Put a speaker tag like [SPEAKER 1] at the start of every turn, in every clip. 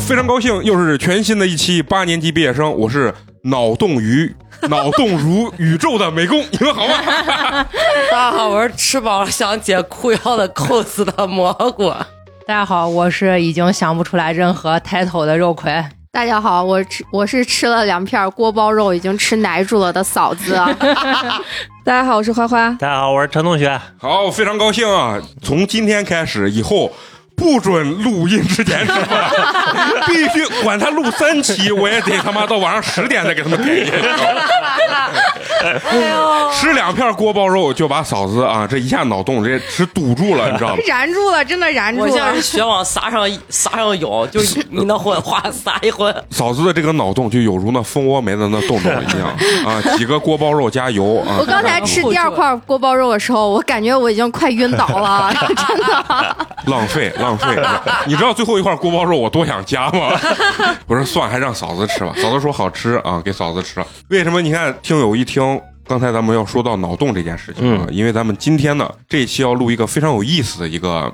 [SPEAKER 1] 非常高兴，又是全新的一期八年级毕业生，我是脑洞于脑洞如宇宙的美工，你们好吗？
[SPEAKER 2] 大家好，我是吃饱了想解裤腰的扣死的蘑菇。
[SPEAKER 3] 大家好，我是已经想不出来任何 title 的肉葵。
[SPEAKER 4] 大家好，我吃我是吃了两片锅包肉，已经吃奶住了的嫂子。啊
[SPEAKER 5] 大家好，我是花花。
[SPEAKER 6] 大家好，我是陈同学。
[SPEAKER 1] 好，非常高兴啊！从今天开始，以后不准录音之前吃饭， 必须管他录三期，我也得他妈到晚上十点再给他们点进去。 吃两片锅包肉就把嫂子啊这一下脑洞直接吃堵住了，你知道吗？
[SPEAKER 5] 燃住了，真的燃住
[SPEAKER 2] 我现在
[SPEAKER 5] 了
[SPEAKER 2] 是！学往撒上撒上涌，就是你那混话撒一混。
[SPEAKER 1] 嫂子的这个脑洞就有如那蜂窝煤的那洞洞一样啊，几个锅包肉加油啊！
[SPEAKER 4] 我刚才吃第二块锅包肉的时候，我感觉我已经快晕倒 了，真的。
[SPEAKER 1] 浪费浪费， 你知道最后一块锅包肉我多想加吗？ 我说算，还让嫂子吃吧。嫂子说好吃啊，给嫂子吃了。为什么？你看听友一听，刚才咱们要说到脑洞这件事情啊，因为咱们今天呢这一期要录一个非常有意思的一个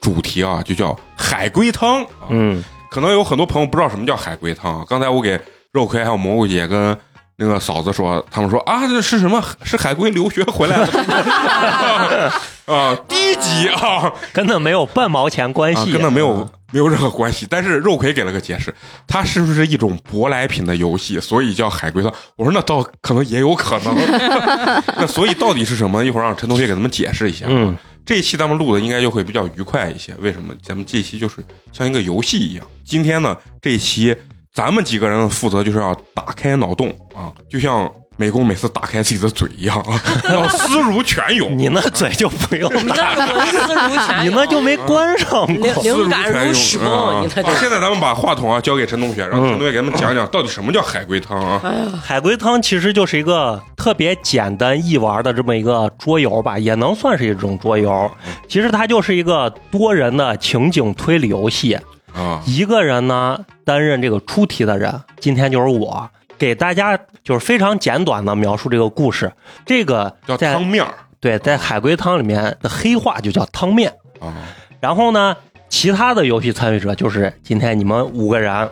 [SPEAKER 1] 主题啊，就叫海龟汤。啊、
[SPEAKER 6] 嗯，
[SPEAKER 1] 可能有很多朋友不知道什么叫海龟汤啊。刚才我给肉葵还有蘑菇姐跟那个嫂子说，他们说啊，这是什么？是海龟留学回来的 啊，低级啊。
[SPEAKER 6] 跟那没有半毛钱关系，嗯
[SPEAKER 1] 啊，跟那没有没有任何关系。但是肉葵给了个解释，它是不是一种舶来品的游戏，所以叫海龟汤？我说那倒可能也有可 能。那所以到底是什么？一会儿让陈同学给咱们解释一下。啊
[SPEAKER 6] 嗯，
[SPEAKER 1] 这一期咱们录的应该就会比较愉快一些。为什么？咱们这一期就是像一个游戏一样。今天呢，这一期咱们几个人负责就是要打开脑洞啊，就像。美工每次打开自己的嘴一样啊， 要思如泉涌。
[SPEAKER 6] 你那嘴就不 用
[SPEAKER 2] 你那是文思如泉
[SPEAKER 6] 你
[SPEAKER 2] 涌，
[SPEAKER 6] 那就没关上
[SPEAKER 1] 嗯
[SPEAKER 2] 灵
[SPEAKER 1] 哦
[SPEAKER 6] 过。
[SPEAKER 2] 灵感如啊始梦，你那就
[SPEAKER 1] 好，嗯哦现在咱们把话筒啊交给陈同学，让陈同学给他们讲讲到底什么叫海龟汤啊？
[SPEAKER 2] 嗯
[SPEAKER 6] 海龟汤其实就是一个特别简单易玩的这么一个桌游吧，也能算是一种桌游。其实它就是一个多人的情景推理游戏，
[SPEAKER 1] 啊，
[SPEAKER 6] 一个人呢担任这个出题的人，今天就是我。给大家就是非常简短的描述这个故事，这个
[SPEAKER 1] 叫
[SPEAKER 6] 在
[SPEAKER 1] 汤面儿
[SPEAKER 6] 对在海龟汤里面的黑话就叫汤面，
[SPEAKER 1] 啊
[SPEAKER 6] 然后呢，其他的游戏参与者就是今天你们五个人
[SPEAKER 1] 啊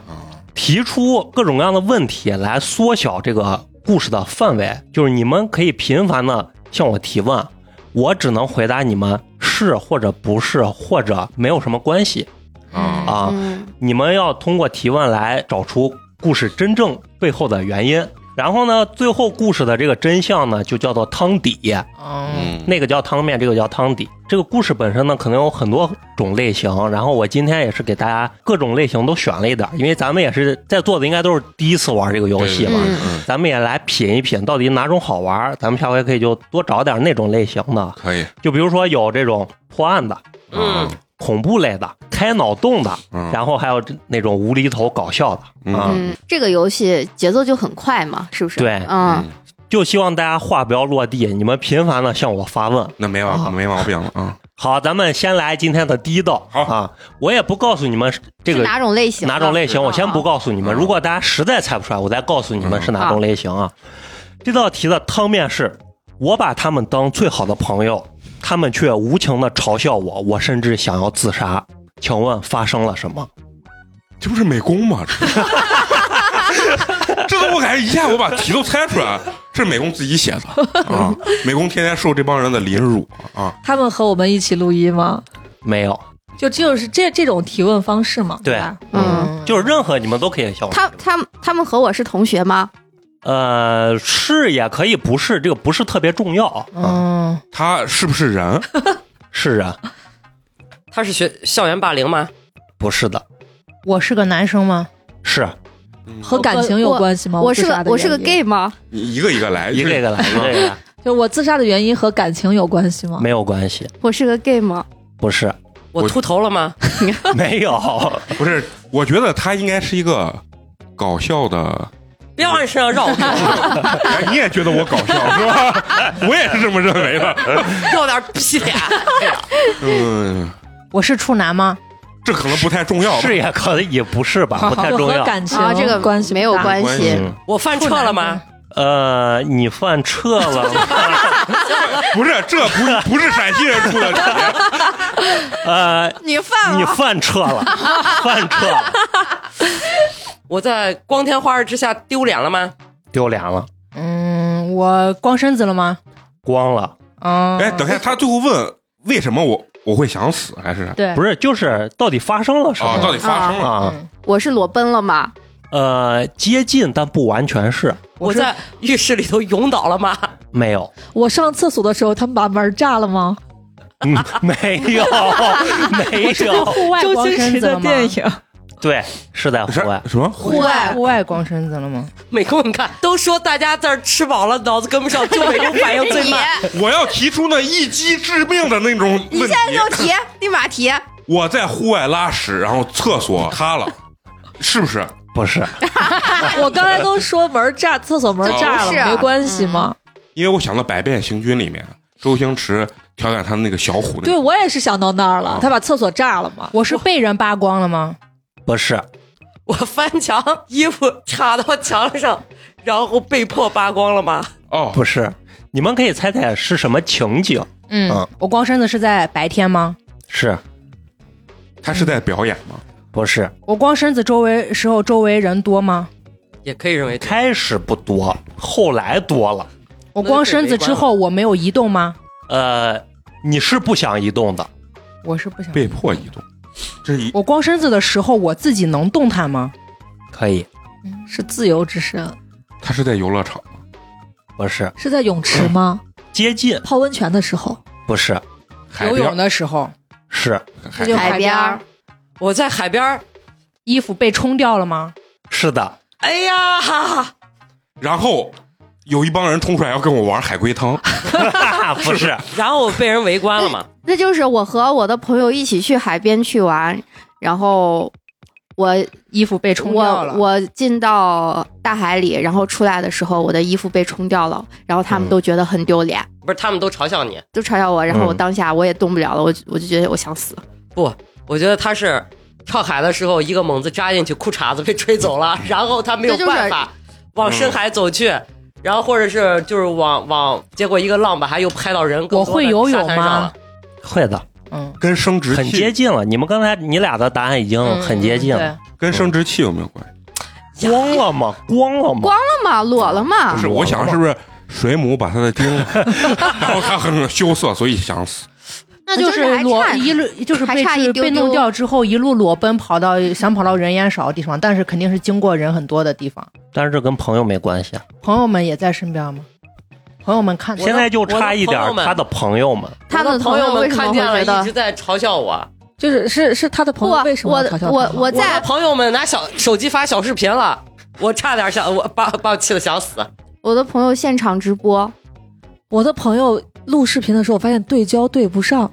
[SPEAKER 6] 提出各种各样的问题来缩小这个故事的范围，就是你们可以频繁的向我提问，我只能回答你们是或者不是或者没有什么关系
[SPEAKER 1] 啊！
[SPEAKER 6] 啊。
[SPEAKER 4] 嗯，
[SPEAKER 6] 你们要通过提问来找出故事真正背后的原因。然后呢，最后故事的这个真相呢，就叫做汤底。
[SPEAKER 2] 嗯，
[SPEAKER 1] 嗯，
[SPEAKER 6] 那个叫汤面，这个叫汤底。这个故事本身呢，可能有很多种类型。然后我今天也是给大家各种类型都选了一点儿，因为咱们也是在座的应该都是第一次玩这个游戏嘛，
[SPEAKER 4] 对对对
[SPEAKER 1] 嗯，
[SPEAKER 6] 咱们也来品一品到底哪种好玩儿。咱们下回可以就多找点那种类型的，
[SPEAKER 1] 可以，
[SPEAKER 6] 就比如说有这种破案的、
[SPEAKER 1] 嗯
[SPEAKER 6] 恐怖类的、开脑洞的，
[SPEAKER 1] 嗯
[SPEAKER 6] 然后还有那种无厘头搞笑的啊。
[SPEAKER 4] 嗯，这个游戏节奏就很快嘛，是不是？
[SPEAKER 6] 对
[SPEAKER 4] 嗯，
[SPEAKER 6] 就希望大家话不要落地，你们频繁的向我发问。
[SPEAKER 1] 那没毛没毛病了啊！
[SPEAKER 6] 好，咱们先来今天的第一道。
[SPEAKER 1] 好
[SPEAKER 6] 啊，我也不告诉你们是这
[SPEAKER 4] 是
[SPEAKER 6] 个
[SPEAKER 4] 哪种类型的？啊
[SPEAKER 6] 哪种类型，我先不告诉你们。
[SPEAKER 1] 嗯
[SPEAKER 6] 如果大家实在猜不出来，我再告诉你们是哪种类型啊。这道题的汤面是：我把他们当最好的朋友，他们却无情的嘲笑我，我甚至想要自杀。请问发生了什么？
[SPEAKER 1] 这不是美工吗？ 这这都我感觉一下我把题都猜出来，这是美工自己写的啊！美工天天受这帮人的凌辱啊！
[SPEAKER 5] 他们和我们一起录音吗？
[SPEAKER 6] 没有，
[SPEAKER 5] 就就是这这种提问方式嘛，
[SPEAKER 6] 对
[SPEAKER 5] 吧？
[SPEAKER 4] 嗯，
[SPEAKER 6] 就是任何你们都可以笑我。
[SPEAKER 4] 他他们他们和我是同学吗？
[SPEAKER 6] 呃，是也可以，不是，这个不是特别重要啊。
[SPEAKER 3] 嗯，
[SPEAKER 1] 他是不是人？
[SPEAKER 6] 是啊，
[SPEAKER 2] 他是学校园霸凌吗？
[SPEAKER 6] 不是的，
[SPEAKER 3] 我是个男生吗？
[SPEAKER 6] 是啊
[SPEAKER 5] 和感情有关系吗？
[SPEAKER 4] 我
[SPEAKER 5] 自
[SPEAKER 4] 是
[SPEAKER 5] 杀
[SPEAKER 4] 个
[SPEAKER 5] 的
[SPEAKER 4] 我是个
[SPEAKER 5] 原因
[SPEAKER 4] gay 吗？
[SPEAKER 1] 你一个一个来，
[SPEAKER 6] 一个一个来，一个一个 来，
[SPEAKER 5] 就我自杀的原因和感情有关系吗？
[SPEAKER 6] 没有关系，
[SPEAKER 4] 我是个 gay 吗？
[SPEAKER 6] 不是，
[SPEAKER 2] 我秃头了吗？
[SPEAKER 6] 没有。
[SPEAKER 1] 不是？我觉得他应该是一个搞笑的
[SPEAKER 2] 别往你身上 绕，
[SPEAKER 1] 哎，你也觉得我搞笑是吧？ 我也是这么认为的。
[SPEAKER 2] 绕点屁脸。
[SPEAKER 1] 嗯，
[SPEAKER 3] 我是处男吗？
[SPEAKER 1] 这可能不太重要吧。
[SPEAKER 6] 是也可以，也不是吧，不太
[SPEAKER 5] 就
[SPEAKER 6] 重
[SPEAKER 5] 和
[SPEAKER 6] 要。
[SPEAKER 5] 感情
[SPEAKER 4] 啊，这个
[SPEAKER 5] 关系
[SPEAKER 4] 没有
[SPEAKER 5] 不大
[SPEAKER 4] 关
[SPEAKER 1] 关
[SPEAKER 4] 系
[SPEAKER 1] 系。
[SPEAKER 6] 嗯，
[SPEAKER 2] 我犯撤了吗？
[SPEAKER 6] 呃，你犯撤了吗？
[SPEAKER 1] 不是，这不是不是陕西人出的题，
[SPEAKER 6] 呃，
[SPEAKER 4] 你犯
[SPEAKER 6] 你犯撤了，犯撤了。
[SPEAKER 2] 我在光天化日之下丢脸了吗？
[SPEAKER 6] 丢脸了，
[SPEAKER 3] 嗯，我光身子了吗？
[SPEAKER 6] 光了。
[SPEAKER 3] 嗯，
[SPEAKER 1] 哎，等一下，他最后问为什么我我会想死，还是
[SPEAKER 3] 对，
[SPEAKER 5] 哎
[SPEAKER 6] 不
[SPEAKER 3] 是，
[SPEAKER 6] 是，就是到底发生了什么？
[SPEAKER 1] 啊，到底发生了？
[SPEAKER 6] 啊
[SPEAKER 3] 嗯，
[SPEAKER 4] 我是裸奔了吗？
[SPEAKER 6] 呃，接近但不完全是
[SPEAKER 2] 我在浴室里 头晕倒了吗？
[SPEAKER 6] 没有，
[SPEAKER 5] 我上厕所的时候，他们把门炸了吗？
[SPEAKER 6] 嗯， 没有，没有，
[SPEAKER 3] 户外光身子了吗？
[SPEAKER 5] 影，
[SPEAKER 6] 对，是在户外
[SPEAKER 1] 是。什么？
[SPEAKER 4] 户外
[SPEAKER 3] 户外光身子了吗？
[SPEAKER 2] 美工，你看，都说大家在这儿吃饱了，脑子跟不上，就美工反应最 慢。
[SPEAKER 1] 我要提出那一击致命的那种问题。
[SPEAKER 4] 你现在就提，立马提。
[SPEAKER 1] 我在户外拉屎，然后厕所塌了，是不是？
[SPEAKER 6] 不是，
[SPEAKER 5] 我刚才都说门炸，厕所门炸
[SPEAKER 4] 不
[SPEAKER 3] 啊
[SPEAKER 5] 了，
[SPEAKER 4] 是
[SPEAKER 5] 没关系吗？
[SPEAKER 1] 因为我想到《百变星君》里面周星驰调侃他们那个小虎那
[SPEAKER 5] 对，
[SPEAKER 1] 个，
[SPEAKER 5] 我也是想到那儿了，他把厕所炸了嘛。
[SPEAKER 3] 我是被人扒光了吗？
[SPEAKER 6] 不是，
[SPEAKER 2] 我翻墙，衣服插到墙上，然后被迫扒光了吗？
[SPEAKER 1] 哦，
[SPEAKER 6] 不是，你们可以猜猜是什么情景？
[SPEAKER 3] 嗯
[SPEAKER 5] 啊
[SPEAKER 6] 嗯，
[SPEAKER 3] 我光身子是在白天吗？
[SPEAKER 6] 是
[SPEAKER 1] 他是在表演吗？
[SPEAKER 6] 不是？
[SPEAKER 3] 我光身子周围时候周围人多吗？
[SPEAKER 2] 也可以认为
[SPEAKER 6] 开始不多，后来多了。
[SPEAKER 3] 我光身子之后我没有移动吗？
[SPEAKER 6] 呃，你是不想移动的，
[SPEAKER 3] 我是不想。
[SPEAKER 1] 被迫移动，这一
[SPEAKER 3] 我光身子的时候我自己能动弹吗？
[SPEAKER 6] 可以？
[SPEAKER 5] 是自由之身，
[SPEAKER 1] 他是在游乐场吗？
[SPEAKER 6] 不是
[SPEAKER 5] 是在泳池吗？
[SPEAKER 6] 接近，
[SPEAKER 5] 泡温泉的时候，
[SPEAKER 6] 不是
[SPEAKER 1] 海
[SPEAKER 3] 游
[SPEAKER 1] 边
[SPEAKER 3] 泳的时候
[SPEAKER 6] 是
[SPEAKER 1] 海
[SPEAKER 4] 就海边
[SPEAKER 5] 儿
[SPEAKER 4] 儿，
[SPEAKER 2] 我在海边儿，
[SPEAKER 3] 衣服被冲掉了吗？
[SPEAKER 6] 是 的，
[SPEAKER 2] 哎呀，
[SPEAKER 1] 然后有一帮人冲出来要跟我玩海龟汤，
[SPEAKER 6] 不是
[SPEAKER 2] 然后我被人围观了嘛，
[SPEAKER 4] 那就是我和我的朋友一起去海边去玩，然后我
[SPEAKER 3] 衣服被冲掉
[SPEAKER 4] 我
[SPEAKER 3] 了。
[SPEAKER 4] 我进到大海里，然后出来的时候，我的衣服被冲掉了，然后他们都觉得很丢脸，
[SPEAKER 2] 不是他们都嘲笑你。
[SPEAKER 4] 都嘲笑我，然后我
[SPEAKER 6] 嗯
[SPEAKER 4] 当下我也动不了了，我就我就觉得我想死。
[SPEAKER 2] 不，我觉得他是跳海的时候一个猛子扎进去，裤衩子被吹走了，然后他没有
[SPEAKER 4] 这就是
[SPEAKER 2] 办法
[SPEAKER 3] 嗯
[SPEAKER 2] 往深海走去，然后或者是就是往往，结果一个浪把他又拍到人更
[SPEAKER 3] 我
[SPEAKER 2] 多的
[SPEAKER 3] 会游泳
[SPEAKER 2] 沙滩上
[SPEAKER 3] 吗
[SPEAKER 2] 了？
[SPEAKER 6] 会的，
[SPEAKER 3] 嗯，
[SPEAKER 1] 跟生殖
[SPEAKER 6] 很接
[SPEAKER 1] 器
[SPEAKER 6] 近了。你们刚才你俩的答案已经
[SPEAKER 1] 哦
[SPEAKER 3] 嗯
[SPEAKER 6] 很接近了，
[SPEAKER 1] 跟生殖器有没有关系？
[SPEAKER 6] 光了吗？光了吗？
[SPEAKER 4] 那么裸了
[SPEAKER 1] 不
[SPEAKER 4] 嘛？
[SPEAKER 1] 是，我想是不是水母把他的精，然后他很羞涩，所以想死。
[SPEAKER 3] 那就是裸
[SPEAKER 4] 还差
[SPEAKER 3] 一路就是
[SPEAKER 4] 还
[SPEAKER 3] 被
[SPEAKER 4] 差一
[SPEAKER 3] 是
[SPEAKER 4] 丢
[SPEAKER 3] 被
[SPEAKER 4] 丢
[SPEAKER 3] 弄掉之后一路裸奔跑到想跑到人烟少的地方，但是肯定是经过人很多的地方。
[SPEAKER 6] 但是这跟朋友没关系。啊
[SPEAKER 3] 朋友们也在身边吗？朋友们看
[SPEAKER 2] 我
[SPEAKER 6] 现在就差一点
[SPEAKER 2] 我的朋友们
[SPEAKER 6] 他的朋友们，
[SPEAKER 4] 他
[SPEAKER 2] 我
[SPEAKER 4] 的
[SPEAKER 2] 的朋
[SPEAKER 4] 友
[SPEAKER 2] 们
[SPEAKER 4] 为什么
[SPEAKER 2] 看
[SPEAKER 4] 会
[SPEAKER 2] 见
[SPEAKER 4] 觉
[SPEAKER 2] 了，一
[SPEAKER 4] 得
[SPEAKER 2] 直？在嘲笑我。
[SPEAKER 5] 就是是是他的朋友
[SPEAKER 4] 不
[SPEAKER 5] 为什么
[SPEAKER 4] 我
[SPEAKER 5] 要嘲笑
[SPEAKER 4] 我
[SPEAKER 5] 他
[SPEAKER 4] 我
[SPEAKER 2] 我的
[SPEAKER 4] 呃在
[SPEAKER 2] 朋友们拿小手机发小视频了，我差点想我把把我气得想死。
[SPEAKER 4] 我的朋友啊现场直播，
[SPEAKER 5] 我的朋友录视频的时候，我发现对焦对不上，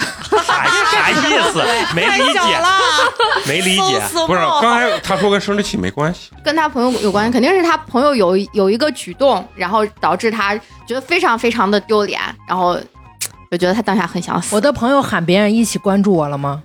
[SPEAKER 6] 啥啥意思？没理解，没理解。
[SPEAKER 1] 不是，刚才他说跟生殖器没关系，
[SPEAKER 4] 跟他朋友有关系，肯定是他朋友有有一个举动，然后导致他觉得非常非常的丢脸，然后就觉得他当下很想死。
[SPEAKER 3] 我的朋友喊别人一起关注我了吗？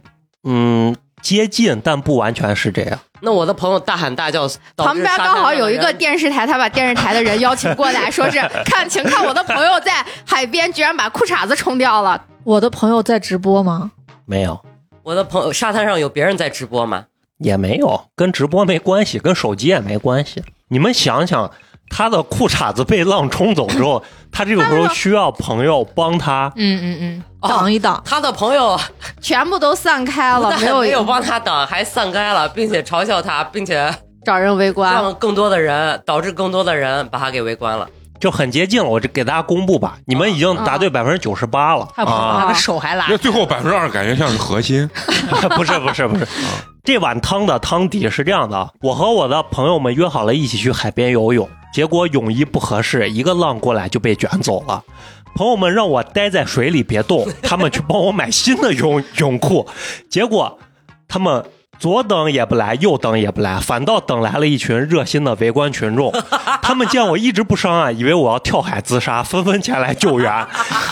[SPEAKER 6] 嗯，接近，但不完全是这样。
[SPEAKER 2] 那我的朋友大喊大叫，导
[SPEAKER 4] 旁
[SPEAKER 2] 致
[SPEAKER 4] 边
[SPEAKER 2] 沙滩
[SPEAKER 4] 刚好有一
[SPEAKER 2] 上
[SPEAKER 4] 个
[SPEAKER 2] 的人
[SPEAKER 4] 电视台，他把电视台的人邀请过来，说是看，请看我的朋友在海边居然把裤衩子冲掉了。
[SPEAKER 5] 我的朋友在直播吗？
[SPEAKER 6] 没有，
[SPEAKER 2] 我的朋友沙滩上有别人在直播吗？
[SPEAKER 6] 也没有，跟直播没关系，跟手机也没关系。你们想想，他的裤衩子被浪冲走之后，他 这个时候需要朋友帮他。
[SPEAKER 3] 哎嗯嗯嗯，
[SPEAKER 5] 挡 一挡，
[SPEAKER 2] 他的朋友
[SPEAKER 4] 全部都散开
[SPEAKER 2] 不
[SPEAKER 4] 了，
[SPEAKER 2] 但
[SPEAKER 4] 没
[SPEAKER 2] 没有
[SPEAKER 4] 有
[SPEAKER 2] 帮他挡，还散开了，并且嘲笑他，并且
[SPEAKER 4] 找人围观。
[SPEAKER 2] 让更多的人导致更多的人把他给围观了。
[SPEAKER 6] 就很接近了，我就给大家公布吧，你们已经答对百分之九十八了
[SPEAKER 3] 嗯太不好
[SPEAKER 6] 啊！
[SPEAKER 3] 了，那个手还拉
[SPEAKER 1] 那。最后百分之二感觉像是核心，
[SPEAKER 6] 不是不是不是，这碗汤的汤底是这样的啊，我和我的朋友们约好了一起去海边游泳，结果泳衣不合适，一个浪过来就被卷走了。朋友们让我待在水里别动，他们去帮我买新的泳泳裤，结果他们左等也不来，右等也不来，反倒等来了一群热心的围观群众。他们见我一直不上啊岸，以为我要跳海自杀，纷纷前来救援。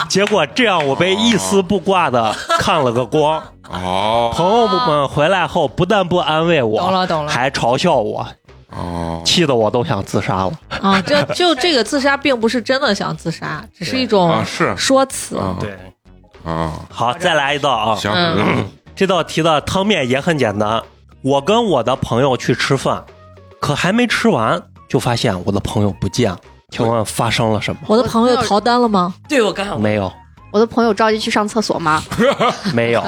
[SPEAKER 6] 结果这样我被一丝不挂的看了个光。
[SPEAKER 1] 哦
[SPEAKER 6] 朋友们回来后不但不安慰我，
[SPEAKER 3] 懂了懂了
[SPEAKER 6] 还嘲笑我，
[SPEAKER 1] 哦，
[SPEAKER 6] 气得我都想自杀了。
[SPEAKER 5] 啊，这就这个自杀并不是真的想自杀，只是一
[SPEAKER 1] 啊
[SPEAKER 5] 种
[SPEAKER 1] 是
[SPEAKER 5] 说辞。
[SPEAKER 1] 啊
[SPEAKER 6] 对，
[SPEAKER 1] 啊，
[SPEAKER 6] 好，再来一道啊！
[SPEAKER 1] 行，
[SPEAKER 3] 嗯
[SPEAKER 6] 这道题的汤面也很简单，我跟我的朋友去吃饭，可还没吃完就发现我的朋友不见了。请问发生了什么？
[SPEAKER 5] 我的朋友逃单了吗？
[SPEAKER 2] 对我刚想问
[SPEAKER 6] 没有，
[SPEAKER 4] 我的朋友着急去上厕所吗？
[SPEAKER 6] 没有，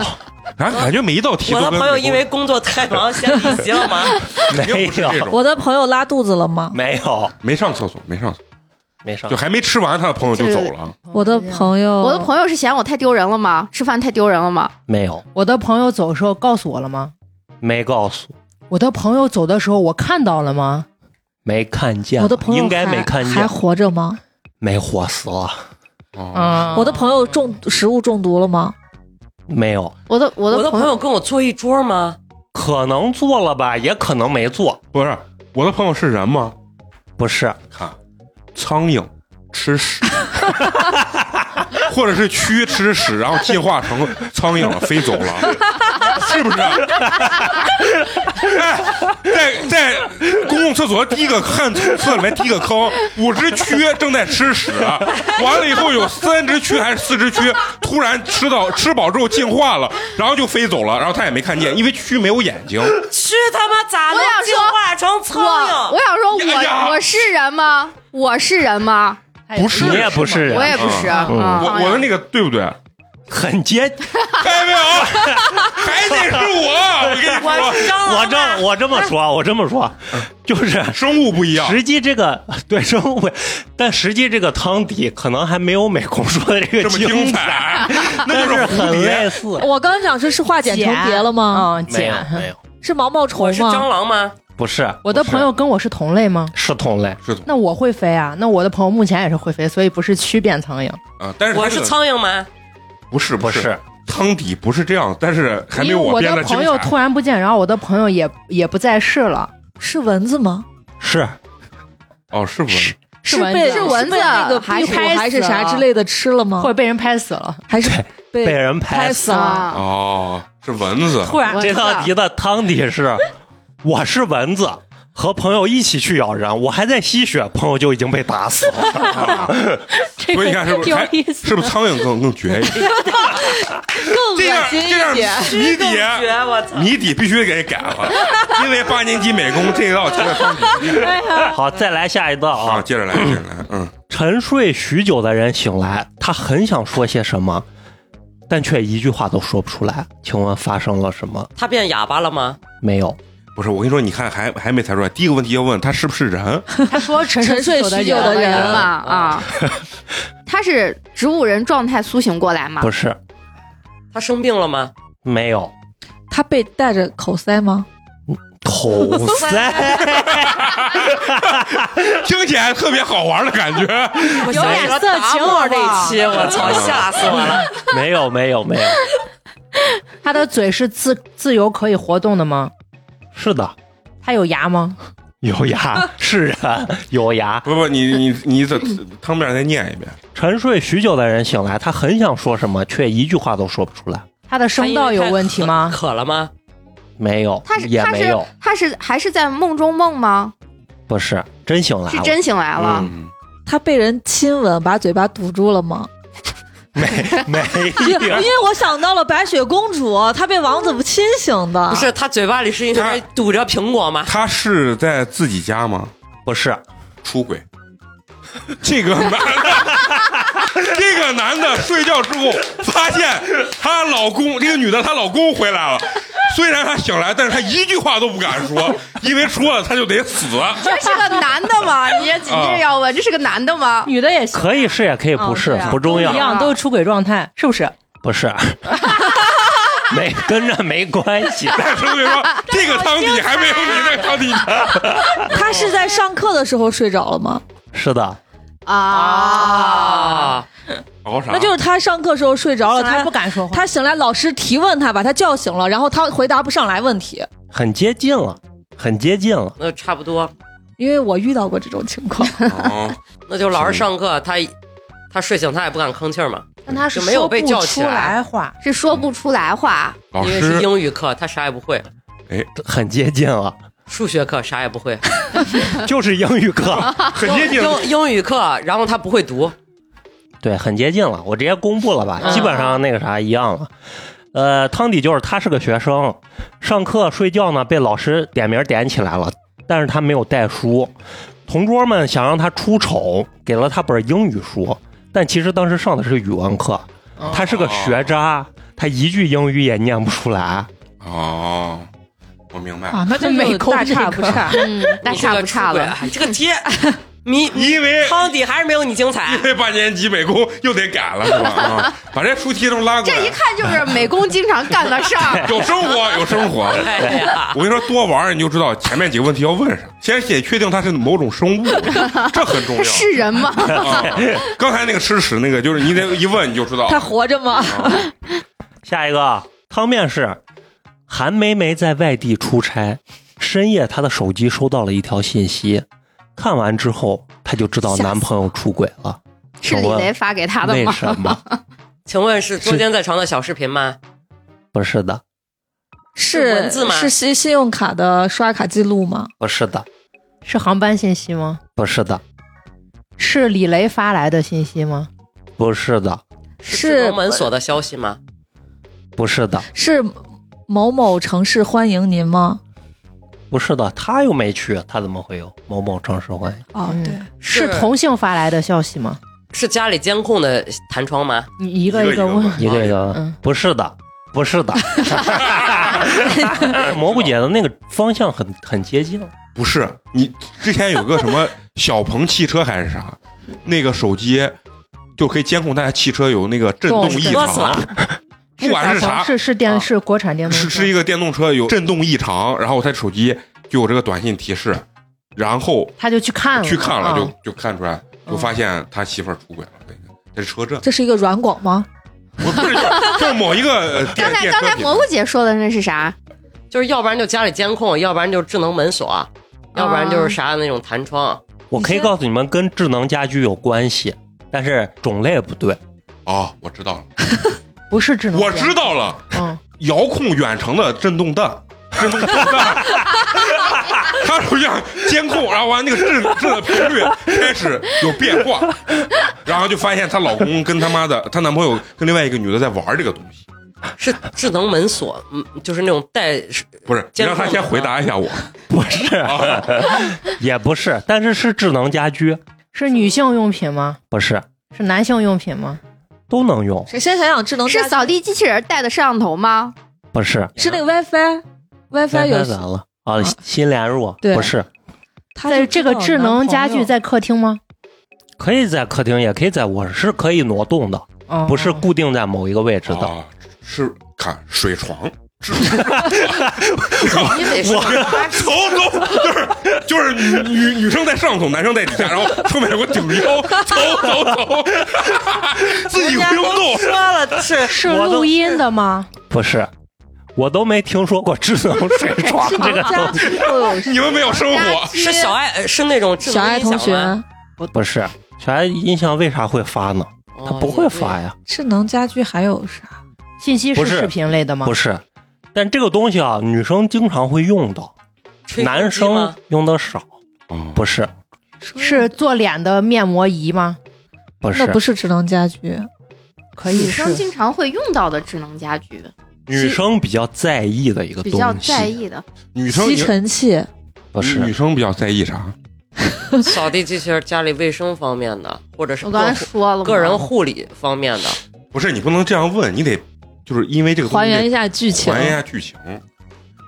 [SPEAKER 1] 感感觉每一道题
[SPEAKER 2] 我
[SPEAKER 1] 都
[SPEAKER 2] 的
[SPEAKER 1] 跟
[SPEAKER 2] 朋友因为工作太忙先离席了吗？
[SPEAKER 1] 肯定
[SPEAKER 6] 没
[SPEAKER 1] 不是这
[SPEAKER 6] 有，
[SPEAKER 1] 种，
[SPEAKER 5] 我的朋友拉肚子了吗？
[SPEAKER 6] 没有，
[SPEAKER 1] 没上厕所，没上厕所，
[SPEAKER 6] 没上
[SPEAKER 1] 就。还没吃完，他的朋友就走了。
[SPEAKER 5] 我的朋
[SPEAKER 2] 嗯
[SPEAKER 5] 友，
[SPEAKER 4] 我的朋友是嫌我太丢人了吗？吃饭太丢人了吗？
[SPEAKER 6] 没有，
[SPEAKER 3] 我的朋友走的时候告诉我了吗？
[SPEAKER 6] 没告诉，
[SPEAKER 3] 我的朋友走的时候我看到了吗？
[SPEAKER 6] 没看见，
[SPEAKER 5] 我的朋友
[SPEAKER 6] 应该
[SPEAKER 5] 还
[SPEAKER 6] 没看
[SPEAKER 5] 还
[SPEAKER 6] 见，
[SPEAKER 5] 活着吗？
[SPEAKER 6] 没活死了，
[SPEAKER 1] 哦，
[SPEAKER 3] 啊，
[SPEAKER 5] 我的朋友中食物中毒了吗？
[SPEAKER 6] 没有，
[SPEAKER 4] 我的 我
[SPEAKER 2] 我
[SPEAKER 4] 的
[SPEAKER 2] 的
[SPEAKER 4] 朋
[SPEAKER 2] 朋
[SPEAKER 4] 友
[SPEAKER 2] 友跟我坐一桌吗？
[SPEAKER 6] 可能做了吧，也可能没做，
[SPEAKER 1] 不是，我的朋友是人吗？
[SPEAKER 6] 不是，
[SPEAKER 1] 看，苍蝇吃屎，或者是蛆吃屎，然后进化成苍蝇了，飞走了，是不是？哎，在在公共厕所第一个旱厕里面第一个坑，五只蛆正在吃屎，啊完了以后有三只蛆还是四只蛆，突然吃到吃饱之后进化了，然后就飞走了，然后他也没看见，因为蛆没有眼睛。
[SPEAKER 2] 去他妈咋能
[SPEAKER 4] 我想说
[SPEAKER 2] 进化成苍
[SPEAKER 4] 我我
[SPEAKER 2] 蝇？
[SPEAKER 4] 想说我
[SPEAKER 1] 哎呀
[SPEAKER 4] 我是人吗？我是人吗？
[SPEAKER 1] 不是
[SPEAKER 6] 你也不是
[SPEAKER 4] 我也
[SPEAKER 6] 人，
[SPEAKER 4] 不是。嗯
[SPEAKER 1] 我我的那个对不对？
[SPEAKER 6] 很 接，
[SPEAKER 1] 看见没有？还得是我，我跟你
[SPEAKER 2] 我
[SPEAKER 1] 说，
[SPEAKER 2] 是蟑螂
[SPEAKER 6] 我
[SPEAKER 3] 哦
[SPEAKER 6] 这我这么说，我这么说，就是
[SPEAKER 1] 生物不嗯一样。
[SPEAKER 6] 实际这个 对生物会，但实际这个汤底可能还没有美工说的
[SPEAKER 1] 这
[SPEAKER 6] 这个
[SPEAKER 1] 么精 彩，那
[SPEAKER 6] 但
[SPEAKER 1] 就是是蝴
[SPEAKER 6] 很类
[SPEAKER 1] 蝶。
[SPEAKER 6] 似。
[SPEAKER 5] 我刚想是是化茧成蝶了吗？啊
[SPEAKER 3] 嗯，
[SPEAKER 6] 没
[SPEAKER 3] 姐
[SPEAKER 6] 有，没有，
[SPEAKER 5] 是毛毛虫
[SPEAKER 2] 我是蟑
[SPEAKER 5] 吗？
[SPEAKER 2] 螂吗？
[SPEAKER 6] 不是
[SPEAKER 3] 我的朋友跟我是同类吗？
[SPEAKER 6] 是同类，
[SPEAKER 1] 是总
[SPEAKER 3] 那我会飞啊，那我的朋友目前也是会飞，所以不是蛆变苍蝇。
[SPEAKER 1] 啊，但是
[SPEAKER 2] 我
[SPEAKER 1] 他这
[SPEAKER 2] 是
[SPEAKER 1] 个
[SPEAKER 2] 苍蝇吗？
[SPEAKER 1] 不是
[SPEAKER 6] 不
[SPEAKER 1] 不
[SPEAKER 6] 是
[SPEAKER 1] 汤底不是这样，但是还没
[SPEAKER 3] 因为
[SPEAKER 1] 我
[SPEAKER 3] 我
[SPEAKER 1] 编
[SPEAKER 3] 的
[SPEAKER 1] 精
[SPEAKER 3] 朋友
[SPEAKER 1] 彩
[SPEAKER 3] 突然不见，然后我的朋友也也不在世了，
[SPEAKER 5] 是蚊子吗？
[SPEAKER 6] 是
[SPEAKER 1] 哦，是不是？
[SPEAKER 3] 是蚊
[SPEAKER 5] 被
[SPEAKER 3] 子
[SPEAKER 5] 是
[SPEAKER 4] 蚊子
[SPEAKER 5] 被那个壁
[SPEAKER 4] 还是
[SPEAKER 5] 虎还是
[SPEAKER 4] 拍死
[SPEAKER 5] 啥
[SPEAKER 4] 了
[SPEAKER 5] 之类的吃了吗
[SPEAKER 3] 或？者被人拍死了。
[SPEAKER 5] 还是
[SPEAKER 6] 被
[SPEAKER 5] 被
[SPEAKER 6] 人拍
[SPEAKER 5] 拍
[SPEAKER 6] 死。
[SPEAKER 5] 死了？
[SPEAKER 4] 啊，
[SPEAKER 1] 哦，是蚊子。
[SPEAKER 2] 突然
[SPEAKER 4] 我
[SPEAKER 6] 这
[SPEAKER 4] 知道
[SPEAKER 6] 道题的汤底是，我是蚊子。和朋友一起去咬人，我还在吸血，朋友就已经被打死了。
[SPEAKER 1] 所以你看是不是？还是不是苍蝇更更绝一点？
[SPEAKER 3] 更
[SPEAKER 1] 这样这样谜
[SPEAKER 2] 更
[SPEAKER 1] 底
[SPEAKER 2] 绝，我操！
[SPEAKER 1] 谜底必须给改了，因为八年级美工这道题的汤底
[SPEAKER 6] 好，再来下一 道
[SPEAKER 1] 啊，
[SPEAKER 6] 啊！
[SPEAKER 1] 接着来，接着来，嗯，
[SPEAKER 6] 沉睡许久的人醒来，他很想说些什么，但却一句话都说不出来。请问发生了什么？
[SPEAKER 2] 他变哑巴了吗？
[SPEAKER 6] 没有。
[SPEAKER 1] 不是，我跟你说，你看还还没猜出来，第一个问题要问他是不是人，
[SPEAKER 3] 他说沉
[SPEAKER 5] 沉睡
[SPEAKER 3] 哦久的
[SPEAKER 5] 许久的
[SPEAKER 3] 人
[SPEAKER 5] 人
[SPEAKER 4] 嘛啊，他是植物人状态苏醒过来吗
[SPEAKER 6] 不？是，
[SPEAKER 2] 他生病了吗？
[SPEAKER 6] 没有
[SPEAKER 5] 他被带着口塞吗？
[SPEAKER 6] 口塞，
[SPEAKER 1] 听起来特别好玩的感觉。
[SPEAKER 2] 有
[SPEAKER 5] 有点色情
[SPEAKER 2] 我这期，我操，吓死我 了！
[SPEAKER 6] 没有，没有，没有。
[SPEAKER 3] 他的嘴是自自由可以活动的吗？
[SPEAKER 6] 是的，
[SPEAKER 3] 他有牙吗？
[SPEAKER 6] 有牙是人，有 牙。
[SPEAKER 1] 不不，你你你怎汤面再念一遍？
[SPEAKER 6] 沉睡许久的人醒来，他很想说什么，却一句话都说不出来。
[SPEAKER 3] 他的声道有问题吗？
[SPEAKER 2] 渴了吗？
[SPEAKER 6] 没有
[SPEAKER 4] 他是，
[SPEAKER 6] 也
[SPEAKER 4] 他
[SPEAKER 6] 没有
[SPEAKER 4] 是，他是还是在梦中梦吗？
[SPEAKER 6] 不是真醒来
[SPEAKER 4] 是
[SPEAKER 6] 了，
[SPEAKER 4] 真醒来了。
[SPEAKER 1] 嗯，
[SPEAKER 5] 他被人亲吻，把嘴巴堵住了吗？
[SPEAKER 6] 没
[SPEAKER 5] 因
[SPEAKER 6] 有。
[SPEAKER 5] 为我想到了白雪公主，她被王子亲醒的。
[SPEAKER 2] 不是，他嘴巴里是因
[SPEAKER 1] 他
[SPEAKER 2] 为堵着苹果吗？
[SPEAKER 1] 他是在自己家吗？
[SPEAKER 6] 不是，
[SPEAKER 1] 出轨。 这个男的，这个男的睡觉之后发现她老公，这个女的她老公回来了。虽然她醒来，但是她一句话都不敢说，因为说了她就得死。
[SPEAKER 4] 这是个男的吗？你也紧接着要问，这是个男的吗？
[SPEAKER 3] 女的也行，
[SPEAKER 6] 可以是也可以
[SPEAKER 3] 嗯
[SPEAKER 6] 不是
[SPEAKER 3] 对，啊
[SPEAKER 6] 不重
[SPEAKER 3] 一
[SPEAKER 6] 要，
[SPEAKER 3] 样都是出轨状态，是不是？
[SPEAKER 6] 不是。 没跟这没关 系，
[SPEAKER 1] 但是我跟你说，这个汤底还没有你这个汤底难。
[SPEAKER 5] 她是在上课的时候睡着了吗？
[SPEAKER 6] 是的，
[SPEAKER 4] 啊，
[SPEAKER 2] 啊，
[SPEAKER 1] 熬啥？
[SPEAKER 5] 那就是她上课时候睡着了，
[SPEAKER 3] 他
[SPEAKER 5] 她
[SPEAKER 3] 不敢说话，
[SPEAKER 5] 她醒来，老师提问她，把她叫醒了，然后她回答不上来问题。
[SPEAKER 6] 很接近了，很接近了。
[SPEAKER 2] 那差不多，
[SPEAKER 5] 因为我遇到过这种情况，
[SPEAKER 1] 哦
[SPEAKER 2] 那就老师上课，他他睡醒，他也不敢吭气儿嘛，
[SPEAKER 3] 但他是
[SPEAKER 2] 就没有被
[SPEAKER 3] 说不
[SPEAKER 2] 叫起
[SPEAKER 3] 出
[SPEAKER 2] 来
[SPEAKER 3] 来话。
[SPEAKER 4] 是说不出来话。
[SPEAKER 1] 老
[SPEAKER 2] 因为是
[SPEAKER 1] 师，
[SPEAKER 2] 英语课，他啥也不会；
[SPEAKER 6] 哎很接近了，
[SPEAKER 2] 数学课啥也不会；
[SPEAKER 6] 就是英语课，
[SPEAKER 1] 很接近。
[SPEAKER 2] 英英语课，然后他不会读，
[SPEAKER 6] 对，很接近了，我直接公布了吧，
[SPEAKER 2] 嗯
[SPEAKER 6] 基本上那个啥一样了。呃，汤底就是他是个学生，上课睡觉呢被老师点名点起来了，但是他没有带书，同桌们想让他出丑，给了他本英语书，但其实当时上的是语文课，他是个学渣，他一句英语也念不出来。
[SPEAKER 1] 哦，我明白了。
[SPEAKER 3] 啊，那就
[SPEAKER 5] 美
[SPEAKER 3] 没
[SPEAKER 5] 工
[SPEAKER 3] 大差
[SPEAKER 5] 这
[SPEAKER 3] 不
[SPEAKER 5] 个
[SPEAKER 3] 差。
[SPEAKER 4] 嗯，大
[SPEAKER 2] 你这
[SPEAKER 4] 差
[SPEAKER 2] 个
[SPEAKER 4] 不差
[SPEAKER 2] 出轨
[SPEAKER 4] 了
[SPEAKER 2] 啊。，这个题，你你
[SPEAKER 1] 因为
[SPEAKER 2] 汤底还是没有你精彩
[SPEAKER 1] 因。为八年级美工又得改了，是吧？啊，把这出题都拉过
[SPEAKER 4] 这一
[SPEAKER 1] 来。。
[SPEAKER 4] 看就是美工经常干的事儿
[SPEAKER 1] 有生活，有生活。
[SPEAKER 2] 哎呀，
[SPEAKER 1] 我跟你说，多玩儿你就知道前面几个问题要问啥。先得确定它是某种生物，这很重
[SPEAKER 4] 他
[SPEAKER 1] 要。
[SPEAKER 4] 是人吗？
[SPEAKER 1] 啊，刚才那个吃屎那个，就是你得一问你就知道。
[SPEAKER 5] 他活着吗？
[SPEAKER 6] 下一个汤面是韩梅梅在外地出差，深夜她的手机收到了一条信息，看完之后她就知道男朋友出轨了。
[SPEAKER 4] 是李雷发给他的
[SPEAKER 6] 为
[SPEAKER 4] 吗？
[SPEAKER 6] 什么？
[SPEAKER 2] 请问是捉奸在床的小视频吗？
[SPEAKER 6] 不是的，
[SPEAKER 2] 是
[SPEAKER 5] 是
[SPEAKER 2] 文字吗
[SPEAKER 5] 是信信用卡的刷卡记录吗？
[SPEAKER 6] 不是的，
[SPEAKER 3] 是航班信息吗？
[SPEAKER 6] 不是的，
[SPEAKER 3] 是李雷发来的信息吗？
[SPEAKER 6] 不是的，
[SPEAKER 5] 是
[SPEAKER 2] 龙门所的消息吗？
[SPEAKER 6] 不是的，
[SPEAKER 5] 是某某城市欢迎您吗？
[SPEAKER 6] 不是的，他又没去，他怎么会有某某城市欢迎？
[SPEAKER 5] 哦
[SPEAKER 3] 嗯
[SPEAKER 5] 对，
[SPEAKER 3] 是
[SPEAKER 2] 是
[SPEAKER 3] 同性发来的消息吗？
[SPEAKER 2] 是家里监控的弹窗吗？
[SPEAKER 3] 你一个
[SPEAKER 1] 一个
[SPEAKER 3] 个
[SPEAKER 1] 一个
[SPEAKER 3] 问，
[SPEAKER 1] 问
[SPEAKER 6] 一个一个，
[SPEAKER 3] 嗯
[SPEAKER 6] 不是的，不是的。蘑菇姐的那个方向很很接近，
[SPEAKER 1] 不是你之前有个什么小鹏汽车还是啥，那个手机就可以监控大家汽车有那个震动异
[SPEAKER 2] 撞死
[SPEAKER 1] 常，不管是
[SPEAKER 3] 小鹏
[SPEAKER 1] 啥，
[SPEAKER 3] 是是电是国产电动车，
[SPEAKER 1] 是是一个电动车有震动异常，然后他手机就有这个短信提示，然后
[SPEAKER 3] 他就去看了，
[SPEAKER 1] 去看了
[SPEAKER 3] 啊
[SPEAKER 1] 就就看出来，就发现他媳妇儿出轨了。那个这是车震，
[SPEAKER 5] 这是一个软广吗？
[SPEAKER 1] 不是就是就是某一个呃电
[SPEAKER 4] 刚才
[SPEAKER 1] 电
[SPEAKER 4] 刚
[SPEAKER 1] 车
[SPEAKER 4] 才
[SPEAKER 1] 品
[SPEAKER 4] 蘑
[SPEAKER 1] 牌
[SPEAKER 4] 菇姐说的那是啥？
[SPEAKER 2] 就是要不然就家里监控，要不然就智能门锁，要不然就是啥那种弹窗。
[SPEAKER 6] 我可以告诉你们，跟智能家居有关系，但是种类不对。
[SPEAKER 1] 哦，我知道了，
[SPEAKER 3] 不是智能
[SPEAKER 1] 我
[SPEAKER 3] 电，
[SPEAKER 1] 知道了，
[SPEAKER 3] 嗯，
[SPEAKER 1] 遥控远程的震动弹，震动弹，它是让监控，然后完那个震震的频率开始有变化，然后就发现她老公跟他妈的她男朋友跟另外一个女的在玩这个东西。
[SPEAKER 2] 是智能门锁，嗯，就是那种带
[SPEAKER 6] 哦
[SPEAKER 1] 不是，你
[SPEAKER 2] 监控
[SPEAKER 1] 让他先回答一下我。
[SPEAKER 6] 不是， 也不是，但是是智能家居，
[SPEAKER 3] 是女性用品吗？
[SPEAKER 6] 不是
[SPEAKER 3] 是男性用品吗？
[SPEAKER 6] 都能用，
[SPEAKER 5] 谁先想想智能家
[SPEAKER 4] 是扫地机器人带的摄像头吗？
[SPEAKER 6] 不是。
[SPEAKER 5] 是那个 WiFi。WiFi 有
[SPEAKER 6] 咋了？啊，新连入
[SPEAKER 5] 对
[SPEAKER 6] 不是，
[SPEAKER 5] 它
[SPEAKER 3] 在
[SPEAKER 5] 就
[SPEAKER 3] 这
[SPEAKER 5] 知
[SPEAKER 3] 个
[SPEAKER 5] 道
[SPEAKER 3] 智能家
[SPEAKER 5] 男朋
[SPEAKER 3] 具
[SPEAKER 5] 友
[SPEAKER 3] 在客厅吗？
[SPEAKER 6] 可以在客厅，也可以在卧室，是可以挪动的，
[SPEAKER 3] 哦，
[SPEAKER 6] 不是固定在某一个位置的。
[SPEAKER 1] 啊，是看水床，
[SPEAKER 2] 你得说
[SPEAKER 1] 头都就是就是女女女生在上头，男生在底下，然后后面有个顶腰，走走走，自己不用动。
[SPEAKER 2] 说了是
[SPEAKER 3] 是
[SPEAKER 6] 我都
[SPEAKER 3] 录音的吗？
[SPEAKER 6] 不是，我都没听说过智能水床这个东西，
[SPEAKER 5] 哦
[SPEAKER 1] 你们没有生活，啊
[SPEAKER 2] 是小爱呃是那种智
[SPEAKER 5] 小
[SPEAKER 2] 能
[SPEAKER 5] 爱
[SPEAKER 2] 音响
[SPEAKER 5] 同
[SPEAKER 2] 吗
[SPEAKER 5] 学，
[SPEAKER 6] 不是。小爱音响为啥会发呢？
[SPEAKER 2] 哦
[SPEAKER 6] 它不会发，呀，
[SPEAKER 5] 智能家居还有啥？
[SPEAKER 3] 信息
[SPEAKER 6] 不是
[SPEAKER 3] 视频类的吗
[SPEAKER 6] 不？是。但这个东西啊，女生经常会用到，
[SPEAKER 2] 哦也对吹风机
[SPEAKER 6] 男生
[SPEAKER 2] 吗
[SPEAKER 6] 用的少。不是，
[SPEAKER 3] 是做脸的面膜仪吗？
[SPEAKER 6] 不是
[SPEAKER 5] 那，不是智能家居，
[SPEAKER 3] 可以
[SPEAKER 4] 女生
[SPEAKER 3] 是
[SPEAKER 4] 经常会用到的智能家居，
[SPEAKER 6] 女生比较在意的一个
[SPEAKER 4] 比
[SPEAKER 6] 东
[SPEAKER 4] 较
[SPEAKER 6] 西，
[SPEAKER 4] 在意的。
[SPEAKER 1] 女生
[SPEAKER 5] 吸尘器。
[SPEAKER 6] 不
[SPEAKER 1] 女
[SPEAKER 6] 是。
[SPEAKER 1] 生比较在意啥？
[SPEAKER 2] 扫地机器人家里卫生方面的，或者是
[SPEAKER 4] 我刚才
[SPEAKER 2] 个
[SPEAKER 4] 说了嘛，
[SPEAKER 2] 个人护理方面的，
[SPEAKER 1] 不是你不能这样问，你得就是因为这个东西
[SPEAKER 5] 还原一下剧情
[SPEAKER 1] 还，原一下剧情。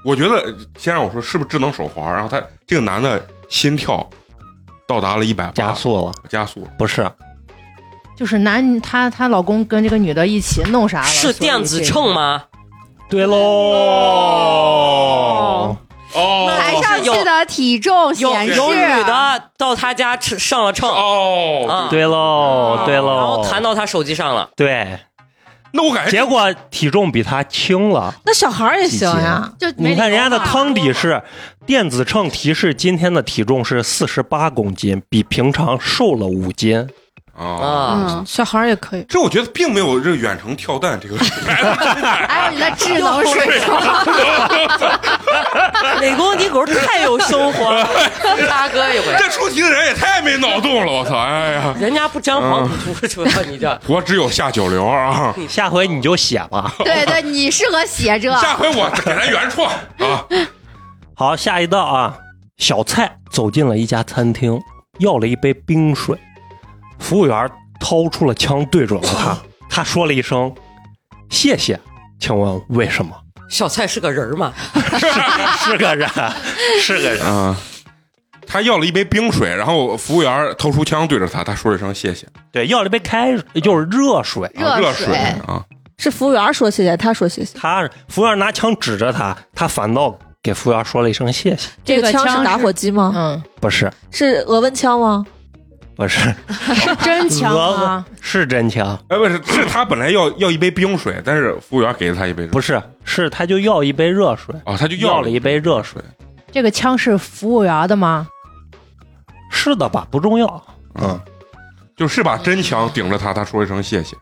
[SPEAKER 1] 我觉得先让我说是不是智能手环，然后他这个男的心跳到达了一百
[SPEAKER 6] 加速了，
[SPEAKER 1] 加速，
[SPEAKER 6] 不是，
[SPEAKER 3] 就是男她她老公跟这个女的一起弄啥了？
[SPEAKER 2] 是电子秤吗？
[SPEAKER 6] 对喽，
[SPEAKER 1] 哦
[SPEAKER 4] 台上去的体重
[SPEAKER 2] 有
[SPEAKER 4] 显示，
[SPEAKER 2] 有女的到他家吃上了秤，
[SPEAKER 1] 哦，
[SPEAKER 2] 啊
[SPEAKER 6] 对喽，对
[SPEAKER 2] 然后弹
[SPEAKER 6] 喽，
[SPEAKER 2] 到他手机上了，
[SPEAKER 6] 对，
[SPEAKER 1] 那我感觉
[SPEAKER 6] 结果体重比他轻了。
[SPEAKER 5] 那小孩儿也行呀。
[SPEAKER 4] 就没
[SPEAKER 6] 你看人家的
[SPEAKER 4] 理由嘛
[SPEAKER 6] 汤底是电子秤提示今天的体重是四十八公斤，比平常瘦了五斤。
[SPEAKER 1] 啊。
[SPEAKER 2] 啊，
[SPEAKER 4] 嗯，
[SPEAKER 5] 小孩儿也可以。
[SPEAKER 1] 这我觉得并没有这个远程跳弹 这个，
[SPEAKER 4] 哎，你的智能水手，
[SPEAKER 2] 美工你狗太有生活 了，大哥一回。
[SPEAKER 1] 这出题的人也太没脑洞了，我操！哎呀，
[SPEAKER 2] 人家不沾黄土出主要你这
[SPEAKER 1] 我只有下九流啊！
[SPEAKER 6] 下回你就写吧。
[SPEAKER 4] 对对，你适合写这，
[SPEAKER 1] 下回我给他原创啊！
[SPEAKER 6] 好，下一道啊，小蔡走进了一家餐厅，要了一杯冰水，服务员掏出了枪对准了他，他说了一声“谢谢”，请问为什么？
[SPEAKER 2] 小蔡是个人儿嘛？
[SPEAKER 6] 是个人，是个人。
[SPEAKER 1] 啊，他要了一杯冰水，然后服务员掏出枪对着他，他说了一声谢谢，
[SPEAKER 6] 对，要了一杯开水，就是热水。
[SPEAKER 1] 啊热
[SPEAKER 4] 热
[SPEAKER 1] 水啊，
[SPEAKER 5] 是服务员说谢谢，他说谢谢。
[SPEAKER 6] 他服务员拿枪指着他，他反倒给服务员说了一声谢谢。
[SPEAKER 5] 这个
[SPEAKER 3] 这个
[SPEAKER 5] 枪
[SPEAKER 3] 枪
[SPEAKER 5] 是
[SPEAKER 3] 是
[SPEAKER 5] 打火机吗？
[SPEAKER 3] 嗯，
[SPEAKER 6] 不是，
[SPEAKER 5] 是额温枪吗？
[SPEAKER 6] 不是，
[SPEAKER 3] 是真枪
[SPEAKER 6] 鹅
[SPEAKER 3] 啊！
[SPEAKER 6] 是真枪，
[SPEAKER 1] 哎，不是，是他本来要要一杯冰水，但是服务员给了他一杯热水，
[SPEAKER 6] 不是，是他就要一杯热水，
[SPEAKER 1] 啊，他就
[SPEAKER 6] 要
[SPEAKER 1] 了
[SPEAKER 6] 了一杯热水。
[SPEAKER 3] 这个枪是服务员的吗？
[SPEAKER 6] 是的吧？不重要。
[SPEAKER 1] 嗯，就是把真枪顶着他，他说一声谢谢。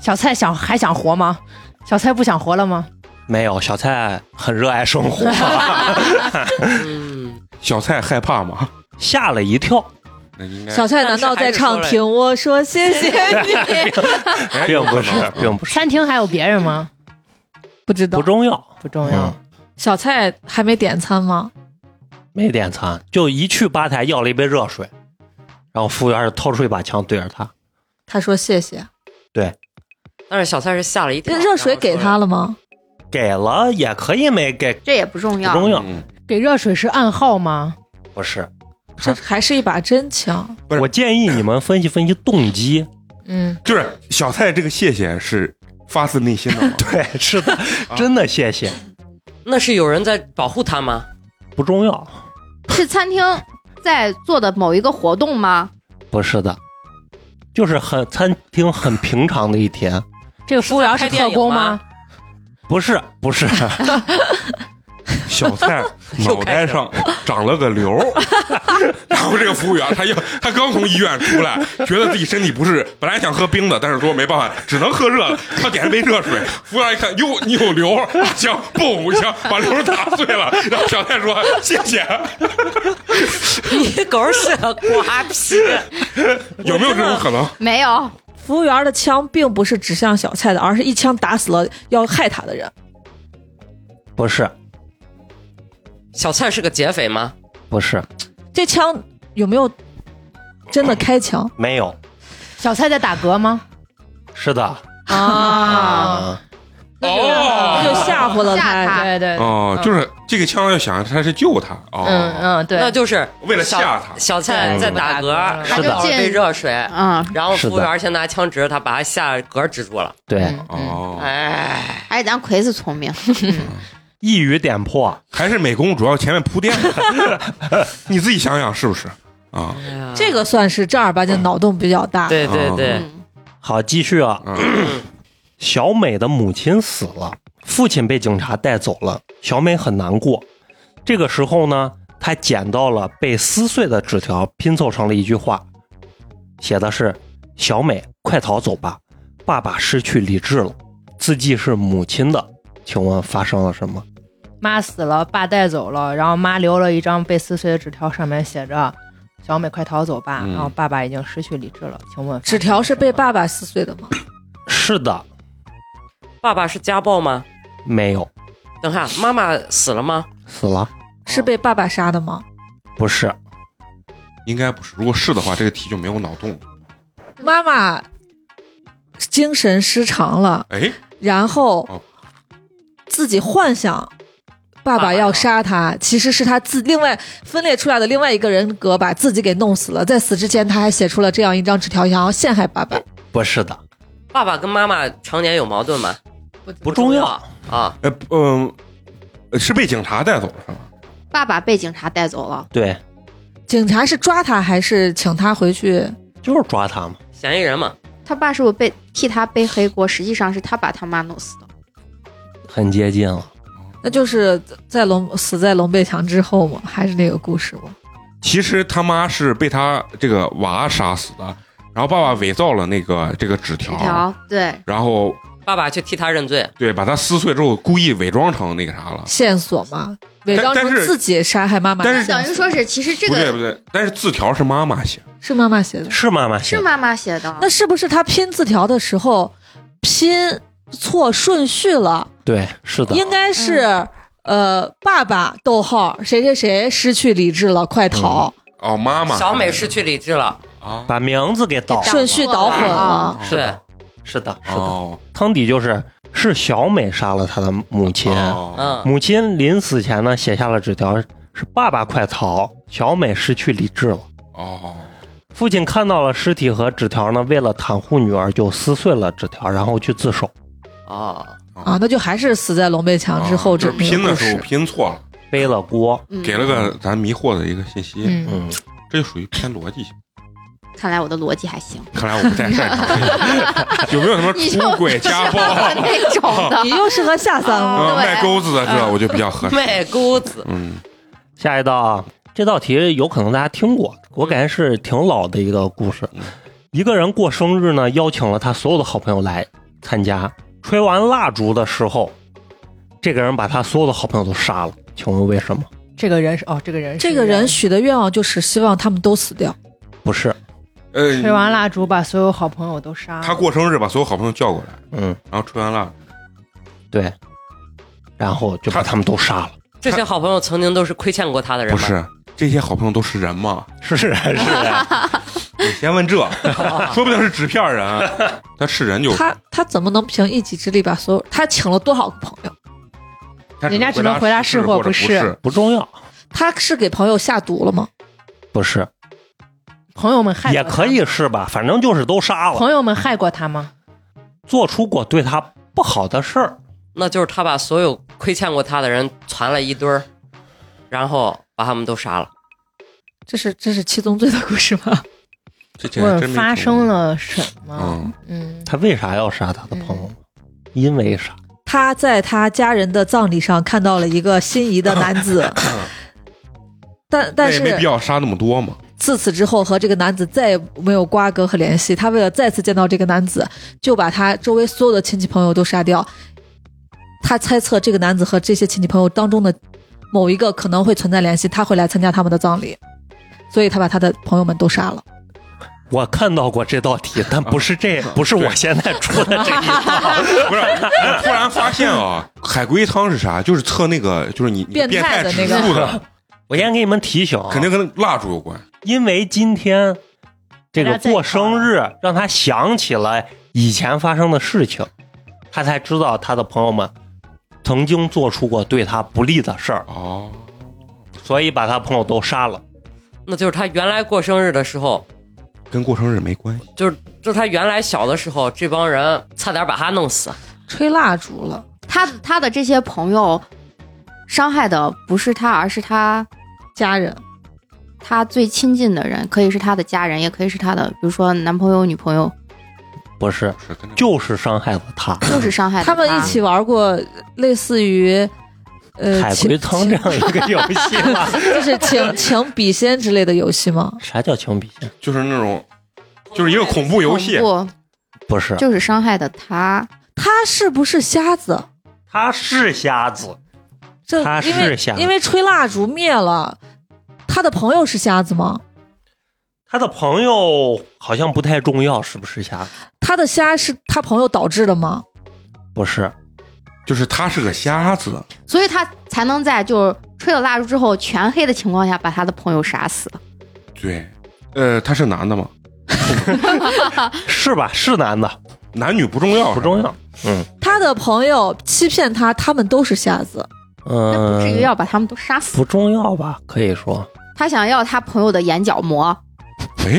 [SPEAKER 3] 小蔡想还想活吗？小蔡不想活了吗？
[SPEAKER 6] 没有，小蔡很热爱生活，
[SPEAKER 2] 嗯，
[SPEAKER 1] 小蔡害怕吗？
[SPEAKER 6] 吓了一跳，
[SPEAKER 1] 那应该
[SPEAKER 5] 小蔡难道在唱
[SPEAKER 2] 但是还是说了
[SPEAKER 5] 《听我说谢谢你》？
[SPEAKER 1] 哎
[SPEAKER 6] 并不是，并不是，
[SPEAKER 3] 餐厅还有别人吗？
[SPEAKER 5] 不知道
[SPEAKER 6] 不。重嗯要。
[SPEAKER 3] 不重要。
[SPEAKER 5] 小蔡还没点餐吗？
[SPEAKER 6] 没点餐，就一去吧台要了一杯热水，然后服务员就掏出一把枪对着他，
[SPEAKER 5] 他说谢谢。
[SPEAKER 2] 但是小蔡是吓了一跳。
[SPEAKER 5] 那热水给他
[SPEAKER 2] 了，
[SPEAKER 5] 了吗？
[SPEAKER 6] 给了也可以没给，
[SPEAKER 4] 这也不重
[SPEAKER 6] 不
[SPEAKER 4] 要。
[SPEAKER 6] 重要。
[SPEAKER 1] 嗯，
[SPEAKER 3] 给热水是暗号吗？
[SPEAKER 6] 不是，
[SPEAKER 5] 这还是一把真枪。
[SPEAKER 1] 不是
[SPEAKER 6] 我建议你们分析分析动机。
[SPEAKER 3] 嗯，
[SPEAKER 1] 就是小蔡这个谢谢是发自内心的吗？
[SPEAKER 6] 对，是的，真的谢谢，
[SPEAKER 2] 那是有人在保护他吗？
[SPEAKER 6] 不重要。
[SPEAKER 4] 是餐厅在做的某一个活动吗？
[SPEAKER 6] 不是的，就是很餐厅很平常的一天。
[SPEAKER 3] 这个服务员是特工吗？
[SPEAKER 6] 不是，不是，
[SPEAKER 1] 小蔡脑袋上 长了个瘤儿， 然后这个服务员他要他刚从医院出来，觉得自己身体不适，本来想喝冰的，但是说没办法，只能喝热的，他点了杯热水。服务员一看，哟，你有瘤儿，行，嘣一下把瘤儿打碎了。然后小蔡说：“谢谢。
[SPEAKER 2] 你狗是个瓜皮，”
[SPEAKER 1] 有没有这种可能？
[SPEAKER 4] 没有，
[SPEAKER 5] 服务员的枪并不是指向小蔡的，而是一枪打死了要害他的人。
[SPEAKER 6] 不是，
[SPEAKER 2] 小蔡是个劫匪吗？
[SPEAKER 6] 不是，
[SPEAKER 5] 这枪有没有真的开枪？
[SPEAKER 6] 没有。
[SPEAKER 3] 小蔡在打嗝吗？
[SPEAKER 6] 是的，
[SPEAKER 3] 啊，
[SPEAKER 5] 他就
[SPEAKER 1] 哦
[SPEAKER 5] 吓唬了
[SPEAKER 4] 吓他
[SPEAKER 5] 他。
[SPEAKER 3] 对对，
[SPEAKER 1] 哦，就是这个枪要想他是救他
[SPEAKER 3] 嗯
[SPEAKER 1] 哦，
[SPEAKER 3] 嗯，对，
[SPEAKER 2] 那就是
[SPEAKER 1] 为了吓
[SPEAKER 2] 小
[SPEAKER 1] 他
[SPEAKER 2] 小蔡在打嗝，
[SPEAKER 3] 嗯
[SPEAKER 2] 然后
[SPEAKER 6] 是的
[SPEAKER 2] 倒了杯热水，
[SPEAKER 4] 嗯，
[SPEAKER 2] 然后
[SPEAKER 6] 是的
[SPEAKER 2] 服务员先拿枪指着他，把他吓嗝止住了。
[SPEAKER 6] 对，
[SPEAKER 3] 嗯嗯
[SPEAKER 1] 哦，
[SPEAKER 2] 哎，
[SPEAKER 4] 而且咱奎子聪明，
[SPEAKER 6] 一语点破，
[SPEAKER 1] 还是美工主要前面铺垫， 你自己想想是不是啊？
[SPEAKER 5] 这个算是正儿八经脑洞比较大。
[SPEAKER 2] 对对对，
[SPEAKER 4] 嗯
[SPEAKER 6] 好，继续啊。
[SPEAKER 1] 嗯
[SPEAKER 6] 小美的母亲死了，父亲被警察带走了，小美很难过。这个时候呢，她捡到了被撕碎的纸条，拼凑成了一句话，写的是：“小美，快逃走吧，爸爸失去理智了，字迹是母亲的。”请问发生了什么？
[SPEAKER 3] 妈死了，爸带走了，然后妈留了一张被撕碎的纸条，上面写着“小美快逃走吧”，
[SPEAKER 1] 嗯
[SPEAKER 3] 然后爸爸已经失去理智了，请问
[SPEAKER 5] 纸条是被爸爸撕碎的吗？
[SPEAKER 6] 是的，
[SPEAKER 2] 爸爸是家暴吗？
[SPEAKER 6] 没有
[SPEAKER 2] 等下，妈妈死了吗？
[SPEAKER 6] 死了，
[SPEAKER 5] 是被爸爸杀的吗？
[SPEAKER 6] 不是
[SPEAKER 1] 应该不是，如果是的话，这个题就没有脑洞了。
[SPEAKER 5] 妈妈精神失常了，
[SPEAKER 1] 哎，
[SPEAKER 5] 然后
[SPEAKER 1] 哦
[SPEAKER 5] 自己幻想爸
[SPEAKER 2] 爸
[SPEAKER 5] 爸
[SPEAKER 2] 爸
[SPEAKER 5] 要
[SPEAKER 2] 要
[SPEAKER 5] 杀他，其实是他自另外分裂出来的另外一个人格把自己给弄死了。在死之前，他还写出了这样一张纸条，想要陷害爸
[SPEAKER 1] 哦
[SPEAKER 5] 爸。
[SPEAKER 6] 不是的，
[SPEAKER 2] 爸爸跟妈妈常年有矛盾吗？
[SPEAKER 6] 不重要。
[SPEAKER 2] 啊，
[SPEAKER 1] 呃，不嗯、呃是被警察带走了是吧？
[SPEAKER 4] 爸爸被警察带走了，
[SPEAKER 6] 对，
[SPEAKER 5] 警察是抓他还是请他回去？
[SPEAKER 6] 就是抓他嘛。
[SPEAKER 2] 嫌疑人嘛，
[SPEAKER 4] 他爸是不是被替他背黑锅？实际上是他把他妈弄死的。
[SPEAKER 6] 很接近了。
[SPEAKER 5] 那就是在龙死在龙背墙之后吗？还是那个故事吗？
[SPEAKER 1] 其实他妈是被他这个娃杀死的，然后爸爸伪造了那个这个纸条，
[SPEAKER 4] 纸条，对，
[SPEAKER 1] 然后
[SPEAKER 2] 爸爸去替他认罪，
[SPEAKER 1] 对把它撕碎之后，故意伪装成那个啥了。
[SPEAKER 5] 线索嘛，伪装
[SPEAKER 1] 但
[SPEAKER 5] 成
[SPEAKER 1] 但是
[SPEAKER 5] 自己杀害妈妈的
[SPEAKER 1] 但
[SPEAKER 5] 线
[SPEAKER 1] 是
[SPEAKER 5] 索，
[SPEAKER 4] 等于说是其实这
[SPEAKER 1] 不对不
[SPEAKER 4] 个
[SPEAKER 1] 对，但是字条是妈妈写，
[SPEAKER 5] 是妈妈写的。
[SPEAKER 6] 是妈妈写
[SPEAKER 4] 是
[SPEAKER 6] 的，
[SPEAKER 4] 妈妈写的，
[SPEAKER 5] 那是不是他拼字条的时候拼错顺序了？
[SPEAKER 6] 对，是的，
[SPEAKER 5] 应该是、呃，爸爸逗号谁谁谁失去理智了，快逃，
[SPEAKER 1] 哦，妈妈
[SPEAKER 2] 小美失去理智了，
[SPEAKER 1] 啊，
[SPEAKER 6] 把名字给倒
[SPEAKER 4] 给
[SPEAKER 6] 了
[SPEAKER 4] 倒。
[SPEAKER 5] 顺序倒混了。
[SPEAKER 1] 哦是
[SPEAKER 2] 对
[SPEAKER 1] 的，
[SPEAKER 6] 是的，是的，
[SPEAKER 1] 哦，
[SPEAKER 6] 汤底就是是小美杀了她的母亲，
[SPEAKER 1] 哦
[SPEAKER 2] 嗯，
[SPEAKER 6] 母亲临死前呢写下了纸条，是爸爸快逃，小美失去理智了。
[SPEAKER 1] 哦，
[SPEAKER 6] 父亲看到了尸体和纸条呢，为了袒护女儿，就撕碎了纸条，然后去自首，
[SPEAKER 2] 哦，
[SPEAKER 5] 啊，那就还是死在龙背墙之
[SPEAKER 1] 啊
[SPEAKER 5] 后
[SPEAKER 1] 就是
[SPEAKER 5] 这那个
[SPEAKER 1] 拼的
[SPEAKER 5] 故
[SPEAKER 1] 时候
[SPEAKER 5] 事。
[SPEAKER 1] 拼错了，
[SPEAKER 6] 背了锅。
[SPEAKER 4] 嗯
[SPEAKER 1] 给了个咱迷惑的一个信息，
[SPEAKER 3] 嗯，
[SPEAKER 6] 嗯，
[SPEAKER 1] 这就属于偏逻辑性。
[SPEAKER 4] 看来我的逻辑还行，
[SPEAKER 1] 看来我不太擅长 这个。有没有什么
[SPEAKER 4] 你就
[SPEAKER 1] 出轨、家暴
[SPEAKER 4] 那种的
[SPEAKER 5] 你又适合下三
[SPEAKER 4] 啊
[SPEAKER 5] 路，
[SPEAKER 1] 啊、
[SPEAKER 4] 对
[SPEAKER 1] 卖钩子的这我就比较合适。
[SPEAKER 2] 卖钩子，
[SPEAKER 1] 嗯，
[SPEAKER 6] 下一道啊，这道题有可能大家听过，我感觉是挺老的一个故事
[SPEAKER 1] 嗯。
[SPEAKER 6] 一个人过生日呢，邀请了他所有的好朋友来参加。吹完蜡烛的时候，这个人把他所有的好朋友都杀了。请问为什么？
[SPEAKER 3] 这个人是哦，这个人是
[SPEAKER 5] 这个人许的愿望就是希望他们都死掉。
[SPEAKER 6] 不是，
[SPEAKER 1] 呃，
[SPEAKER 3] 吹完蜡烛把所有好朋友都杀了，
[SPEAKER 1] 他过生日把所有好朋友叫过来，
[SPEAKER 6] 嗯，
[SPEAKER 1] 然后吹完蜡，
[SPEAKER 6] 对。然后就把他们都杀了。
[SPEAKER 2] 这些好朋友曾经都是亏欠过他的人
[SPEAKER 1] 不
[SPEAKER 2] 吧，
[SPEAKER 1] 是这些好朋友都是人吗？
[SPEAKER 6] 是啊是是，
[SPEAKER 1] 你先问这， 说不定是纸片人， 他是人就
[SPEAKER 5] 他他怎么能凭一己之力把所有他请了多少个朋友？
[SPEAKER 1] 他
[SPEAKER 3] 人家只能
[SPEAKER 1] 回
[SPEAKER 3] 回答
[SPEAKER 1] 是
[SPEAKER 3] 是
[SPEAKER 1] 或
[SPEAKER 3] 或
[SPEAKER 1] 者
[SPEAKER 3] 不
[SPEAKER 1] 不
[SPEAKER 3] 是
[SPEAKER 6] 不重要，
[SPEAKER 5] 他是给朋友下毒了吗？
[SPEAKER 6] 不是，
[SPEAKER 3] 朋友们害
[SPEAKER 6] 也
[SPEAKER 3] 过他
[SPEAKER 6] 可以是吧？反正就是都杀了，
[SPEAKER 3] 朋友们害过他吗？
[SPEAKER 6] 做出过对他不好的事儿。
[SPEAKER 2] 那就是他把所有亏欠过他的人攒了一堆儿，然后把他们都杀了。
[SPEAKER 5] 这是这是七宗罪的故事吗？
[SPEAKER 1] 这简直
[SPEAKER 3] 问
[SPEAKER 1] 真没
[SPEAKER 3] 发
[SPEAKER 1] 听
[SPEAKER 3] 生
[SPEAKER 1] 过。
[SPEAKER 3] 了什么？
[SPEAKER 1] 嗯，
[SPEAKER 3] 嗯，
[SPEAKER 6] 他为啥要杀他的朋友呢？因为啥？
[SPEAKER 5] 他在他家人的葬礼上看到了一个心仪的男 子，但
[SPEAKER 1] 那
[SPEAKER 5] 但
[SPEAKER 1] 也没必
[SPEAKER 5] 是
[SPEAKER 1] 要杀那么多嘛。
[SPEAKER 5] 自此之后和这个男子再也没有瓜葛和联系。他为了再次见到这个男子，就把他周围所有的亲戚朋友都杀掉。他猜测这个男子和这些亲戚朋友当中的某一个可能会存在联系，他会来参加他们的葬礼，所以他把他的朋友们都杀了。
[SPEAKER 6] 我看到过这道题，但不是这，不是我现在出的这一道。
[SPEAKER 1] 啊不是，我突然发现啊， 海龟汤是啥？就是测那个，就是你你
[SPEAKER 5] 变
[SPEAKER 1] 变
[SPEAKER 5] 态的
[SPEAKER 1] 指
[SPEAKER 5] 那个
[SPEAKER 1] 数的，
[SPEAKER 6] 我先给你们提醒 啊，
[SPEAKER 1] 肯定跟蜡烛有关。
[SPEAKER 6] 因为今天这个过生日，让他想起了以前发生的事情，他才知道他的朋友们曾经做出过对他不利的事儿，
[SPEAKER 1] 哦，
[SPEAKER 6] 所以把他朋友都杀了。
[SPEAKER 2] 那就是他原来过生日的时候，
[SPEAKER 1] 跟过生日没关系。
[SPEAKER 2] 就是就是他原来小的时候，这帮人差点把他弄死。
[SPEAKER 5] 吹蜡烛了，
[SPEAKER 4] 他他的这些朋友伤害的不是他，而是他
[SPEAKER 5] 家人
[SPEAKER 4] 他最亲近的人，可以是他的家人，也可以是他的，比如说男朋友、女朋友，
[SPEAKER 6] 不是，
[SPEAKER 1] 是跟就
[SPEAKER 6] 就是伤害了他。
[SPEAKER 4] 就是伤害
[SPEAKER 5] 他们一起玩过类似于呃
[SPEAKER 6] 海
[SPEAKER 5] 情
[SPEAKER 6] 龟汤这样一个游戏吗？
[SPEAKER 5] 就是请请笔仙之类的游戏吗？
[SPEAKER 6] 啥叫情比线？
[SPEAKER 1] 就是那种，就是一个恐怖游戏。
[SPEAKER 4] 不
[SPEAKER 6] 不是，
[SPEAKER 4] 就是伤害的他，
[SPEAKER 5] 他是不是瞎子？
[SPEAKER 6] 他是瞎子，
[SPEAKER 5] 这
[SPEAKER 6] 他
[SPEAKER 5] 因为
[SPEAKER 6] 是瞎子
[SPEAKER 5] 因为吹蜡烛灭了，他的朋友是瞎子吗？
[SPEAKER 6] 他的朋友好像不太重要，是不是瞎子？
[SPEAKER 5] 他的瞎是他朋友导致的吗？
[SPEAKER 6] 不是，
[SPEAKER 1] 就是他是个瞎子，
[SPEAKER 4] 所以他才能在就是吹了蜡烛之后全黑的情况下把他的朋友杀死。
[SPEAKER 1] 对，呃，他是男的吗？
[SPEAKER 6] 是吧？是男的，
[SPEAKER 1] 男女不重要，
[SPEAKER 6] 不重要。嗯
[SPEAKER 5] 他的朋友欺骗他，他们都是瞎子。
[SPEAKER 4] 那不至于
[SPEAKER 6] 嗯，
[SPEAKER 4] 要把他们都杀死。
[SPEAKER 6] 不重要吧？可以说
[SPEAKER 4] 他想要他朋友的眼角膜，
[SPEAKER 1] 哎，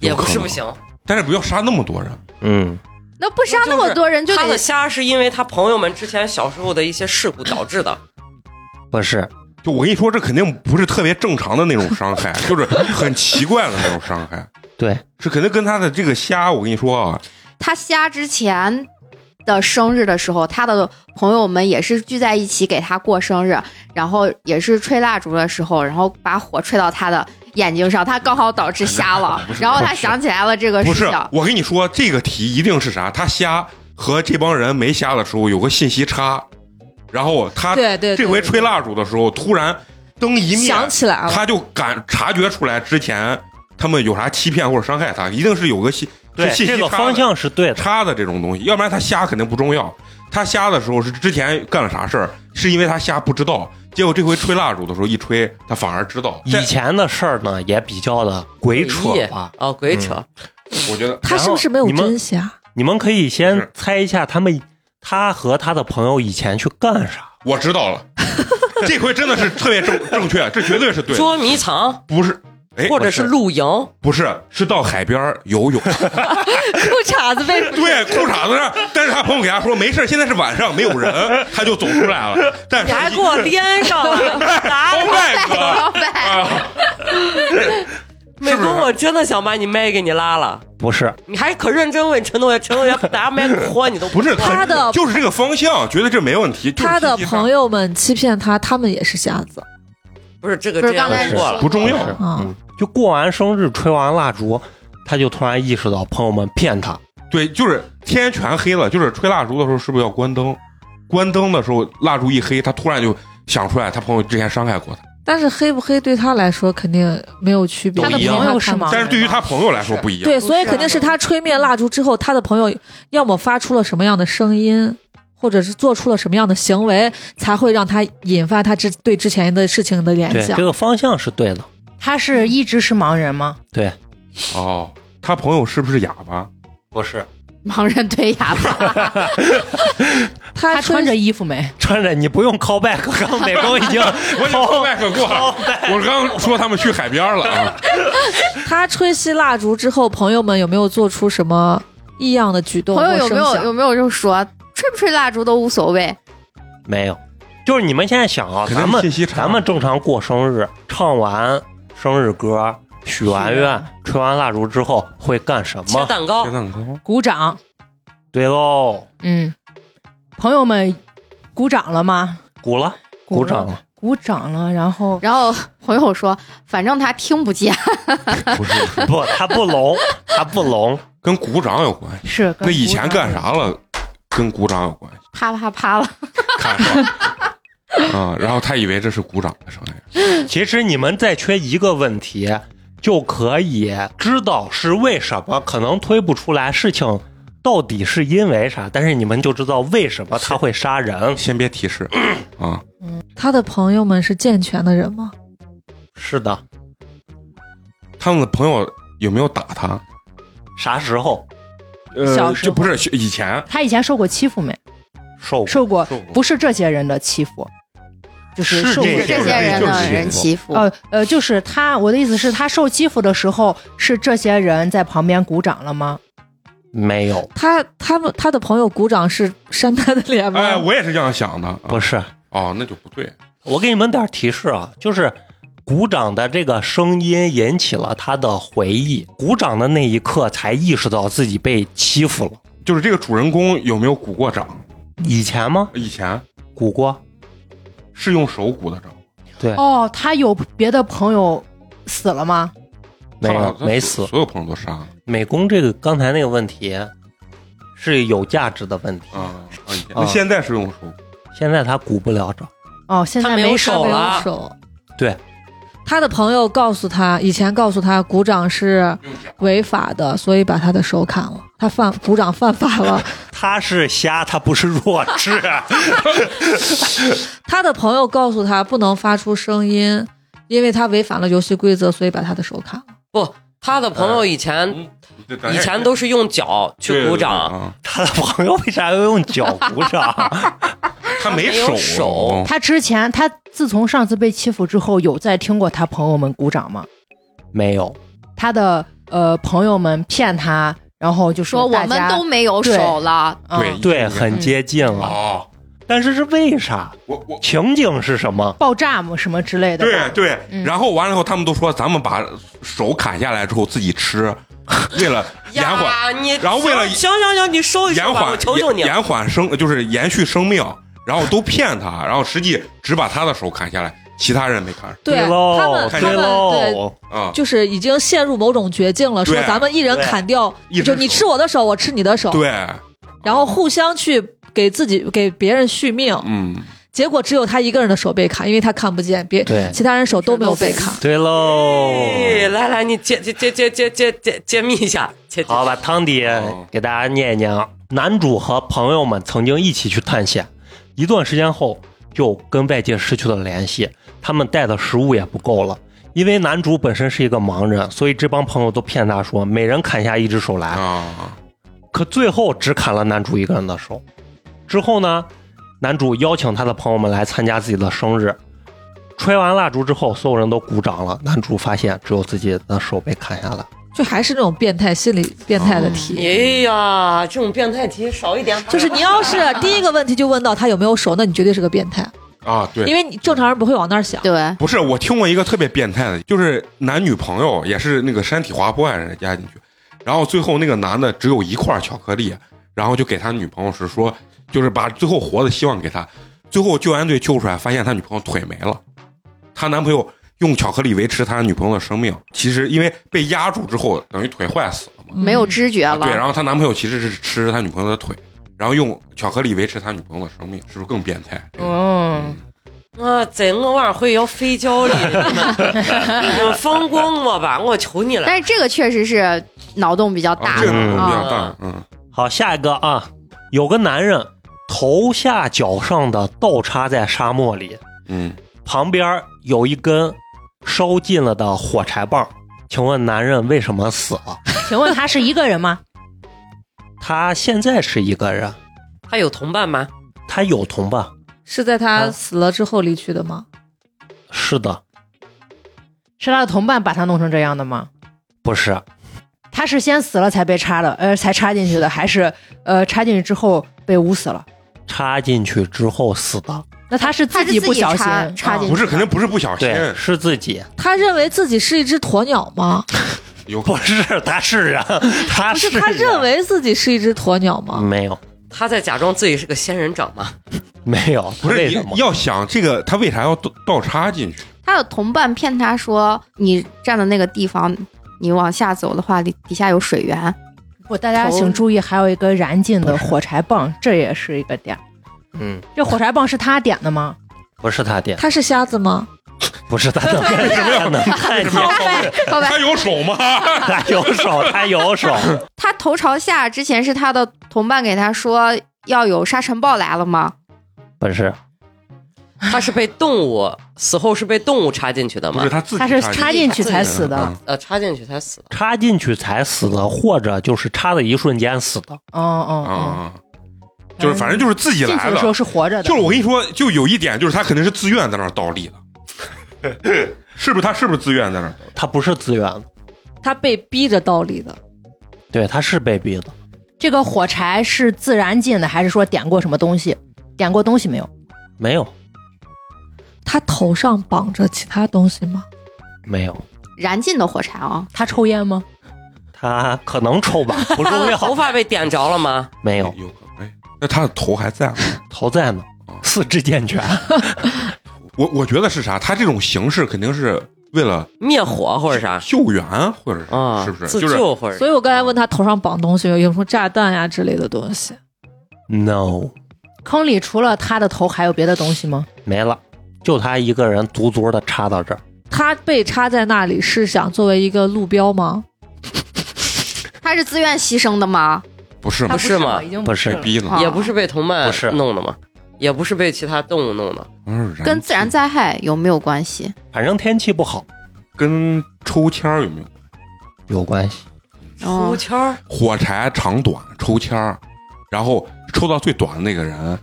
[SPEAKER 2] 也不
[SPEAKER 1] 有可
[SPEAKER 2] 是
[SPEAKER 1] 能
[SPEAKER 2] 不行，
[SPEAKER 1] 但是不要杀那么多人。
[SPEAKER 6] 嗯，
[SPEAKER 4] 那不杀那么多人就
[SPEAKER 2] 他的
[SPEAKER 4] 得
[SPEAKER 2] 瞎是因为他朋友们之前小时候的一些事故导 致的。
[SPEAKER 6] 不是，
[SPEAKER 1] 就我跟你说，这肯定不是特别正常的那种伤害，就是很奇怪的那种伤害，
[SPEAKER 6] 对，
[SPEAKER 1] 是肯定跟他的这个瞎，我跟你说啊，
[SPEAKER 4] 他瞎之前的生日的时候，他的朋友们也是聚在一起给他过生日，然后也是吹蜡烛的时候，然后把火吹到他的眼睛上，他刚好导致瞎了
[SPEAKER 1] 不。是
[SPEAKER 4] 然后
[SPEAKER 1] 不
[SPEAKER 4] 他
[SPEAKER 1] 是
[SPEAKER 4] 想起来了这个
[SPEAKER 1] 不
[SPEAKER 4] 事
[SPEAKER 1] 是
[SPEAKER 4] 情，，
[SPEAKER 1] 我跟你说，这个题一定是啥？他瞎和这帮人没瞎的时候有个信息差，然后他
[SPEAKER 5] 对对对
[SPEAKER 1] 这回吹蜡烛的时候，突然灯一灭，
[SPEAKER 5] 想起来了，
[SPEAKER 1] 他就感察觉出来之前他们有啥欺骗或者伤害他，一定是有个信
[SPEAKER 6] 对
[SPEAKER 1] 是信息
[SPEAKER 6] 这个
[SPEAKER 1] 差的
[SPEAKER 6] 方向是对的，
[SPEAKER 1] 差的这种东西，要不然他瞎肯定不重要。他瞎的时候是之前干了啥事儿，是因为他瞎不知道，结果这回吹蜡烛的时候一吹，他反而知道。这
[SPEAKER 6] 以前的事儿呢也比较的鬼扯
[SPEAKER 2] 诡异
[SPEAKER 6] 吧。
[SPEAKER 2] 哦，鬼扯，
[SPEAKER 1] 嗯我觉得
[SPEAKER 5] 他是不是没有
[SPEAKER 6] 然后你们
[SPEAKER 5] 真瞎？
[SPEAKER 6] 你们可以
[SPEAKER 1] 是
[SPEAKER 6] 先猜一下他们他和他的朋友以前去干啥？
[SPEAKER 1] 我知道了， 这回真的是特别正正确，这绝对是对的，
[SPEAKER 2] 捉迷藏
[SPEAKER 1] 不是。哎，
[SPEAKER 2] 或者是 露营，
[SPEAKER 1] 不是是到海边儿游泳？
[SPEAKER 5] 裤衩子被
[SPEAKER 1] 对，裤衩子上，但是他朋友给他说没事儿，现在是晚上，没有 人，他就走出来了。但是
[SPEAKER 2] 你还给我连 上了，啊
[SPEAKER 1] Oh
[SPEAKER 2] 咋
[SPEAKER 1] my
[SPEAKER 4] 老
[SPEAKER 1] god！
[SPEAKER 4] 板，
[SPEAKER 1] 啊，
[SPEAKER 2] 美
[SPEAKER 1] 是不是啊
[SPEAKER 2] 工，我真的想把你麦给你拉了，
[SPEAKER 6] 不是，
[SPEAKER 2] 你还可认真问陈同学，陈同学 拿麦戳你都
[SPEAKER 1] 不是
[SPEAKER 5] 他的
[SPEAKER 1] 就是这个方向，觉得这没问题。就是
[SPEAKER 5] 他的
[SPEAKER 1] 信息差
[SPEAKER 5] 朋友们欺骗他，他们也是瞎子。
[SPEAKER 2] 不是这个
[SPEAKER 4] 不
[SPEAKER 2] 这
[SPEAKER 4] 是
[SPEAKER 2] 样
[SPEAKER 4] 刚才
[SPEAKER 6] 才
[SPEAKER 2] 过了，
[SPEAKER 1] 不重要
[SPEAKER 6] 不，是
[SPEAKER 4] 哦
[SPEAKER 5] 啊
[SPEAKER 6] 嗯，就过完生日吹完蜡烛，他就突然意识到朋友们骗他，
[SPEAKER 1] 对，就是天全黑了，就是吹蜡烛的时候是不是要关灯？关灯的时候蜡烛一黑，他突然就想出来他朋友之前伤害过他，
[SPEAKER 5] 但是黑不黑对他来说肯定没有区别，
[SPEAKER 6] 都一样
[SPEAKER 5] 因为他看不
[SPEAKER 3] 啊
[SPEAKER 1] 但是对于他朋友来说不一样。
[SPEAKER 5] 对，所以肯定是他
[SPEAKER 1] 嗯
[SPEAKER 5] 吹灭蜡烛之后，他的朋友要么发出了什么样的声音，或者是做出了什么样的行为，才会让他引发他之对之前的事情的联
[SPEAKER 6] 对，
[SPEAKER 5] 想
[SPEAKER 6] 这。个方向是对的，
[SPEAKER 3] 他是一直是盲人吗？
[SPEAKER 6] 对，
[SPEAKER 1] 哦，他朋友是不是哑巴？
[SPEAKER 6] 不是
[SPEAKER 4] 盲人对哑巴，
[SPEAKER 5] 他
[SPEAKER 3] 他
[SPEAKER 5] 吹
[SPEAKER 3] 穿着衣服没？
[SPEAKER 6] 穿着你不用 call back，刚 刚美工已经
[SPEAKER 1] 我已经
[SPEAKER 6] call
[SPEAKER 1] back 过了，我刚说他们去海边了啊，
[SPEAKER 5] 他吹熄蜡烛之后，朋友们有没有做出什么异样的举动
[SPEAKER 4] 朋友
[SPEAKER 5] 或
[SPEAKER 4] 有没
[SPEAKER 5] 声
[SPEAKER 4] 有
[SPEAKER 5] 响？
[SPEAKER 4] 有没有就说吹不吹蜡烛都无所谓，
[SPEAKER 6] 没有，就是你们现在想啊，
[SPEAKER 1] 肯定
[SPEAKER 6] 咱
[SPEAKER 1] 是
[SPEAKER 6] 们
[SPEAKER 1] 信息差。
[SPEAKER 6] 咱们正常过生日，唱完生日歌，许完愿，吹完蜡烛之后会干什
[SPEAKER 2] 切
[SPEAKER 6] 么？
[SPEAKER 2] 蛋糕
[SPEAKER 1] 切，蛋糕
[SPEAKER 3] 鼓掌，
[SPEAKER 6] 对喽，
[SPEAKER 3] 嗯，朋友们鼓掌了吗？
[SPEAKER 6] 鼓了，鼓掌了。
[SPEAKER 3] 鼓掌了，然后
[SPEAKER 4] 然后朋友说反正他听不见，
[SPEAKER 1] 不是不是
[SPEAKER 6] 不，他不聋， 他不聋。
[SPEAKER 1] 跟鼓掌有关系？
[SPEAKER 3] 是
[SPEAKER 1] 那以前干？啥了？跟鼓掌有关系，
[SPEAKER 4] 啪啪啪了，
[SPEAKER 1] 看是吧？ 啊，然后他以为这是鼓掌的声音。
[SPEAKER 6] 其实你们再缺一个问题，就可以知道是为什么，可能推不出来事情到底是因为啥，但是你们就知道为什么他会杀人。
[SPEAKER 1] 先别提示啊，
[SPEAKER 5] 他的朋友们是健全的人吗？
[SPEAKER 6] 是的，
[SPEAKER 1] 他们的朋友有没有打他？
[SPEAKER 6] 啥时候
[SPEAKER 1] 呃
[SPEAKER 3] 小，时
[SPEAKER 1] 这
[SPEAKER 3] 候
[SPEAKER 1] 不是以前
[SPEAKER 3] 他以前受过欺负没？
[SPEAKER 6] 受过？
[SPEAKER 3] 受过
[SPEAKER 1] 受过
[SPEAKER 3] 不是这些人的欺负，就是
[SPEAKER 6] 是
[SPEAKER 3] 受过
[SPEAKER 6] 这
[SPEAKER 4] 这些人的人欺负。
[SPEAKER 3] 呃呃，就是他，我的意思是，他受欺负的时候，是这些人在旁边鼓掌了吗？
[SPEAKER 6] 没有，
[SPEAKER 5] 他他们他的朋友鼓掌是扇他的脸吗？
[SPEAKER 1] 哎，我也是这样想的。
[SPEAKER 6] 不
[SPEAKER 1] 是
[SPEAKER 6] 是。
[SPEAKER 1] 哦，那就不对。
[SPEAKER 6] 我给你们点儿提示啊，就是鼓掌的这个声音引起了他的回忆，鼓掌的那一刻才意识到自己被欺负了。
[SPEAKER 1] 就是这个主人公有没有鼓过掌？
[SPEAKER 6] 以前吗？
[SPEAKER 1] 以前
[SPEAKER 6] 鼓过，
[SPEAKER 1] 是用手鼓的掌，
[SPEAKER 6] 对，
[SPEAKER 3] 哦，他有别的朋友死了吗？
[SPEAKER 6] 没
[SPEAKER 1] 他
[SPEAKER 6] 有
[SPEAKER 1] 把
[SPEAKER 6] 没死。
[SPEAKER 1] 所有朋友都杀了
[SPEAKER 6] 美工这个刚才那个问题是有价值的问题，
[SPEAKER 1] 啊啊！以前
[SPEAKER 6] 啊
[SPEAKER 1] 那现在是用手鼓，
[SPEAKER 6] 现在他鼓不了掌，
[SPEAKER 3] 哦，现在
[SPEAKER 2] 他没有
[SPEAKER 3] 没
[SPEAKER 2] 手
[SPEAKER 5] 没
[SPEAKER 2] 了
[SPEAKER 5] 有手。
[SPEAKER 6] 对，
[SPEAKER 5] 他的朋友告诉他，以前告诉他鼓掌是
[SPEAKER 1] 嗯
[SPEAKER 5] 违法的，所以把他的手砍了。他犯鼓掌犯法 了。
[SPEAKER 6] 他是瞎，他不是弱 智。
[SPEAKER 5] 他的朋友告诉他不能发出声音，因为他违反了游戏规则，所以把他的手砍了。
[SPEAKER 2] 不，他的朋友以前
[SPEAKER 1] 嗯这咱
[SPEAKER 2] 以
[SPEAKER 1] 也
[SPEAKER 2] 前都是用脚去鼓掌，
[SPEAKER 1] 啊，
[SPEAKER 6] 他的朋友为啥要用脚鼓掌？
[SPEAKER 1] 他没
[SPEAKER 2] 没有手
[SPEAKER 3] 他之前，他自从上次被欺负之后，有在听过他朋友们鼓掌吗？
[SPEAKER 6] 没有，
[SPEAKER 3] 他的呃朋友们骗他，然后就
[SPEAKER 4] 说我
[SPEAKER 3] 大
[SPEAKER 4] 们
[SPEAKER 3] 家
[SPEAKER 4] 都没有手了，
[SPEAKER 3] 嗯
[SPEAKER 1] 对
[SPEAKER 6] 对，很接近了，
[SPEAKER 1] 哦，
[SPEAKER 6] 但是是为啥？
[SPEAKER 1] 我我
[SPEAKER 6] 情景是什么？
[SPEAKER 3] 爆炸嘛什么之类的吧，
[SPEAKER 1] 对对，
[SPEAKER 2] 嗯
[SPEAKER 1] 然后完了以后，他们都说咱们把手砍下来之后自己吃， 为了延缓
[SPEAKER 2] 呀，你
[SPEAKER 1] 然后为了
[SPEAKER 2] 行行行，你收一收
[SPEAKER 1] 延
[SPEAKER 2] 吧，我
[SPEAKER 1] 缓
[SPEAKER 2] 求求你
[SPEAKER 1] 延，延缓生就是延续生命，然后都骗他，然后实际只把他的手砍下来，其他人没看上
[SPEAKER 5] 对
[SPEAKER 6] 喽，
[SPEAKER 5] 他们，
[SPEAKER 1] 看
[SPEAKER 5] 他
[SPEAKER 1] 见
[SPEAKER 5] 们
[SPEAKER 6] 对
[SPEAKER 5] 对，
[SPEAKER 6] 喽，
[SPEAKER 1] 啊，
[SPEAKER 5] 就是已经陷入某种绝境了，说
[SPEAKER 1] 对
[SPEAKER 5] 咱们一人
[SPEAKER 6] 对
[SPEAKER 5] 砍掉
[SPEAKER 1] 一，只
[SPEAKER 5] 就你
[SPEAKER 1] 手
[SPEAKER 5] 吃我的手，我吃你的手，
[SPEAKER 1] 对，
[SPEAKER 5] 然后互相去给自己给别人续命，
[SPEAKER 1] 嗯，
[SPEAKER 5] 结果只有他一个人的手被砍，因为他看不见，别
[SPEAKER 6] 对
[SPEAKER 5] 其他人手都没有被砍。
[SPEAKER 6] 对
[SPEAKER 2] 哎
[SPEAKER 1] 哦
[SPEAKER 6] 喽。
[SPEAKER 2] 来来，你揭揭揭揭揭揭揭揭秘一下，揭揭
[SPEAKER 6] 好，把汤底给大家念一念啊。男主和朋友们曾经一起去探险，一段时间后又跟外界失去了联系，他们带的食物也不够了。因为男主本身是一个盲人，所以这帮朋友都骗他说每人砍下一只手来，
[SPEAKER 1] 啊，
[SPEAKER 6] 可最后只砍了男主一个人的手。之后呢，男主邀请他的朋友们来参加自己的生日。吹完蜡烛之后，所有人都鼓掌了。男主发现只有自己的手被砍下来，
[SPEAKER 5] 就还是那种变态心理变态的题。
[SPEAKER 2] 哎呀，这种变态题少一点，
[SPEAKER 5] 就是你要是第一个问题就问到他有没有手，那你绝对是个变态，
[SPEAKER 1] 啊，对
[SPEAKER 5] 因，为你正常人不会往那儿想。
[SPEAKER 4] 对，
[SPEAKER 1] 不是，我听过一个特别变态的，就是男女朋友也是那个山体滑坡啊，人家压进去，然后最后那个男的只有一块巧克力，然后就给他女朋友是说，就是把最后活的希望给他，最后救援队救出来，发现他女朋友腿没了，他男朋友用巧克力维持他女朋友的生命，其实因为被压住之后，等于腿坏死了
[SPEAKER 3] 嗯
[SPEAKER 1] 嘛，
[SPEAKER 4] 没有知觉
[SPEAKER 1] 啊对，
[SPEAKER 4] 了。
[SPEAKER 1] 然后她男朋友其实是吃他女朋友的腿，然后用巧克力维持他女朋友的生命，是不是更变态？
[SPEAKER 3] 嗯，
[SPEAKER 2] 啊，怎我晚会要飞脚哩？你们放过我吧，我求你了。
[SPEAKER 4] 但是这个确实是脑洞比较
[SPEAKER 1] 啊，
[SPEAKER 4] 大
[SPEAKER 1] 这
[SPEAKER 4] 的
[SPEAKER 1] 个比
[SPEAKER 4] 啊，
[SPEAKER 1] 较大，嗯，
[SPEAKER 6] 好，下一个啊，有个男人头下脚上的倒插在沙漠里，
[SPEAKER 1] 嗯，
[SPEAKER 6] 旁边有一根烧尽了的火柴棒。请问男人为什么死了？
[SPEAKER 3] 请问他是一个人吗？
[SPEAKER 6] 他现在是一个人，
[SPEAKER 2] 他有同伴吗？
[SPEAKER 6] 他有同伴。
[SPEAKER 5] 是在他死了之后离去的吗？
[SPEAKER 6] 是的，
[SPEAKER 3] 是他的同伴把他弄成这样的吗？
[SPEAKER 6] 不是，
[SPEAKER 3] 他是先死了才被插的，呃，才插进去的，还是呃插进去之后被捂死了？
[SPEAKER 6] 插进去之后死的。
[SPEAKER 3] 那他是
[SPEAKER 4] 他是
[SPEAKER 3] 己
[SPEAKER 4] 自
[SPEAKER 3] 不
[SPEAKER 4] 己
[SPEAKER 3] 小心
[SPEAKER 4] 插插进
[SPEAKER 3] 啊
[SPEAKER 1] 不是，肯定不是不小心，
[SPEAKER 6] 对，是自己，
[SPEAKER 5] 他认为自己是一只鸵鸟吗？
[SPEAKER 1] 有可
[SPEAKER 6] 不是他是人，他
[SPEAKER 5] 不是，嗯
[SPEAKER 6] 人
[SPEAKER 5] 他认为自己是一只鸵鸟吗？
[SPEAKER 6] 没有
[SPEAKER 2] 他在假装自己是个仙人掌吗？
[SPEAKER 6] 没有，
[SPEAKER 1] 不
[SPEAKER 6] 为
[SPEAKER 1] 是
[SPEAKER 6] 什
[SPEAKER 1] 你
[SPEAKER 6] 么？
[SPEAKER 1] 要想这个，他为啥要倒倒插进去？
[SPEAKER 4] 他有同伴骗他说，你站的那个地方，你往下走的话，里底下有水源。
[SPEAKER 1] 哦
[SPEAKER 3] 不，大家
[SPEAKER 2] 头
[SPEAKER 3] 请注意，还有一个燃尽的火柴棒，这也是一个点。
[SPEAKER 6] 嗯，
[SPEAKER 3] 这火柴棒是他点的吗？
[SPEAKER 6] 不是他点，
[SPEAKER 5] 他是瞎子吗？
[SPEAKER 6] 不是他 的，为什么
[SPEAKER 5] 啊
[SPEAKER 6] 要能看见？
[SPEAKER 1] 哦
[SPEAKER 4] 告白
[SPEAKER 1] 他有手吗？
[SPEAKER 6] 他有手，他有手，
[SPEAKER 4] 他头朝下之前是他的同伴给他说要有沙尘暴来了吗？
[SPEAKER 6] 不是
[SPEAKER 2] 他是被动物死后是被动物插进去的
[SPEAKER 1] 不
[SPEAKER 2] 吗
[SPEAKER 1] 是？他自己
[SPEAKER 3] 他是插
[SPEAKER 1] 进
[SPEAKER 3] 进去才死的。
[SPEAKER 1] 嗯
[SPEAKER 2] 呃，插进去才死的。
[SPEAKER 6] 插进去才死的，或者就是插的一瞬间死的。
[SPEAKER 3] 哦哦
[SPEAKER 1] 啊，嗯就是反正就是自己
[SPEAKER 3] 哦，进
[SPEAKER 1] 来
[SPEAKER 3] 去的时候
[SPEAKER 1] 的。
[SPEAKER 3] 是活着的，
[SPEAKER 1] 就是我跟你说，就有一点，就是他肯定是自愿在那儿倒立的， 是不是？他是不是自愿在那儿倒立？
[SPEAKER 6] 他不是自愿的，
[SPEAKER 5] 他被逼着倒立的。
[SPEAKER 6] 对，他是被逼的，
[SPEAKER 3] 这个火柴是自燃尽的，还是说点过什么东西？点过东西没有？
[SPEAKER 6] 没有
[SPEAKER 5] 他头上绑着其他东西吗？
[SPEAKER 6] 没有，
[SPEAKER 4] 燃尽的火柴啊、
[SPEAKER 3] 他抽烟吗？
[SPEAKER 6] 他可能抽吧，不
[SPEAKER 2] 他
[SPEAKER 6] 重
[SPEAKER 2] 的 头
[SPEAKER 6] 要，
[SPEAKER 2] 发被点着了吗？
[SPEAKER 6] 没有
[SPEAKER 1] 有可能。哎，那他的头还在吗？
[SPEAKER 6] 头在呢，四肢健全，
[SPEAKER 1] 我我觉得是啥？他这种形式肯定是为了
[SPEAKER 2] 灭火或者啥？
[SPEAKER 1] 救援，或者是
[SPEAKER 2] 啊，
[SPEAKER 1] 是不是？
[SPEAKER 2] 自
[SPEAKER 1] 就是
[SPEAKER 2] 救或者？
[SPEAKER 5] 所以我刚才问他头上绑东西，有什么炸弹呀、之类的东西。
[SPEAKER 6] no
[SPEAKER 3] 坑里除了他的头还有别的东西吗？
[SPEAKER 6] 没了，就他一个人足足的插到这儿。
[SPEAKER 5] 他被插在那里是想作为一个路标吗？
[SPEAKER 4] 他是自愿牺牲的吗？
[SPEAKER 1] 不是
[SPEAKER 3] 他
[SPEAKER 1] 吗
[SPEAKER 2] 不？是吗
[SPEAKER 3] 已经
[SPEAKER 6] 不是
[SPEAKER 3] 了
[SPEAKER 1] 逼呢？
[SPEAKER 4] 啊
[SPEAKER 2] 也不是被同伴
[SPEAKER 6] 不是
[SPEAKER 2] 弄的吗？也不是被其他动物弄的。
[SPEAKER 4] 跟自然灾害有没有关系？
[SPEAKER 6] 反正天气不好
[SPEAKER 1] 跟抽签儿有没有？
[SPEAKER 6] 有关系。
[SPEAKER 4] 哦
[SPEAKER 2] 抽签儿，
[SPEAKER 1] 火柴长短抽签儿，然后抽到最短的那个人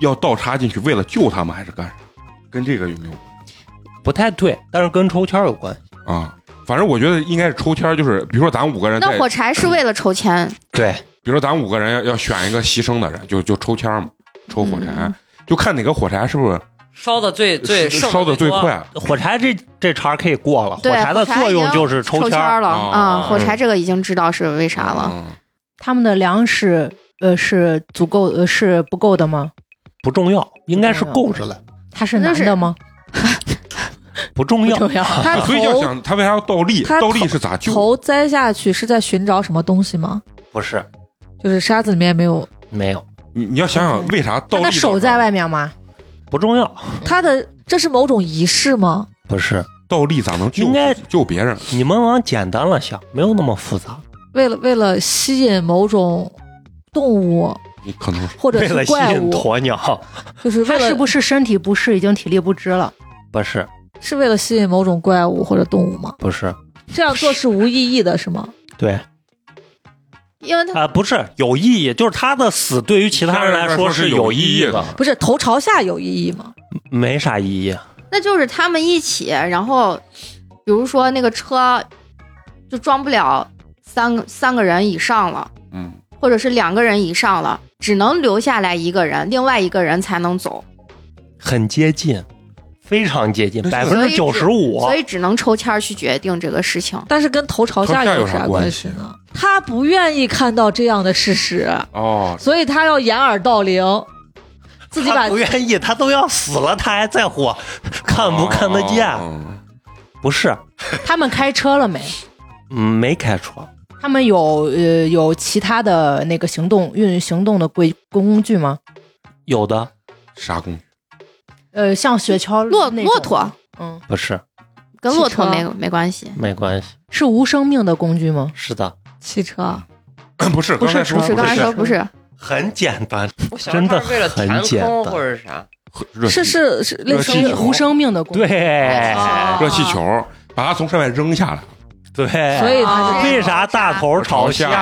[SPEAKER 1] 要倒插进去，为了救他们还是干啥？跟这个有没有
[SPEAKER 6] 不太对，但是跟抽签有关系。
[SPEAKER 1] 啊？反正我觉得应该是抽签儿，就是比如说咱五个人在，
[SPEAKER 4] 那
[SPEAKER 1] 比
[SPEAKER 4] 火柴是为了筹钱，
[SPEAKER 6] 对，
[SPEAKER 1] 如说咱五个人要要选一个牺牲的人，就就抽签儿嘛，抽火柴，
[SPEAKER 4] 嗯
[SPEAKER 1] 就看哪个火柴是不是
[SPEAKER 2] 烧的最最
[SPEAKER 1] 是
[SPEAKER 2] 盛
[SPEAKER 1] 烧的最
[SPEAKER 2] 多
[SPEAKER 1] 快。
[SPEAKER 6] 火柴这这茬儿可以过了。火
[SPEAKER 4] 对
[SPEAKER 6] 柴的
[SPEAKER 4] 火柴
[SPEAKER 6] 作用
[SPEAKER 4] 已经
[SPEAKER 6] 就是
[SPEAKER 4] 抽
[SPEAKER 6] 签儿
[SPEAKER 4] 签了啊、
[SPEAKER 1] 哦
[SPEAKER 4] 火柴这个已经知道是为啥了。
[SPEAKER 1] 嗯
[SPEAKER 3] 他们的粮食呃是足够呃是不够的吗？
[SPEAKER 6] 不重要，应该是够着了。
[SPEAKER 3] 他是
[SPEAKER 4] 那
[SPEAKER 3] 男
[SPEAKER 4] 是
[SPEAKER 3] 的吗？
[SPEAKER 6] 不重要
[SPEAKER 5] 不。重要。他
[SPEAKER 1] 啊所以就
[SPEAKER 5] 头
[SPEAKER 1] 想他为啥要倒立？
[SPEAKER 5] 他
[SPEAKER 1] 倒立是咋救？
[SPEAKER 5] 头栽下去是在寻找什么东西吗？
[SPEAKER 6] 不是，
[SPEAKER 5] 就是沙子里面没有
[SPEAKER 6] 没有，
[SPEAKER 1] 你你要想想为啥倒
[SPEAKER 3] 那
[SPEAKER 1] 立到
[SPEAKER 3] 他
[SPEAKER 1] 这儿？
[SPEAKER 3] 手在外面吗？
[SPEAKER 6] 不重要，
[SPEAKER 5] 他的，这是某种仪式吗？
[SPEAKER 6] 不是。
[SPEAKER 1] 倒立咋能救
[SPEAKER 6] 应该
[SPEAKER 1] 自己救别人？
[SPEAKER 6] 你们往简单了想，没有那么复杂。
[SPEAKER 5] 为了为了吸引某种动物
[SPEAKER 1] 你可能是
[SPEAKER 5] 或者
[SPEAKER 6] 为了
[SPEAKER 5] 是
[SPEAKER 6] 吸
[SPEAKER 5] 怪
[SPEAKER 6] 引
[SPEAKER 5] 物，
[SPEAKER 6] 鸵鸟，
[SPEAKER 5] 就是为
[SPEAKER 3] 他
[SPEAKER 5] 了
[SPEAKER 3] 是不是身体不适，已经体力不支了？
[SPEAKER 6] 不是，
[SPEAKER 5] 是为了吸引某种怪物或者动物吗？
[SPEAKER 6] 不是，
[SPEAKER 5] 这样做是无意义的，是吗？
[SPEAKER 6] 对啊、
[SPEAKER 4] 因为他
[SPEAKER 6] 不是有意义，就是他的死对于其他人来说
[SPEAKER 1] 是
[SPEAKER 6] 有
[SPEAKER 1] 意
[SPEAKER 6] 义
[SPEAKER 1] 的，，
[SPEAKER 5] 不是头朝下有意义吗？
[SPEAKER 6] 没啥意义。
[SPEAKER 4] 那就是他们一起，然后比如说那个车就装不了三个三个人以上了，
[SPEAKER 1] 嗯，
[SPEAKER 4] 或者是两个人以上了，只能留下来一个人，另外一个人才能走，
[SPEAKER 6] 很接近，非常接近，百
[SPEAKER 1] 那
[SPEAKER 6] 分
[SPEAKER 4] 所以
[SPEAKER 6] 之九十五。
[SPEAKER 4] 所以只能抽签儿去决定这个事情。
[SPEAKER 5] 但是跟头朝下
[SPEAKER 1] 头下有啥
[SPEAKER 5] 啥
[SPEAKER 1] 关系
[SPEAKER 5] 系呢？他不愿意看到这样的事实，
[SPEAKER 1] 哦，
[SPEAKER 5] 所以他要掩耳盗铃，自己
[SPEAKER 6] 他
[SPEAKER 5] 把
[SPEAKER 6] 不愿意，他都要死了，他还在乎， 看不看得见？
[SPEAKER 1] 哦
[SPEAKER 6] 不是，
[SPEAKER 3] 他们开车了没？
[SPEAKER 6] 嗯，没开除，
[SPEAKER 3] 他们有呃有其他的那个行动运行动的规工具吗？
[SPEAKER 6] 有的
[SPEAKER 1] 啥工具？
[SPEAKER 3] 呃，像雪橇
[SPEAKER 4] 骆
[SPEAKER 3] 那种
[SPEAKER 4] 骆驼，
[SPEAKER 3] 嗯，
[SPEAKER 6] 不是，
[SPEAKER 4] 跟骆驼
[SPEAKER 5] 汽车
[SPEAKER 4] 没没关系，
[SPEAKER 6] 没关系，
[SPEAKER 3] 是无生命的工具吗？
[SPEAKER 6] 是的，
[SPEAKER 5] 汽车。
[SPEAKER 1] 不是，
[SPEAKER 3] 不
[SPEAKER 1] 刚才
[SPEAKER 3] 是
[SPEAKER 1] 说
[SPEAKER 4] 不是
[SPEAKER 1] 啊不
[SPEAKER 4] 刚才
[SPEAKER 1] 是
[SPEAKER 4] 说不是，
[SPEAKER 6] 很简单，
[SPEAKER 2] 我
[SPEAKER 6] 想真的
[SPEAKER 2] 为了
[SPEAKER 6] 很
[SPEAKER 2] 弹
[SPEAKER 6] 简
[SPEAKER 2] 空
[SPEAKER 6] 单
[SPEAKER 2] 或者啥，
[SPEAKER 1] 热
[SPEAKER 5] 是
[SPEAKER 1] 气
[SPEAKER 5] 是是，类似
[SPEAKER 1] 热气
[SPEAKER 5] 于
[SPEAKER 3] 是
[SPEAKER 1] 球
[SPEAKER 3] 无生命的工具。
[SPEAKER 6] 对
[SPEAKER 4] 哦
[SPEAKER 1] 哎热气球，把它从上面扔下来，
[SPEAKER 6] 对，
[SPEAKER 5] 所以
[SPEAKER 4] 哦
[SPEAKER 5] 他
[SPEAKER 6] 为啥大头朝下嘛？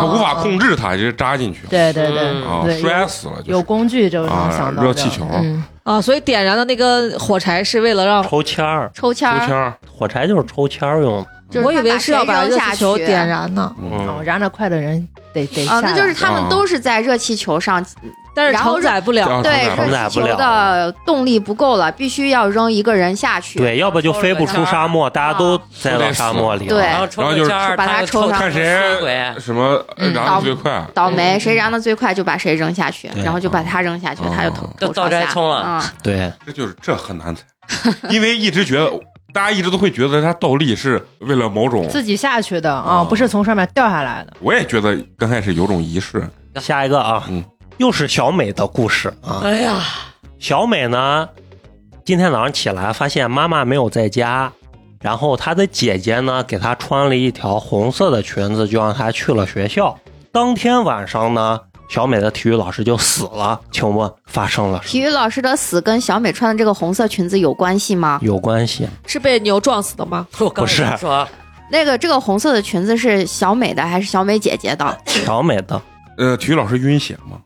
[SPEAKER 1] 它
[SPEAKER 3] 哦
[SPEAKER 1] 无法控制它，就扎进去
[SPEAKER 3] 对对对
[SPEAKER 2] 嗯
[SPEAKER 1] 啊，
[SPEAKER 3] 对，
[SPEAKER 1] 摔死了就
[SPEAKER 3] 有
[SPEAKER 1] 是
[SPEAKER 3] 工具就能
[SPEAKER 1] 啊，
[SPEAKER 3] 想到
[SPEAKER 1] 热
[SPEAKER 3] 的
[SPEAKER 1] 气球、
[SPEAKER 3] 嗯，
[SPEAKER 5] 啊，所以点燃的那个火柴是为了让，
[SPEAKER 6] 抽签儿，
[SPEAKER 4] 抽签
[SPEAKER 1] 竹
[SPEAKER 4] 儿
[SPEAKER 1] 签，儿，
[SPEAKER 6] 火柴就是抽签儿用的。
[SPEAKER 4] 就是
[SPEAKER 5] 我以
[SPEAKER 4] 他
[SPEAKER 5] 为
[SPEAKER 4] 把
[SPEAKER 5] 是要
[SPEAKER 4] 谁
[SPEAKER 5] 把
[SPEAKER 4] 扔
[SPEAKER 5] 热
[SPEAKER 4] 下
[SPEAKER 5] 气球
[SPEAKER 4] 去
[SPEAKER 5] 点燃呢，
[SPEAKER 3] 哦
[SPEAKER 6] 嗯，
[SPEAKER 3] 燃得快的人得得
[SPEAKER 4] 啊，
[SPEAKER 3] 下来。
[SPEAKER 4] 那就是他们
[SPEAKER 1] 啊
[SPEAKER 4] 都是在热气球上，
[SPEAKER 5] 但是
[SPEAKER 4] 然后
[SPEAKER 5] 承载不了。
[SPEAKER 1] 啊
[SPEAKER 4] 对
[SPEAKER 1] 承载
[SPEAKER 4] 热气
[SPEAKER 6] 不
[SPEAKER 4] 球
[SPEAKER 6] 了
[SPEAKER 4] 的动力不够了，必须要扔一个人下去。
[SPEAKER 6] 对，要不就飞不出沙漠，大家都栽到沙漠里了。
[SPEAKER 4] 对
[SPEAKER 2] 然后抽个签儿，
[SPEAKER 4] 把它
[SPEAKER 2] 它
[SPEAKER 4] 抽上
[SPEAKER 1] 看谁
[SPEAKER 2] 鬼。
[SPEAKER 1] 什么
[SPEAKER 3] 嗯
[SPEAKER 1] 燃的最快，啊
[SPEAKER 4] 倒霉，谁燃的最快就把谁扔下去，
[SPEAKER 6] 对
[SPEAKER 4] 然后就把他扔下去，
[SPEAKER 1] 嗯
[SPEAKER 4] 他就头
[SPEAKER 2] 就
[SPEAKER 4] 头
[SPEAKER 2] 倒
[SPEAKER 4] 朝
[SPEAKER 2] 摘
[SPEAKER 4] 下。
[SPEAKER 2] 葱了
[SPEAKER 4] 嗯，
[SPEAKER 6] 对，
[SPEAKER 1] 这就是这很难 猜，因为一直觉得大家一直都会觉得他倒立是为了某种，
[SPEAKER 3] 自己下去的啊，
[SPEAKER 1] 哦
[SPEAKER 3] 不是从上面掉下来的。
[SPEAKER 1] 我也觉得刚开始有种仪式，
[SPEAKER 6] 下一个啊，
[SPEAKER 1] 嗯
[SPEAKER 6] 又是小美的故事啊。
[SPEAKER 2] 哎呀，
[SPEAKER 6] 小美呢，今天早上起来发现妈妈没有在家，然后她的姐姐呢给她穿了一条红色的裙子，就让她去了学校。当天晚上呢，小美的体育老师就死了。请问发生了什
[SPEAKER 4] 体
[SPEAKER 6] 么？
[SPEAKER 4] 育老师的死跟小美穿的这个红色裙子有关系吗？
[SPEAKER 6] 有关系？
[SPEAKER 5] 是被牛撞死的吗？
[SPEAKER 2] 我刚
[SPEAKER 6] 不是
[SPEAKER 2] 想说
[SPEAKER 4] 那个这个红色的裙子是小美的还是小美姐姐的？
[SPEAKER 6] 小美的
[SPEAKER 1] 呃，体育老师晕血嘛，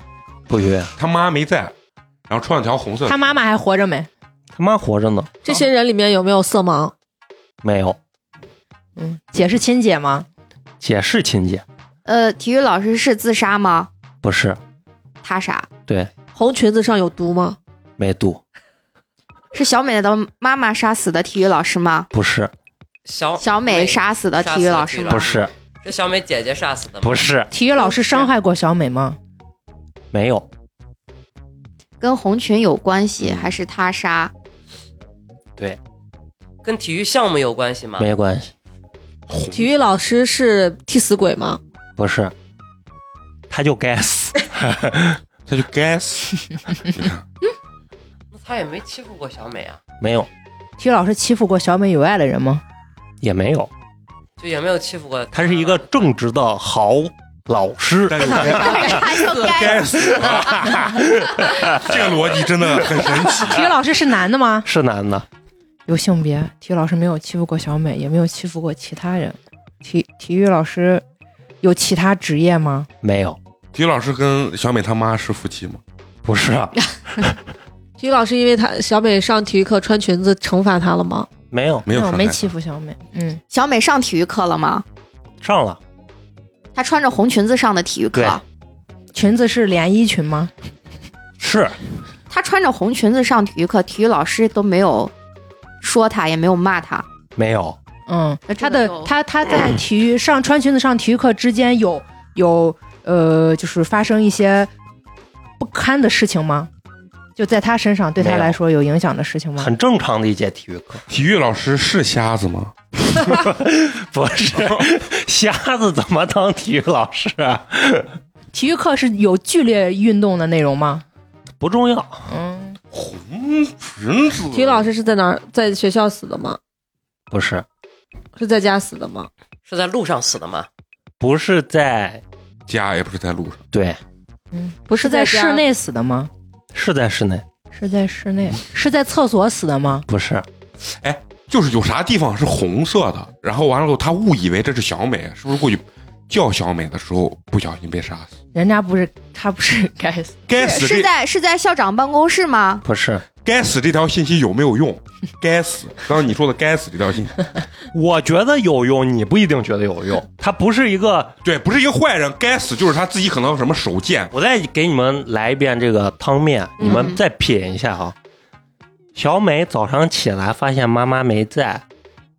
[SPEAKER 6] 不约，
[SPEAKER 1] 他妈没在，然后穿了条红色
[SPEAKER 3] 他，妈妈还活着没？
[SPEAKER 6] 他妈活着呢，
[SPEAKER 5] 这些人里面有没有色盲？
[SPEAKER 6] 没有
[SPEAKER 3] 嗯，姐是亲姐吗？
[SPEAKER 6] 解释情节，
[SPEAKER 4] 呃，体育老师是自杀吗？
[SPEAKER 6] 不是
[SPEAKER 4] 他杀
[SPEAKER 6] 对
[SPEAKER 5] 红裙子上有毒吗？
[SPEAKER 6] 没毒，
[SPEAKER 4] 是小美的妈妈杀死的体育老师吗？
[SPEAKER 6] 不是
[SPEAKER 2] 小
[SPEAKER 4] 小美杀死的体育老师吗？
[SPEAKER 6] 不是
[SPEAKER 2] 这小美姐姐杀死的吗？
[SPEAKER 6] 不是
[SPEAKER 3] 体育老师伤害过小美吗？
[SPEAKER 6] 没有
[SPEAKER 4] 跟红裙有关系，还是他杀？
[SPEAKER 6] 对
[SPEAKER 2] 跟体育项目有关系吗？
[SPEAKER 6] 没关系，
[SPEAKER 1] 红
[SPEAKER 5] 体育老师是替死鬼吗？
[SPEAKER 6] 不是，他就该死。
[SPEAKER 1] 他就该 死，
[SPEAKER 2] 他也没欺负过小美啊，
[SPEAKER 6] 没有，
[SPEAKER 3] 体育老师欺负过小美以外的人吗？
[SPEAKER 6] 也没有，
[SPEAKER 2] 就也没有欺负过。
[SPEAKER 6] 他是一个正直的好老师。
[SPEAKER 1] 但是该
[SPEAKER 4] 他就该
[SPEAKER 1] 该死， 这个逻辑真的很神奇。
[SPEAKER 3] 啊体育老师是男的吗？
[SPEAKER 6] 是男的，
[SPEAKER 3] 有性别。体育老师没有欺负过小美，也没有欺负过其他人。体体育老师有其他职业吗？
[SPEAKER 6] 没有，
[SPEAKER 1] 体育老师跟小美他妈是夫妻吗？
[SPEAKER 6] 不是，
[SPEAKER 5] 体育老师因为他小美上体育课穿裙子惩罚他了吗？
[SPEAKER 6] 没有
[SPEAKER 1] 没有
[SPEAKER 3] 那我
[SPEAKER 1] 伤害，
[SPEAKER 3] 没欺负小美。嗯，
[SPEAKER 4] 小美上体育课了吗？
[SPEAKER 6] 上了，
[SPEAKER 4] 她穿着红裙子上的体育
[SPEAKER 6] 对
[SPEAKER 4] 课，
[SPEAKER 3] 裙子是连衣裙吗？
[SPEAKER 6] 是
[SPEAKER 4] 她穿着红裙子上体育课，体育老师都没有说她，也没有骂她。
[SPEAKER 6] 没有，
[SPEAKER 3] 嗯
[SPEAKER 4] 那，这
[SPEAKER 3] 他
[SPEAKER 4] 个
[SPEAKER 3] 的
[SPEAKER 4] 就
[SPEAKER 3] 他他在体育上穿裙子上体育课之间有有呃，就是发生一些不堪的事情吗？就在他身上对他来说有影响的事情吗？
[SPEAKER 6] 很正常的一节体育课，
[SPEAKER 1] 体育老师是瞎子吗？
[SPEAKER 6] 不是瞎子怎么当体育老师啊？
[SPEAKER 3] 体育课是有剧烈运动的内容吗？
[SPEAKER 6] 不重要，
[SPEAKER 3] 嗯，
[SPEAKER 1] 红绳子，
[SPEAKER 5] 体育老师是在哪儿？在学校死的吗？
[SPEAKER 6] 不是，
[SPEAKER 5] 是在家死的吗？
[SPEAKER 2] 是在路上死的吗？
[SPEAKER 6] 不是在
[SPEAKER 1] 家也不是在路上，
[SPEAKER 6] 对，
[SPEAKER 5] 不
[SPEAKER 3] 是
[SPEAKER 5] 是
[SPEAKER 3] 在
[SPEAKER 5] 家
[SPEAKER 3] 室，内死的吗？
[SPEAKER 6] 是在室内，
[SPEAKER 3] 是在室内，是在厕所死的吗？
[SPEAKER 6] 不是
[SPEAKER 1] 就是有啥地方是红色的，然后完了后他误以为这是小美，是不是过去叫小美的时候不小心被杀死？
[SPEAKER 3] 人家不是他不是该死，
[SPEAKER 1] 该
[SPEAKER 4] 是
[SPEAKER 1] 死
[SPEAKER 4] 是
[SPEAKER 1] 这
[SPEAKER 4] 在是在校长办公室吗？
[SPEAKER 6] 不是，
[SPEAKER 1] 该死这条信息有没有用？该死，刚刚你说的该死这条信息，
[SPEAKER 6] 我觉得有用，你不一定觉得 有用，它不是一个。
[SPEAKER 1] 对，不是一个坏人，该死就是他自己可能有什么手贱，
[SPEAKER 6] 我再给你们来一遍这个汤面，你们
[SPEAKER 4] 嗯
[SPEAKER 6] 再品一下啊。小美早上起来发现妈妈没在，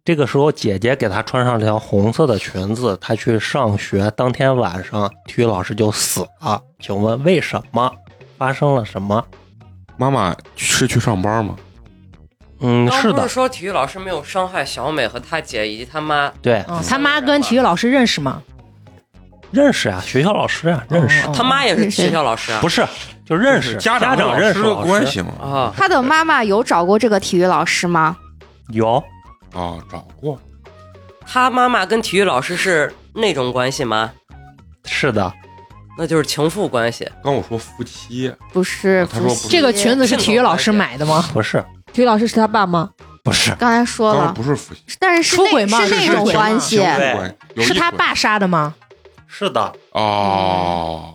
[SPEAKER 6] 这个时候姐姐给她穿上了条红色的裙子，她去上学。当天晚上，体育老师就死了。请问为什么？发生了什么？
[SPEAKER 1] 妈妈是去上班吗？
[SPEAKER 6] 嗯，
[SPEAKER 2] 刚
[SPEAKER 6] 是
[SPEAKER 2] 不是
[SPEAKER 6] 的，
[SPEAKER 2] 说体育老师没有伤害小美和她姐以及她妈，
[SPEAKER 6] 对，
[SPEAKER 3] 嗯，他妈跟体育老师认识吗？
[SPEAKER 6] 认识啊，学校老师啊，认识，
[SPEAKER 3] 哦
[SPEAKER 2] 她妈也是
[SPEAKER 4] 认识
[SPEAKER 2] 学校老师啊？
[SPEAKER 6] 不是就认识
[SPEAKER 1] 嗯家
[SPEAKER 6] 家
[SPEAKER 1] 长
[SPEAKER 6] 长
[SPEAKER 1] 和
[SPEAKER 6] 认识
[SPEAKER 1] 老师的
[SPEAKER 6] 老
[SPEAKER 1] 关
[SPEAKER 6] 师
[SPEAKER 1] 系吗？
[SPEAKER 2] 啊，
[SPEAKER 4] 他的妈妈有找过这个体育老师吗？
[SPEAKER 6] 有
[SPEAKER 1] 啊，找过，
[SPEAKER 2] 她妈妈跟体育老师是那种关系吗？
[SPEAKER 6] 是的，
[SPEAKER 2] 那就是情妇关系。
[SPEAKER 1] 刚我说夫妻，
[SPEAKER 4] 不是，
[SPEAKER 1] 他说不是
[SPEAKER 3] 这个裙子是体育老师买的吗？
[SPEAKER 6] 不是
[SPEAKER 5] 体育老师是他爸妈，
[SPEAKER 6] 不是
[SPEAKER 4] 刚才说
[SPEAKER 1] 刚刚
[SPEAKER 4] 了，
[SPEAKER 1] 不是嗯夫妻，
[SPEAKER 4] 但是是
[SPEAKER 3] 出轨
[SPEAKER 4] 那
[SPEAKER 3] 吗
[SPEAKER 4] 是那
[SPEAKER 3] 是
[SPEAKER 4] 种
[SPEAKER 3] 出轨吗
[SPEAKER 4] 关系
[SPEAKER 1] 情，
[SPEAKER 6] 对
[SPEAKER 1] 妇关系有
[SPEAKER 3] 是
[SPEAKER 1] 一
[SPEAKER 3] 他
[SPEAKER 1] 腿
[SPEAKER 3] 爸杀的吗？
[SPEAKER 6] 是的，
[SPEAKER 1] 哦，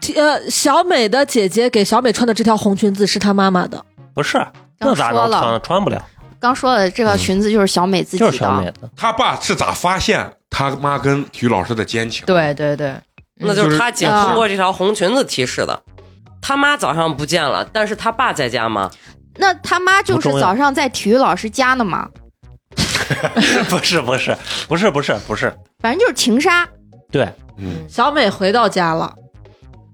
[SPEAKER 5] 体呃小美的姐姐给小美穿的这条红裙子是她妈妈的，
[SPEAKER 6] 不是，
[SPEAKER 4] 刚
[SPEAKER 6] 那咋
[SPEAKER 4] 说
[SPEAKER 6] 能
[SPEAKER 4] 了
[SPEAKER 6] 穿？穿不了，
[SPEAKER 4] 刚说的这个裙子就是小美自己
[SPEAKER 6] 就是小美
[SPEAKER 4] 的，
[SPEAKER 6] 的。
[SPEAKER 1] 他爸是咋发现他妈跟体育老师的奸情？
[SPEAKER 3] 对对对，
[SPEAKER 2] 那就是她姐
[SPEAKER 4] 就是
[SPEAKER 2] 通过这条红裙子提示的。她妈早上不见了，但是她爸在家吗？
[SPEAKER 4] 那他妈就是
[SPEAKER 6] 不重要
[SPEAKER 4] 早上在体育老师家呢嘛，
[SPEAKER 6] 不是不是不是不是不是，
[SPEAKER 4] 反正就是情杀。
[SPEAKER 6] 对，
[SPEAKER 1] 嗯，
[SPEAKER 5] 小美回到家了。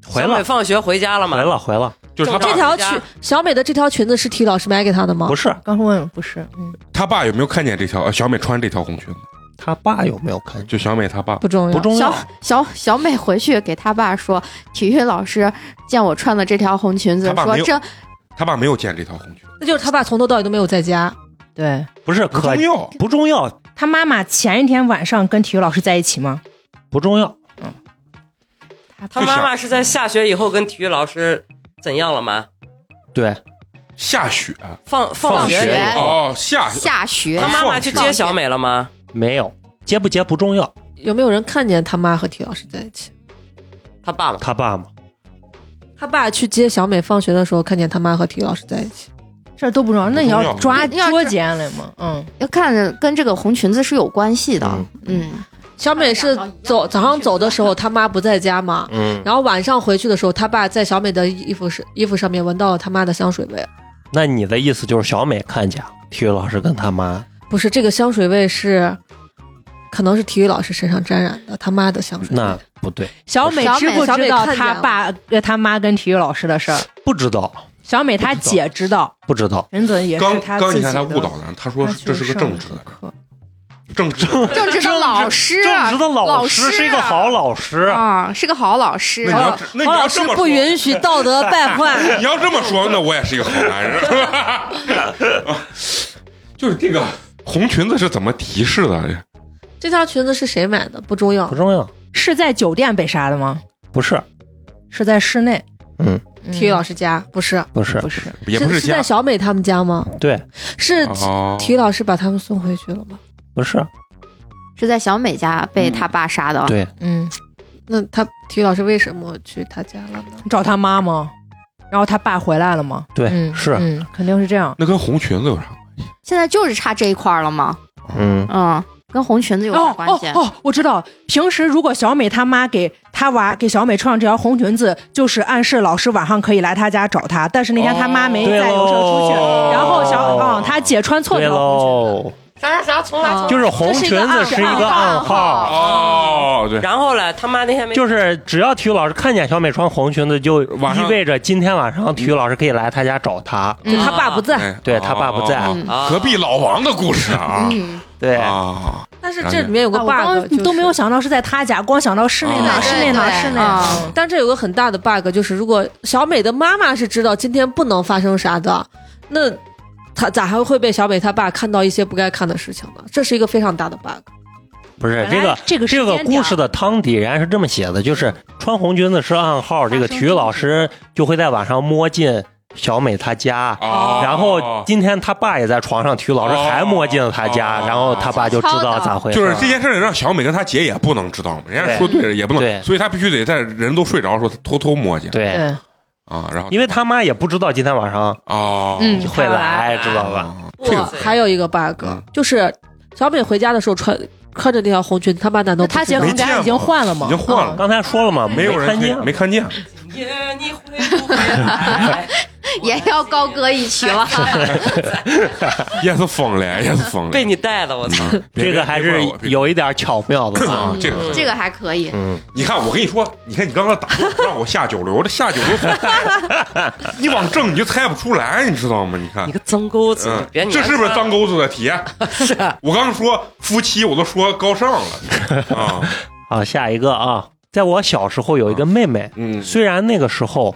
[SPEAKER 6] 回
[SPEAKER 2] 小
[SPEAKER 6] 了
[SPEAKER 2] 美放学回家了
[SPEAKER 6] 回
[SPEAKER 2] 吗？
[SPEAKER 6] 了回了，
[SPEAKER 1] 就是他
[SPEAKER 5] 这
[SPEAKER 1] 爸，
[SPEAKER 5] 条
[SPEAKER 2] 回家
[SPEAKER 5] 裙，小美的这条裙子是体育老师买给她的吗
[SPEAKER 6] 不？是
[SPEAKER 3] 刚问不是，嗯，
[SPEAKER 1] 他爸有没有看见这条？呃小美穿这条红裙子，
[SPEAKER 6] 他爸有没有看见？
[SPEAKER 1] 就小美他爸
[SPEAKER 5] 不重要，
[SPEAKER 6] 不重
[SPEAKER 4] 小
[SPEAKER 6] 要，
[SPEAKER 4] 小小美回去给她爸说，体育老师见我穿的这条红裙子
[SPEAKER 1] 她，爸
[SPEAKER 4] 说
[SPEAKER 1] 没有
[SPEAKER 4] 这
[SPEAKER 1] 他爸没有见这条红裙子，
[SPEAKER 5] 那就是他爸从头到尾都没有在家。
[SPEAKER 3] 对
[SPEAKER 6] 不是
[SPEAKER 1] 不
[SPEAKER 6] 可
[SPEAKER 1] 重要。
[SPEAKER 6] 不重要
[SPEAKER 3] 他妈妈前一天晚上跟体育老师在一起吗？
[SPEAKER 6] 不重要，
[SPEAKER 2] 她妈妈是在下学以后跟体育老师怎样了吗？
[SPEAKER 6] 对，
[SPEAKER 1] 下雪
[SPEAKER 2] 放
[SPEAKER 6] 放
[SPEAKER 2] 学
[SPEAKER 4] 学
[SPEAKER 2] 以后，
[SPEAKER 1] 哦，下
[SPEAKER 4] 下学
[SPEAKER 2] 她妈妈去接小美了吗？
[SPEAKER 6] 没有接不接不重要，
[SPEAKER 5] 有没有人看见他妈和体育老师在一起？
[SPEAKER 2] 她爸吗？
[SPEAKER 6] 他爸嘛，
[SPEAKER 5] 他爸去接小美放学的时候，看见他妈和体育老师在一起。
[SPEAKER 3] 这都不重要，那你
[SPEAKER 1] 不重
[SPEAKER 3] 要
[SPEAKER 1] 要
[SPEAKER 3] 抓
[SPEAKER 4] 你要
[SPEAKER 3] 捉
[SPEAKER 4] 知
[SPEAKER 3] 奸了吗？嗯，
[SPEAKER 4] 要看跟这个红裙子是有关系的
[SPEAKER 6] 嗯，
[SPEAKER 4] 嗯，
[SPEAKER 5] 小美是走早上走的时候，他妈不在家嘛，
[SPEAKER 6] 嗯，
[SPEAKER 5] 然后晚上回去的时候，他爸在小美的衣服是衣服上面闻到了他妈的香水味。
[SPEAKER 6] 那你的意思就是小美看见体育老师跟他妈
[SPEAKER 5] 不是这个香水味是，可能是体育老师身上沾染的他妈的香水味。
[SPEAKER 6] 那不对，
[SPEAKER 3] 小美知不
[SPEAKER 5] 小
[SPEAKER 3] 知
[SPEAKER 5] 美
[SPEAKER 3] 道
[SPEAKER 5] 看见
[SPEAKER 3] 他
[SPEAKER 5] 了
[SPEAKER 3] 爸呃他妈跟体育老师的事儿？
[SPEAKER 6] 不知道
[SPEAKER 3] 小美她姐知道，
[SPEAKER 6] 不知道，
[SPEAKER 3] 仁泽也
[SPEAKER 1] 刚
[SPEAKER 3] 是她
[SPEAKER 1] 刚
[SPEAKER 3] 自
[SPEAKER 1] 你
[SPEAKER 3] 己的。
[SPEAKER 1] 看他误导咱，他说
[SPEAKER 3] 她
[SPEAKER 1] 这是
[SPEAKER 3] 去
[SPEAKER 1] 个
[SPEAKER 3] 上
[SPEAKER 1] 政治
[SPEAKER 3] 这
[SPEAKER 1] 的
[SPEAKER 3] 课，
[SPEAKER 1] 政治
[SPEAKER 4] 正直的老师，啊
[SPEAKER 6] 正直的
[SPEAKER 4] 老
[SPEAKER 6] 师是一个好老师，
[SPEAKER 4] 啊，是个好老师
[SPEAKER 1] 那。你要那你
[SPEAKER 5] 黄
[SPEAKER 1] 要
[SPEAKER 5] 老
[SPEAKER 1] 这
[SPEAKER 5] 师
[SPEAKER 1] 么
[SPEAKER 5] 不
[SPEAKER 1] 说，
[SPEAKER 5] 允许道德败坏。
[SPEAKER 1] 你要这么说，那我也是一个好男人。 就是这个红裙子是怎么提示的？
[SPEAKER 5] 这条裙子是谁买的不重要
[SPEAKER 6] 不，重要，
[SPEAKER 3] 是在酒店被杀的吗？
[SPEAKER 6] 不是
[SPEAKER 3] 是在室内？
[SPEAKER 6] 嗯
[SPEAKER 3] 嗯，
[SPEAKER 5] 体育老师家不是，
[SPEAKER 6] 不是
[SPEAKER 3] 不，是，
[SPEAKER 1] 也不
[SPEAKER 5] 是
[SPEAKER 1] 家
[SPEAKER 5] 在小美他们家吗？
[SPEAKER 6] 对，
[SPEAKER 5] 是
[SPEAKER 1] 哦，
[SPEAKER 5] 体育老师把他们送回去了吗？
[SPEAKER 6] 不是
[SPEAKER 4] 是在小美家被他爸杀的。
[SPEAKER 6] 对，
[SPEAKER 3] 嗯，
[SPEAKER 5] 那他体育老师为什么去他家了呢？
[SPEAKER 3] 找他妈吗？然后他爸回来了吗？
[SPEAKER 5] 哎
[SPEAKER 6] 对
[SPEAKER 3] 嗯，
[SPEAKER 5] 啊
[SPEAKER 6] 是，
[SPEAKER 3] 嗯，肯定是这样。
[SPEAKER 1] 那跟红裙子有啥？
[SPEAKER 4] 现在就是差这一块儿了吗？
[SPEAKER 6] 嗯，
[SPEAKER 4] 嗯，跟红裙子有啥
[SPEAKER 3] 哦
[SPEAKER 4] 关
[SPEAKER 3] 哦
[SPEAKER 4] 系？
[SPEAKER 3] 哦，我知道。平时如果小美她妈给她娃给小美穿上这条红裙子，就是暗示老师晚上可以来她家找她。但是那天她妈没
[SPEAKER 5] 哦
[SPEAKER 6] 对
[SPEAKER 3] 在，有事儿出去，
[SPEAKER 6] 喽
[SPEAKER 3] 然后小啊她姐穿错
[SPEAKER 6] 对
[SPEAKER 3] 条红裙子，
[SPEAKER 6] 喽，
[SPEAKER 2] 啥啥啥，从来从
[SPEAKER 4] 嗯
[SPEAKER 5] 啊
[SPEAKER 2] 来
[SPEAKER 6] 就是红裙子是一个暗
[SPEAKER 1] 啊
[SPEAKER 6] 号，
[SPEAKER 1] 哦，对，
[SPEAKER 2] 然后呢，他妈那天没
[SPEAKER 6] 就是只要体育老师看见小美穿红裙子，就
[SPEAKER 1] 晚上
[SPEAKER 6] 意味着今天晚上体育老师可以来他家找她。
[SPEAKER 5] 就他
[SPEAKER 4] 嗯
[SPEAKER 5] 爸不
[SPEAKER 3] 啊
[SPEAKER 5] 在，
[SPEAKER 1] 哎
[SPEAKER 6] 对他爸不在
[SPEAKER 1] 哦哦哦
[SPEAKER 2] 啊
[SPEAKER 1] 隔壁老王的故事啊
[SPEAKER 4] 嗯，
[SPEAKER 6] 对，哦
[SPEAKER 1] 啊，
[SPEAKER 5] 但是这里面有个
[SPEAKER 3] 啊我刚
[SPEAKER 5] bug，就是
[SPEAKER 3] 都没有想到是在他家，光想到室内
[SPEAKER 1] 啊
[SPEAKER 3] 哪室内哪
[SPEAKER 4] 哦对对
[SPEAKER 3] 室内哪
[SPEAKER 4] 啊
[SPEAKER 5] 但这有个很大的 bug，就是如果小美的妈妈是知道今天不能发生啥的，那她咋还会被小美她爸看到一些不该看的事情呢？这是一个非常大的 bug。
[SPEAKER 6] 不是
[SPEAKER 7] 本
[SPEAKER 6] 哎这
[SPEAKER 7] 来
[SPEAKER 6] 个。
[SPEAKER 7] 这个时
[SPEAKER 6] 这
[SPEAKER 7] 间
[SPEAKER 6] 个
[SPEAKER 7] 点
[SPEAKER 3] 啊
[SPEAKER 6] 故事的汤底人家是这么写的，就是穿红裙子是暗号，这个体育老师就会在晚上摸进小美她家，
[SPEAKER 1] 哦
[SPEAKER 6] 然后今天他爸也在床上，体育老师还摸进了他家，
[SPEAKER 1] 哦
[SPEAKER 6] 然后他爸就知道咋回事。
[SPEAKER 1] 就是这件事儿让小美跟她姐也不能知道嘛，人家说对了也不
[SPEAKER 6] 对
[SPEAKER 1] 能，所以她必须得在人都睡着的时候偷偷摸去
[SPEAKER 6] 对，
[SPEAKER 3] 对，
[SPEAKER 1] 啊，然后
[SPEAKER 6] 因为他妈也不知道今天晚上
[SPEAKER 1] 哦，
[SPEAKER 4] 嗯
[SPEAKER 6] 会来，知道吧？
[SPEAKER 1] 啊
[SPEAKER 2] 哇
[SPEAKER 1] 这个
[SPEAKER 2] 塞
[SPEAKER 5] 还有一个 bug，、
[SPEAKER 1] 嗯
[SPEAKER 5] 就是小美回家的时候穿穿着那条红裙，她妈难道不
[SPEAKER 3] 他
[SPEAKER 5] 知
[SPEAKER 3] 姐
[SPEAKER 5] 道
[SPEAKER 3] 夫
[SPEAKER 1] 没见
[SPEAKER 3] 家已
[SPEAKER 1] 过
[SPEAKER 3] 经换了吗？
[SPEAKER 1] 已经换了
[SPEAKER 3] 嗯
[SPEAKER 6] 刚才说了嘛，
[SPEAKER 1] 没有
[SPEAKER 6] 看
[SPEAKER 1] 人
[SPEAKER 6] 见
[SPEAKER 1] 听，没看见，
[SPEAKER 2] 耶，你会不会来？
[SPEAKER 4] 也要高歌一曲了。
[SPEAKER 1] 也是疯了，也是疯了。
[SPEAKER 2] 被你带的，我操！
[SPEAKER 1] 嗯别
[SPEAKER 6] 这个还是
[SPEAKER 1] 别怪我别
[SPEAKER 6] 有一点巧妙的吧
[SPEAKER 1] 啊？，这个
[SPEAKER 4] 这个还可以，
[SPEAKER 6] 嗯，
[SPEAKER 1] 你看，我跟你说，你看你刚刚打断我让我下九流，这下九流，你往正你就猜不出来，你知道吗？你看
[SPEAKER 2] 你，个脏钩子，
[SPEAKER 1] 嗯
[SPEAKER 2] 你别，你
[SPEAKER 1] 这是不是脏钩子的题？
[SPEAKER 2] 是啊
[SPEAKER 1] 我刚说夫妻，我都说高尚了 啊，
[SPEAKER 6] 好，下一个啊，在我小时候有一个妹妹，
[SPEAKER 1] 嗯
[SPEAKER 6] 虽然那个时候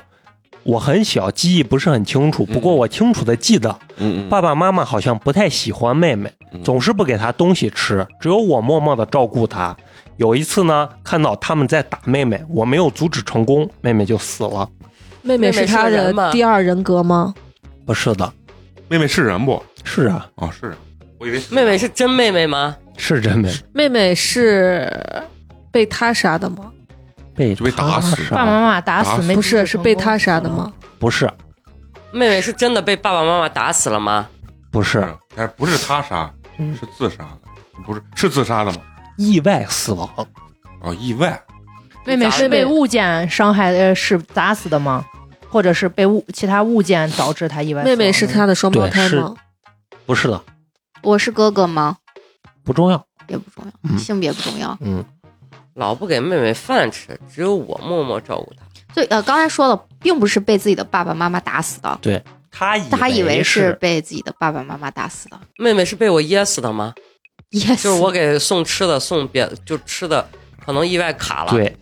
[SPEAKER 6] 我很小，记忆不是很清楚，不过我清楚的记得，
[SPEAKER 1] 嗯
[SPEAKER 6] 爸爸妈妈好像不太喜欢妹妹，总是不给她东西吃，只有我默默的照顾她。有一次呢，看到他们在打妹妹，我没有阻止成功，妹妹就死了。
[SPEAKER 5] 妹
[SPEAKER 2] 妹
[SPEAKER 5] 妹
[SPEAKER 2] 妹是
[SPEAKER 5] 是她
[SPEAKER 2] 人
[SPEAKER 5] 的
[SPEAKER 2] 吗
[SPEAKER 5] 第二人格吗？
[SPEAKER 6] 不是的，
[SPEAKER 1] 妹妹是人不？
[SPEAKER 6] 是啊，
[SPEAKER 1] 哦，是人，我以为是
[SPEAKER 2] 妹妹是真妹妹吗？
[SPEAKER 6] 是真妹
[SPEAKER 5] 妹妹是被他杀的吗？
[SPEAKER 6] 被
[SPEAKER 1] 就被打死
[SPEAKER 6] 她杀
[SPEAKER 3] 爸爸妈妈打
[SPEAKER 1] 打
[SPEAKER 6] 啊
[SPEAKER 3] 死
[SPEAKER 1] 死
[SPEAKER 3] 没
[SPEAKER 5] 不
[SPEAKER 3] 阻
[SPEAKER 5] 是，
[SPEAKER 3] 止
[SPEAKER 5] 是
[SPEAKER 3] 成
[SPEAKER 5] 被
[SPEAKER 3] 功
[SPEAKER 5] 他杀的吗？
[SPEAKER 6] 不是，
[SPEAKER 2] 妹妹是真的被爸爸妈妈打死了吗？
[SPEAKER 6] 不是
[SPEAKER 1] 人，但是不是他杀，
[SPEAKER 2] 嗯
[SPEAKER 1] 是自杀的，不是是自杀的吗？
[SPEAKER 6] 意外死亡，
[SPEAKER 1] 哦，意外，
[SPEAKER 3] 妹妹是被物件伤害呃是砸死的吗？或者是被物其他物件导致她意外死
[SPEAKER 5] 妹
[SPEAKER 3] 亡？
[SPEAKER 5] 妹是他的双胞胎
[SPEAKER 6] 对
[SPEAKER 5] 吗？
[SPEAKER 6] 不是的，
[SPEAKER 4] 我是哥哥吗？
[SPEAKER 6] 不重要。
[SPEAKER 4] 也不重要，
[SPEAKER 6] 嗯
[SPEAKER 4] 性别不重要。
[SPEAKER 6] 嗯，
[SPEAKER 2] 老不给妹妹饭吃，只有我默默照顾她。
[SPEAKER 4] 所以呃，刚才说了，并不是被自己的爸爸妈妈打死的，
[SPEAKER 6] 他以
[SPEAKER 4] 他以为是
[SPEAKER 6] 是
[SPEAKER 4] 被自己的爸爸妈妈打死的。
[SPEAKER 2] 妹妹是被我噎死的吗？
[SPEAKER 4] yes，
[SPEAKER 2] 就是我给送吃的，送别就吃的，可能意外卡了。，
[SPEAKER 6] 对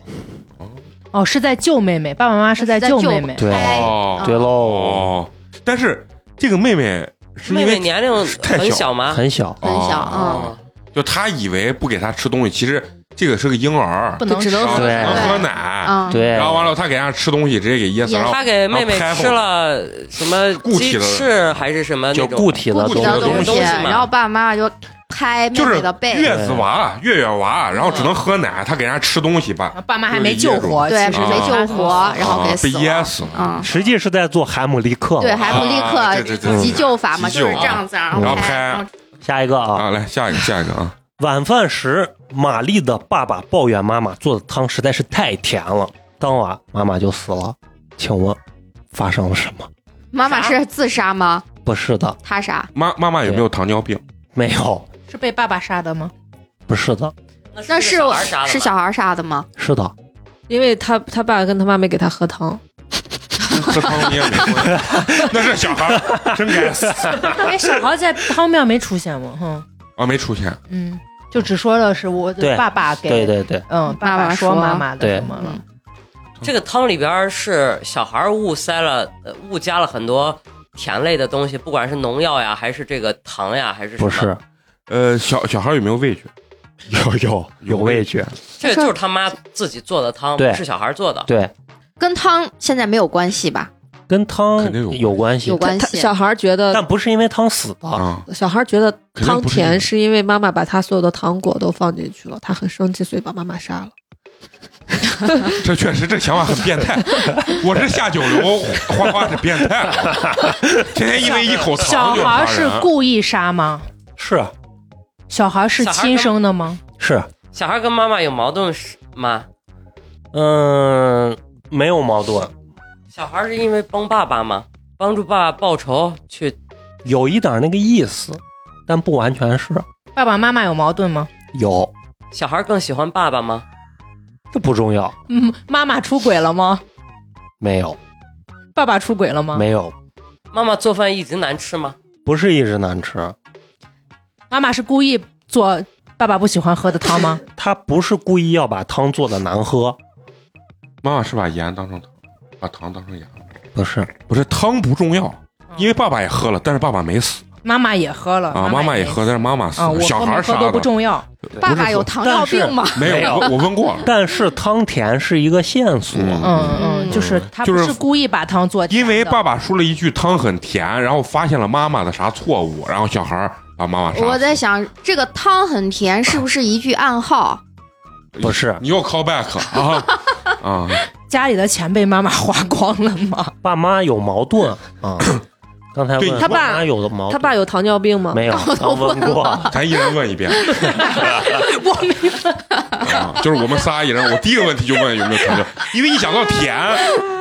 [SPEAKER 3] 哦，是在救妹妹，爸爸妈妈是在
[SPEAKER 4] 是在救
[SPEAKER 3] 妹妹。
[SPEAKER 6] 对
[SPEAKER 4] 哎
[SPEAKER 1] 哦
[SPEAKER 6] 对喽，
[SPEAKER 1] 哦，但是这个妹妹是
[SPEAKER 2] 妹
[SPEAKER 1] 因
[SPEAKER 2] 妹
[SPEAKER 1] 为
[SPEAKER 2] 年龄
[SPEAKER 1] 太
[SPEAKER 2] 很
[SPEAKER 1] 小
[SPEAKER 2] 小吗？
[SPEAKER 6] 很小，
[SPEAKER 4] 很小嗯
[SPEAKER 1] 哦就他以为不给他吃东西，其实这个是个婴儿，
[SPEAKER 3] 不能
[SPEAKER 5] 只能
[SPEAKER 1] 然后
[SPEAKER 3] 吃
[SPEAKER 1] 只
[SPEAKER 6] 对
[SPEAKER 1] 能喝奶，
[SPEAKER 4] 嗯，
[SPEAKER 6] 对，
[SPEAKER 1] 然后完了他给人家吃东西，直接给噎死，
[SPEAKER 4] 噎死
[SPEAKER 1] 然后
[SPEAKER 2] 她给妹妹吃了什么
[SPEAKER 1] 固体
[SPEAKER 2] 鸡
[SPEAKER 1] 的
[SPEAKER 2] 翅还是什么
[SPEAKER 6] 就
[SPEAKER 2] 那种？
[SPEAKER 6] 固体的
[SPEAKER 4] 固体的
[SPEAKER 1] 东
[SPEAKER 4] 东
[SPEAKER 1] 西
[SPEAKER 4] 西，
[SPEAKER 2] 东西嘛
[SPEAKER 4] 然后爸爸妈妈就拍妹
[SPEAKER 1] 就
[SPEAKER 4] 妹
[SPEAKER 1] 是
[SPEAKER 4] 的背，
[SPEAKER 1] 月子娃、月月娃，然后只能喝奶，他给人家吃东西吧，
[SPEAKER 3] 爸妈还没救活，
[SPEAKER 4] 对，
[SPEAKER 3] 其实
[SPEAKER 4] 没救活，然后
[SPEAKER 1] 啊
[SPEAKER 4] 给
[SPEAKER 1] 被
[SPEAKER 4] 死
[SPEAKER 1] 噎
[SPEAKER 4] 了。
[SPEAKER 1] 死了，
[SPEAKER 4] 嗯，
[SPEAKER 6] 实际是在做海姆立克嘛。
[SPEAKER 4] 对，还不立
[SPEAKER 1] 啊对对
[SPEAKER 4] 刻
[SPEAKER 1] 对
[SPEAKER 4] 急救法嘛，
[SPEAKER 1] 急
[SPEAKER 4] 就
[SPEAKER 1] 救
[SPEAKER 4] 是这样子，然
[SPEAKER 1] 然
[SPEAKER 4] 后
[SPEAKER 1] 后拍
[SPEAKER 4] 然后
[SPEAKER 6] 下一个啊，
[SPEAKER 1] 啊！来下一个，下一个啊！
[SPEAKER 6] 晚饭时，玛丽的爸爸抱怨妈妈做的汤实在是太甜了，当晚妈妈就死了。请问发生了什么？
[SPEAKER 4] 妈妈是自杀吗？
[SPEAKER 6] 不是的，
[SPEAKER 4] 他杀？
[SPEAKER 1] 妈妈妈有没有糖尿 病？
[SPEAKER 6] 没有，
[SPEAKER 3] 是被爸爸杀的吗？
[SPEAKER 6] 不是的，
[SPEAKER 4] 那
[SPEAKER 2] 是
[SPEAKER 4] 是
[SPEAKER 2] 个小孩杀的吧
[SPEAKER 4] 是小孩杀的吗？
[SPEAKER 6] 是的，
[SPEAKER 5] 因为他他爸跟他妈没给他喝汤，
[SPEAKER 1] 喝汤你也没关系 那是小孩儿真该死
[SPEAKER 3] 哎，小豪在汤面没出现吗？哼，
[SPEAKER 1] 啊！没出现，
[SPEAKER 3] 嗯，就只说了是我
[SPEAKER 6] 对
[SPEAKER 3] 爸爸 给，
[SPEAKER 6] 对对对，
[SPEAKER 3] 嗯，爸
[SPEAKER 4] 妈妈
[SPEAKER 3] 说
[SPEAKER 4] 说
[SPEAKER 3] 妈妈的
[SPEAKER 6] 对
[SPEAKER 3] 什么了，
[SPEAKER 2] 这个汤里边是小孩误塞了，呃误加了很多甜类的东西，不管是农药呀，还是这个糖呀，还是什
[SPEAKER 6] 不
[SPEAKER 2] 么。
[SPEAKER 6] 是，
[SPEAKER 1] 呃，小小孩有没有味觉？
[SPEAKER 6] 有有有味觉，
[SPEAKER 2] 这个就是他妈自己做的汤，
[SPEAKER 6] 对
[SPEAKER 2] 不是小孩做的。
[SPEAKER 6] 对，
[SPEAKER 4] 跟汤现在没有关系吧？
[SPEAKER 6] 跟汤
[SPEAKER 1] 肯定有
[SPEAKER 6] 有关系
[SPEAKER 4] 有，关
[SPEAKER 5] 他
[SPEAKER 4] 系。
[SPEAKER 5] 小孩觉得
[SPEAKER 6] 但不是因为汤死的，
[SPEAKER 1] 啊，
[SPEAKER 5] 小孩觉得
[SPEAKER 1] 肯定
[SPEAKER 5] 汤
[SPEAKER 1] 不是那个
[SPEAKER 5] 甜是因为妈妈把他所有的糖果都放进去了，他很生气，所以把妈妈杀了。
[SPEAKER 1] 这确实这想法很变态。我是下九流，花花是变态，天天因为一口
[SPEAKER 3] 小
[SPEAKER 1] 糖就
[SPEAKER 3] 孩
[SPEAKER 1] 杀
[SPEAKER 3] 是
[SPEAKER 1] 人。
[SPEAKER 3] 故意杀吗？
[SPEAKER 6] 是
[SPEAKER 3] 小孩是
[SPEAKER 2] 小孩
[SPEAKER 3] 亲
[SPEAKER 2] 跟
[SPEAKER 3] 生的吗？
[SPEAKER 6] 是，
[SPEAKER 2] 小孩跟妈妈有矛盾是吗？
[SPEAKER 6] 嗯，没有矛盾，
[SPEAKER 2] 小孩是因为帮爸爸吗？帮助爸爸报仇去
[SPEAKER 6] 有一点那个意思，但不完全是。
[SPEAKER 3] 爸爸妈妈有矛盾吗？
[SPEAKER 6] 有，
[SPEAKER 2] 小孩更喜欢爸爸吗？
[SPEAKER 6] 这不重要，
[SPEAKER 3] 嗯，妈妈出轨了吗？
[SPEAKER 6] 没有，
[SPEAKER 3] 爸爸出轨了吗？
[SPEAKER 6] 没有，
[SPEAKER 2] 妈妈做饭一直难吃吗？
[SPEAKER 6] 不是一直难吃，
[SPEAKER 3] 妈妈是故意做爸爸不喜欢喝的汤吗？
[SPEAKER 6] 他不是故意要把汤做的难喝，
[SPEAKER 1] 妈妈是把盐当成糖，把糖当成盐，
[SPEAKER 6] 不是，
[SPEAKER 1] 不是汤不重要，因为爸爸也喝了，但是爸爸没死
[SPEAKER 3] 妈嗯妈也喝了
[SPEAKER 1] 啊，妈妈也喝，但是妈妈死
[SPEAKER 3] 啊，
[SPEAKER 1] 了，
[SPEAKER 3] 我
[SPEAKER 1] 小
[SPEAKER 3] 喝
[SPEAKER 1] 孩
[SPEAKER 3] 没
[SPEAKER 1] 儿
[SPEAKER 3] 喝
[SPEAKER 1] 杀
[SPEAKER 3] 都不
[SPEAKER 1] 的，
[SPEAKER 3] 重要。
[SPEAKER 4] 爸
[SPEAKER 1] 不是
[SPEAKER 4] 爸有
[SPEAKER 1] 说
[SPEAKER 4] 糖尿
[SPEAKER 6] 但是
[SPEAKER 4] 病吗？
[SPEAKER 1] 没有，我我问 过了，
[SPEAKER 6] 但是汤甜是一个线索，
[SPEAKER 3] 嗯嗯，就是他
[SPEAKER 1] 就
[SPEAKER 3] 不
[SPEAKER 1] 是
[SPEAKER 3] 是故意把汤做甜
[SPEAKER 1] 因
[SPEAKER 3] 的，
[SPEAKER 1] 为爸爸说了一句汤很甜，然后发现了妈妈的啥错误，然后小孩儿把妈妈杀
[SPEAKER 4] 我
[SPEAKER 1] 了。
[SPEAKER 4] 在想，这个汤很甜是不是一句暗号？
[SPEAKER 6] 不是
[SPEAKER 1] 你又 call back 啊啊！
[SPEAKER 3] 家里的钱被妈妈花光了 吗？
[SPEAKER 6] 爸妈有矛盾啊。刚才
[SPEAKER 1] 对
[SPEAKER 6] 问
[SPEAKER 1] 他
[SPEAKER 5] 爸
[SPEAKER 6] 妈有的矛
[SPEAKER 5] 他
[SPEAKER 6] 盾
[SPEAKER 5] 爸有糖尿病吗？
[SPEAKER 6] 没 有，刚问 过，
[SPEAKER 1] 咱一人问一遍
[SPEAKER 3] 我 没
[SPEAKER 1] 啊，就是我们仨一人，我第一个问题就问有没有糖尿，因为一想到甜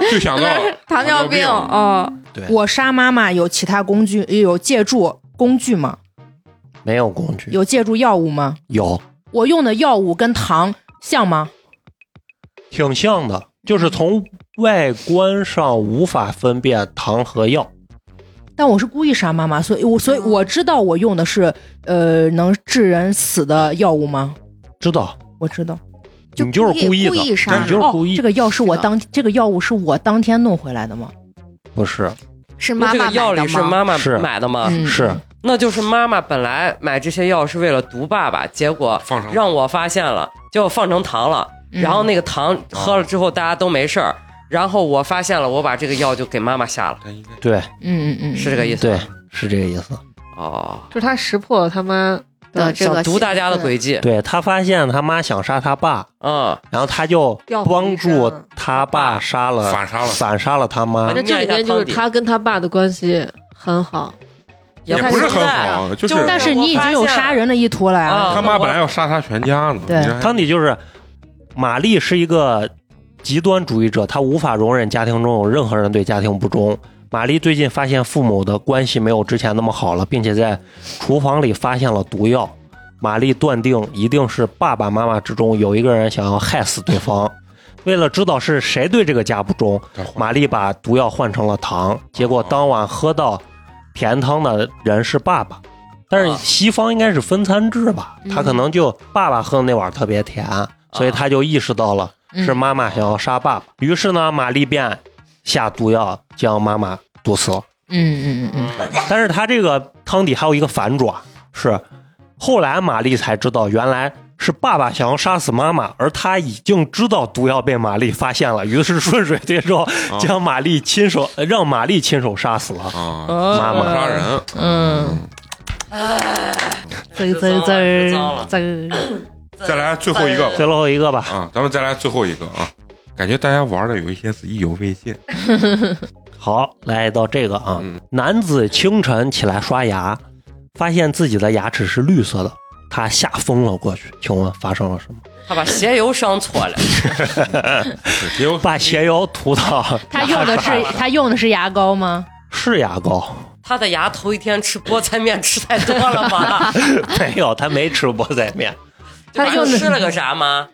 [SPEAKER 1] 就想到
[SPEAKER 4] 糖尿
[SPEAKER 1] 病
[SPEAKER 4] 病，。嗯，
[SPEAKER 6] 对，
[SPEAKER 3] 我杀妈妈有其他工具，有借助工具吗？
[SPEAKER 6] 没有工具，
[SPEAKER 3] 有借助药物吗？
[SPEAKER 6] 有
[SPEAKER 3] 我用的药物跟糖像吗？
[SPEAKER 6] 挺像的，就是从外观上无法分辨糖和药。
[SPEAKER 3] 但我是故意杀妈妈，所以我
[SPEAKER 2] 哦
[SPEAKER 3] 所以我知道我用的是呃能致人死的药物吗？
[SPEAKER 6] 知道，
[SPEAKER 3] 我知道，
[SPEAKER 4] 就
[SPEAKER 6] 你就是
[SPEAKER 4] 故
[SPEAKER 6] 意
[SPEAKER 4] 意
[SPEAKER 6] 的，
[SPEAKER 4] 故意杀
[SPEAKER 6] 你就是故
[SPEAKER 3] 哦
[SPEAKER 6] 意，
[SPEAKER 3] 这个药是我
[SPEAKER 4] 是的
[SPEAKER 3] 当这个药物是我当天弄回来的吗？
[SPEAKER 6] 不是
[SPEAKER 4] 是
[SPEAKER 2] 那
[SPEAKER 4] 妈
[SPEAKER 2] 这
[SPEAKER 4] 妈
[SPEAKER 2] 个
[SPEAKER 4] 买
[SPEAKER 2] 药
[SPEAKER 4] 的
[SPEAKER 2] 里是
[SPEAKER 4] 吗
[SPEAKER 2] 妈妈
[SPEAKER 6] 是
[SPEAKER 2] 买的吗？
[SPEAKER 3] 嗯
[SPEAKER 6] 是
[SPEAKER 2] 那就是妈妈本来买这些药是为了毒爸爸，结果
[SPEAKER 1] 放成
[SPEAKER 2] 让我发现了，结果放成糖了。
[SPEAKER 3] 嗯
[SPEAKER 2] 然后那个糖喝了之后，大家都没事儿。然后我发现了，我把这个药就给妈妈下了，
[SPEAKER 1] 但应该
[SPEAKER 6] 对
[SPEAKER 3] 嗯嗯嗯，
[SPEAKER 2] 是这个意思啊
[SPEAKER 6] 对
[SPEAKER 2] 吗？，
[SPEAKER 6] 是这个意思。
[SPEAKER 2] 哦，
[SPEAKER 5] 就是他识破了他妈
[SPEAKER 4] 的这
[SPEAKER 2] 想
[SPEAKER 4] 个
[SPEAKER 2] 毒大家的诡计，
[SPEAKER 6] 对他发现他妈想杀他爸，
[SPEAKER 2] 嗯，
[SPEAKER 6] 然后他就
[SPEAKER 5] 调虎
[SPEAKER 6] 帮
[SPEAKER 5] 离山
[SPEAKER 6] 助他爸杀了
[SPEAKER 1] 反杀了
[SPEAKER 6] 反杀了他妈
[SPEAKER 5] 反。正这里面就是他跟他爸的关系很好，
[SPEAKER 1] 也
[SPEAKER 2] 不
[SPEAKER 1] 不是很
[SPEAKER 2] 在
[SPEAKER 1] 好，就是
[SPEAKER 2] 就是
[SPEAKER 3] 但是你已经有杀人的意图了呀。
[SPEAKER 2] 啊
[SPEAKER 1] 他妈本来要杀他全家呢，
[SPEAKER 3] 对
[SPEAKER 1] 你这还
[SPEAKER 6] 汤底就是，玛丽是一个极端主义者，她无法容忍家庭中有任何人对家庭不忠。玛丽最近发现父母的关系没有之前那么好了，并且在厨房里发现了毒药。玛丽断定一定是爸爸妈妈之中有一个人想要害死对方。 为了知道是谁对这个家不忠，
[SPEAKER 1] 他换
[SPEAKER 6] 玛丽把毒药换成了糖，结果当晚喝到甜汤的人是爸爸。但是西方应该是分餐制吧，他可能就爸爸喝的那碗特别甜，所以他就意识到了是妈妈想要杀爸爸。于是呢，玛丽便下毒药将妈妈毒死了。
[SPEAKER 3] 嗯嗯嗯嗯，
[SPEAKER 6] 但是他这个汤底还有一个反转，是后来玛丽才知道，原来是爸爸想要杀死妈妈，而他已经知道毒药被玛丽发现了，于是顺水推舟将玛丽亲手呃让玛丽亲手杀死了。
[SPEAKER 1] 啊，
[SPEAKER 6] 妈
[SPEAKER 1] 我
[SPEAKER 6] 妈
[SPEAKER 1] 杀人，
[SPEAKER 3] 嗯，
[SPEAKER 5] 滋
[SPEAKER 2] 滋儿滋儿脏了
[SPEAKER 5] 滋儿，
[SPEAKER 1] 再来最后一个
[SPEAKER 6] 最后一个吧，
[SPEAKER 1] 啊，咱们再来最后一个啊，感觉大家玩的有一些是意犹未尽，
[SPEAKER 6] 好，来到这个啊
[SPEAKER 1] 嗯，
[SPEAKER 6] 男子清晨起来刷牙，发现自己的牙齿是绿色的，他吓疯了过去。请问发生了什么？
[SPEAKER 2] 他把鞋油伤错了，
[SPEAKER 1] 是也有
[SPEAKER 6] 把鞋油涂到
[SPEAKER 3] 他用的是他用的是牙膏吗？
[SPEAKER 6] 是牙膏。
[SPEAKER 2] 他的牙头一天吃菠菜面吃太多了吧？
[SPEAKER 6] 没有，他没吃菠菜面，
[SPEAKER 3] 他用的
[SPEAKER 2] 吃了个啥吗？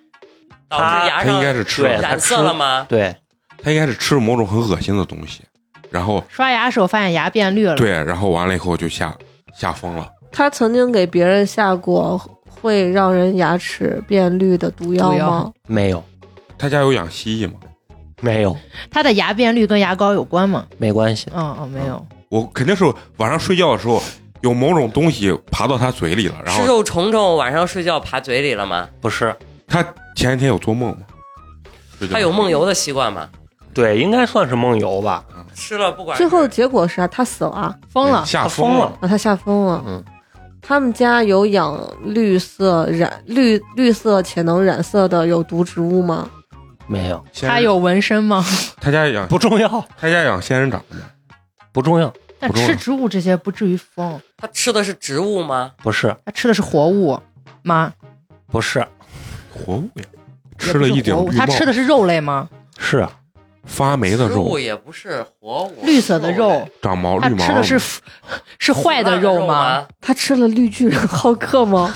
[SPEAKER 2] 导致牙
[SPEAKER 1] 他应该
[SPEAKER 2] 上
[SPEAKER 1] 是吃
[SPEAKER 6] 对
[SPEAKER 1] 了，
[SPEAKER 2] 染色了吗？
[SPEAKER 6] 对，
[SPEAKER 1] 他应该是吃了某种很恶心的东西，然后
[SPEAKER 3] 刷牙时候发现牙变绿了。
[SPEAKER 1] 对，然后完了以后就吓吓疯了，
[SPEAKER 5] 他曾经给别人下过会让人牙齿变绿的毒药
[SPEAKER 3] 毒
[SPEAKER 5] 吗
[SPEAKER 3] 药？
[SPEAKER 6] 没有，
[SPEAKER 1] 他家有养蜥蜴吗？
[SPEAKER 6] 没有，
[SPEAKER 3] 他的牙变绿跟牙膏有关吗？
[SPEAKER 6] 没关系，
[SPEAKER 3] 嗯嗯，没有。
[SPEAKER 1] 我肯定是晚上睡觉的时候有某种东西爬到他嘴里了，然
[SPEAKER 2] 吃
[SPEAKER 1] 后
[SPEAKER 2] 肉虫虫晚上睡觉爬嘴里了吗？
[SPEAKER 6] 不是，
[SPEAKER 1] 他前一天有做梦吗？睡觉
[SPEAKER 2] 他有梦游的习惯吗？
[SPEAKER 6] 对，应该算是梦游吧，
[SPEAKER 2] 吃了不管
[SPEAKER 5] 最后
[SPEAKER 2] 是
[SPEAKER 5] 结果是啥？他死了啊，
[SPEAKER 3] 疯了，
[SPEAKER 1] 哎吓
[SPEAKER 6] 他
[SPEAKER 1] 疯
[SPEAKER 6] 疯
[SPEAKER 1] 了
[SPEAKER 6] 了，
[SPEAKER 5] 啊他吓疯了。
[SPEAKER 6] 嗯，
[SPEAKER 5] 他们家有养绿色染绿绿色且能染色的有毒植物吗？
[SPEAKER 6] 没有，
[SPEAKER 1] 仙人
[SPEAKER 3] 他有纹身吗？
[SPEAKER 1] 他家养
[SPEAKER 6] 不重要，
[SPEAKER 1] 他家养仙人掌吗？
[SPEAKER 6] 不重要，
[SPEAKER 3] 但吃植物这些不至于疯，
[SPEAKER 2] 他吃的是植物吗？
[SPEAKER 6] 不是，
[SPEAKER 3] 他吃的是活物吗？
[SPEAKER 6] 不是，
[SPEAKER 1] 活物呀，
[SPEAKER 3] 也
[SPEAKER 1] 吃
[SPEAKER 3] 不
[SPEAKER 1] 了
[SPEAKER 3] 是
[SPEAKER 1] 一顶
[SPEAKER 3] 活物
[SPEAKER 1] 绿帽，
[SPEAKER 3] 他吃的是肉类吗？
[SPEAKER 6] 是啊
[SPEAKER 1] 发霉的
[SPEAKER 2] 食
[SPEAKER 1] 肉
[SPEAKER 2] 物也不是活物，
[SPEAKER 3] 绿色的肉
[SPEAKER 2] 类，
[SPEAKER 1] 长毛
[SPEAKER 3] 它
[SPEAKER 1] 哦绿毛
[SPEAKER 3] 吃的
[SPEAKER 1] 了
[SPEAKER 3] 是
[SPEAKER 1] 吗，
[SPEAKER 3] 腐是坏的肉吗？？
[SPEAKER 5] 他吃了绿巨人浩克吗？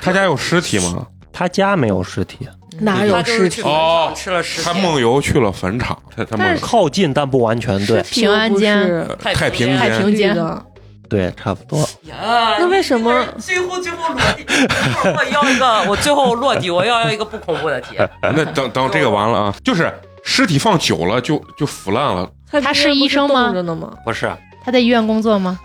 [SPEAKER 1] 他家有尸体吗？
[SPEAKER 6] 他家没有尸体，
[SPEAKER 5] 哪
[SPEAKER 2] 他
[SPEAKER 5] 有
[SPEAKER 2] 就
[SPEAKER 5] 尸
[SPEAKER 2] 是去
[SPEAKER 5] 体？
[SPEAKER 2] 坟
[SPEAKER 1] 哦
[SPEAKER 2] 场吃了尸体，
[SPEAKER 1] 他梦游去了坟场，他他梦
[SPEAKER 3] 但
[SPEAKER 1] 游
[SPEAKER 6] 靠近但不完全对，
[SPEAKER 5] 体又不
[SPEAKER 3] 平安
[SPEAKER 5] 是
[SPEAKER 3] 间
[SPEAKER 5] 绿
[SPEAKER 2] 太
[SPEAKER 1] 太平
[SPEAKER 3] 太
[SPEAKER 1] 间
[SPEAKER 3] 平间
[SPEAKER 5] 的，
[SPEAKER 6] 对，差不多。
[SPEAKER 2] 呀
[SPEAKER 5] 那为什么
[SPEAKER 2] 最后最后落地？我要一个，我最后落地，我要要一个不恐怖的 题。
[SPEAKER 1] 那等等这个完了啊，就是尸体放久了就就腐烂了，
[SPEAKER 3] 他是医生吗
[SPEAKER 5] 冻着呢吗？
[SPEAKER 6] 不是，
[SPEAKER 3] 他在医院工作吗？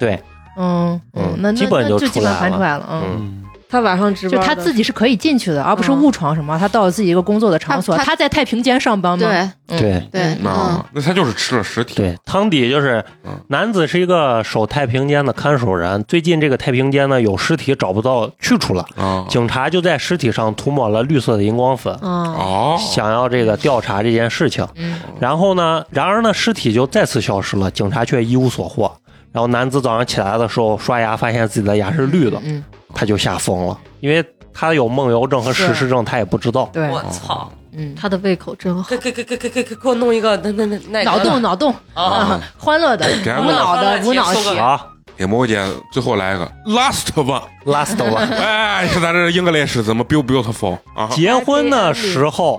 [SPEAKER 6] 对，
[SPEAKER 3] 嗯嗯，那那
[SPEAKER 6] 基本
[SPEAKER 3] 那
[SPEAKER 6] 就
[SPEAKER 3] 就基
[SPEAKER 6] 出来
[SPEAKER 3] 本翻
[SPEAKER 6] 了
[SPEAKER 3] 出来了，嗯。
[SPEAKER 1] 嗯，
[SPEAKER 5] 他晚上值
[SPEAKER 3] 就
[SPEAKER 5] 班，
[SPEAKER 3] 他自
[SPEAKER 5] 己。
[SPEAKER 3] 己是可以进去的，而不是
[SPEAKER 5] 嗯
[SPEAKER 3] 误闯什么。他到了自己一个工作的场所，
[SPEAKER 4] 他
[SPEAKER 3] 他
[SPEAKER 4] 他
[SPEAKER 3] 在太平间上班吗？
[SPEAKER 4] 对
[SPEAKER 6] 对
[SPEAKER 3] 嗯
[SPEAKER 4] 对，嗯，
[SPEAKER 1] 那那他就是吃了尸体，
[SPEAKER 6] 对，汤底就是
[SPEAKER 1] 嗯
[SPEAKER 6] 男子是一个守太平间的看守人，最近这个太平间呢有尸体找不到去处了，
[SPEAKER 1] 啊，
[SPEAKER 6] 警察就在尸体上涂抹了绿色的荧光粉，
[SPEAKER 5] 啊，
[SPEAKER 1] 哦，
[SPEAKER 6] 想要这个调查这件事情。
[SPEAKER 3] 嗯
[SPEAKER 6] 然后呢，然而呢，尸体就再次消失了，警察却一无所获。然后男子早上起来的时候刷牙，发现自己的牙是绿的，
[SPEAKER 3] 嗯，
[SPEAKER 6] 他就吓疯了，因为他有梦游症和失
[SPEAKER 3] 是
[SPEAKER 6] 视症，他也不知道。
[SPEAKER 3] 对，
[SPEAKER 2] 我
[SPEAKER 1] 哦
[SPEAKER 2] 操！
[SPEAKER 3] 嗯，
[SPEAKER 5] 他的胃口真好
[SPEAKER 2] 给。给给给给给给给我弄一个那那那那
[SPEAKER 3] 脑洞脑洞
[SPEAKER 2] 啊！
[SPEAKER 3] 啊， 欢乐的
[SPEAKER 1] 给他
[SPEAKER 3] 无
[SPEAKER 1] 弄
[SPEAKER 3] 脑的无脑
[SPEAKER 2] 对
[SPEAKER 3] 题，
[SPEAKER 6] 好
[SPEAKER 1] 给摩姐最后来一个 last one，
[SPEAKER 6] ，last one，
[SPEAKER 1] 哎，是咱这 English 怎么 be beautiful 啊？
[SPEAKER 6] 结婚的时候，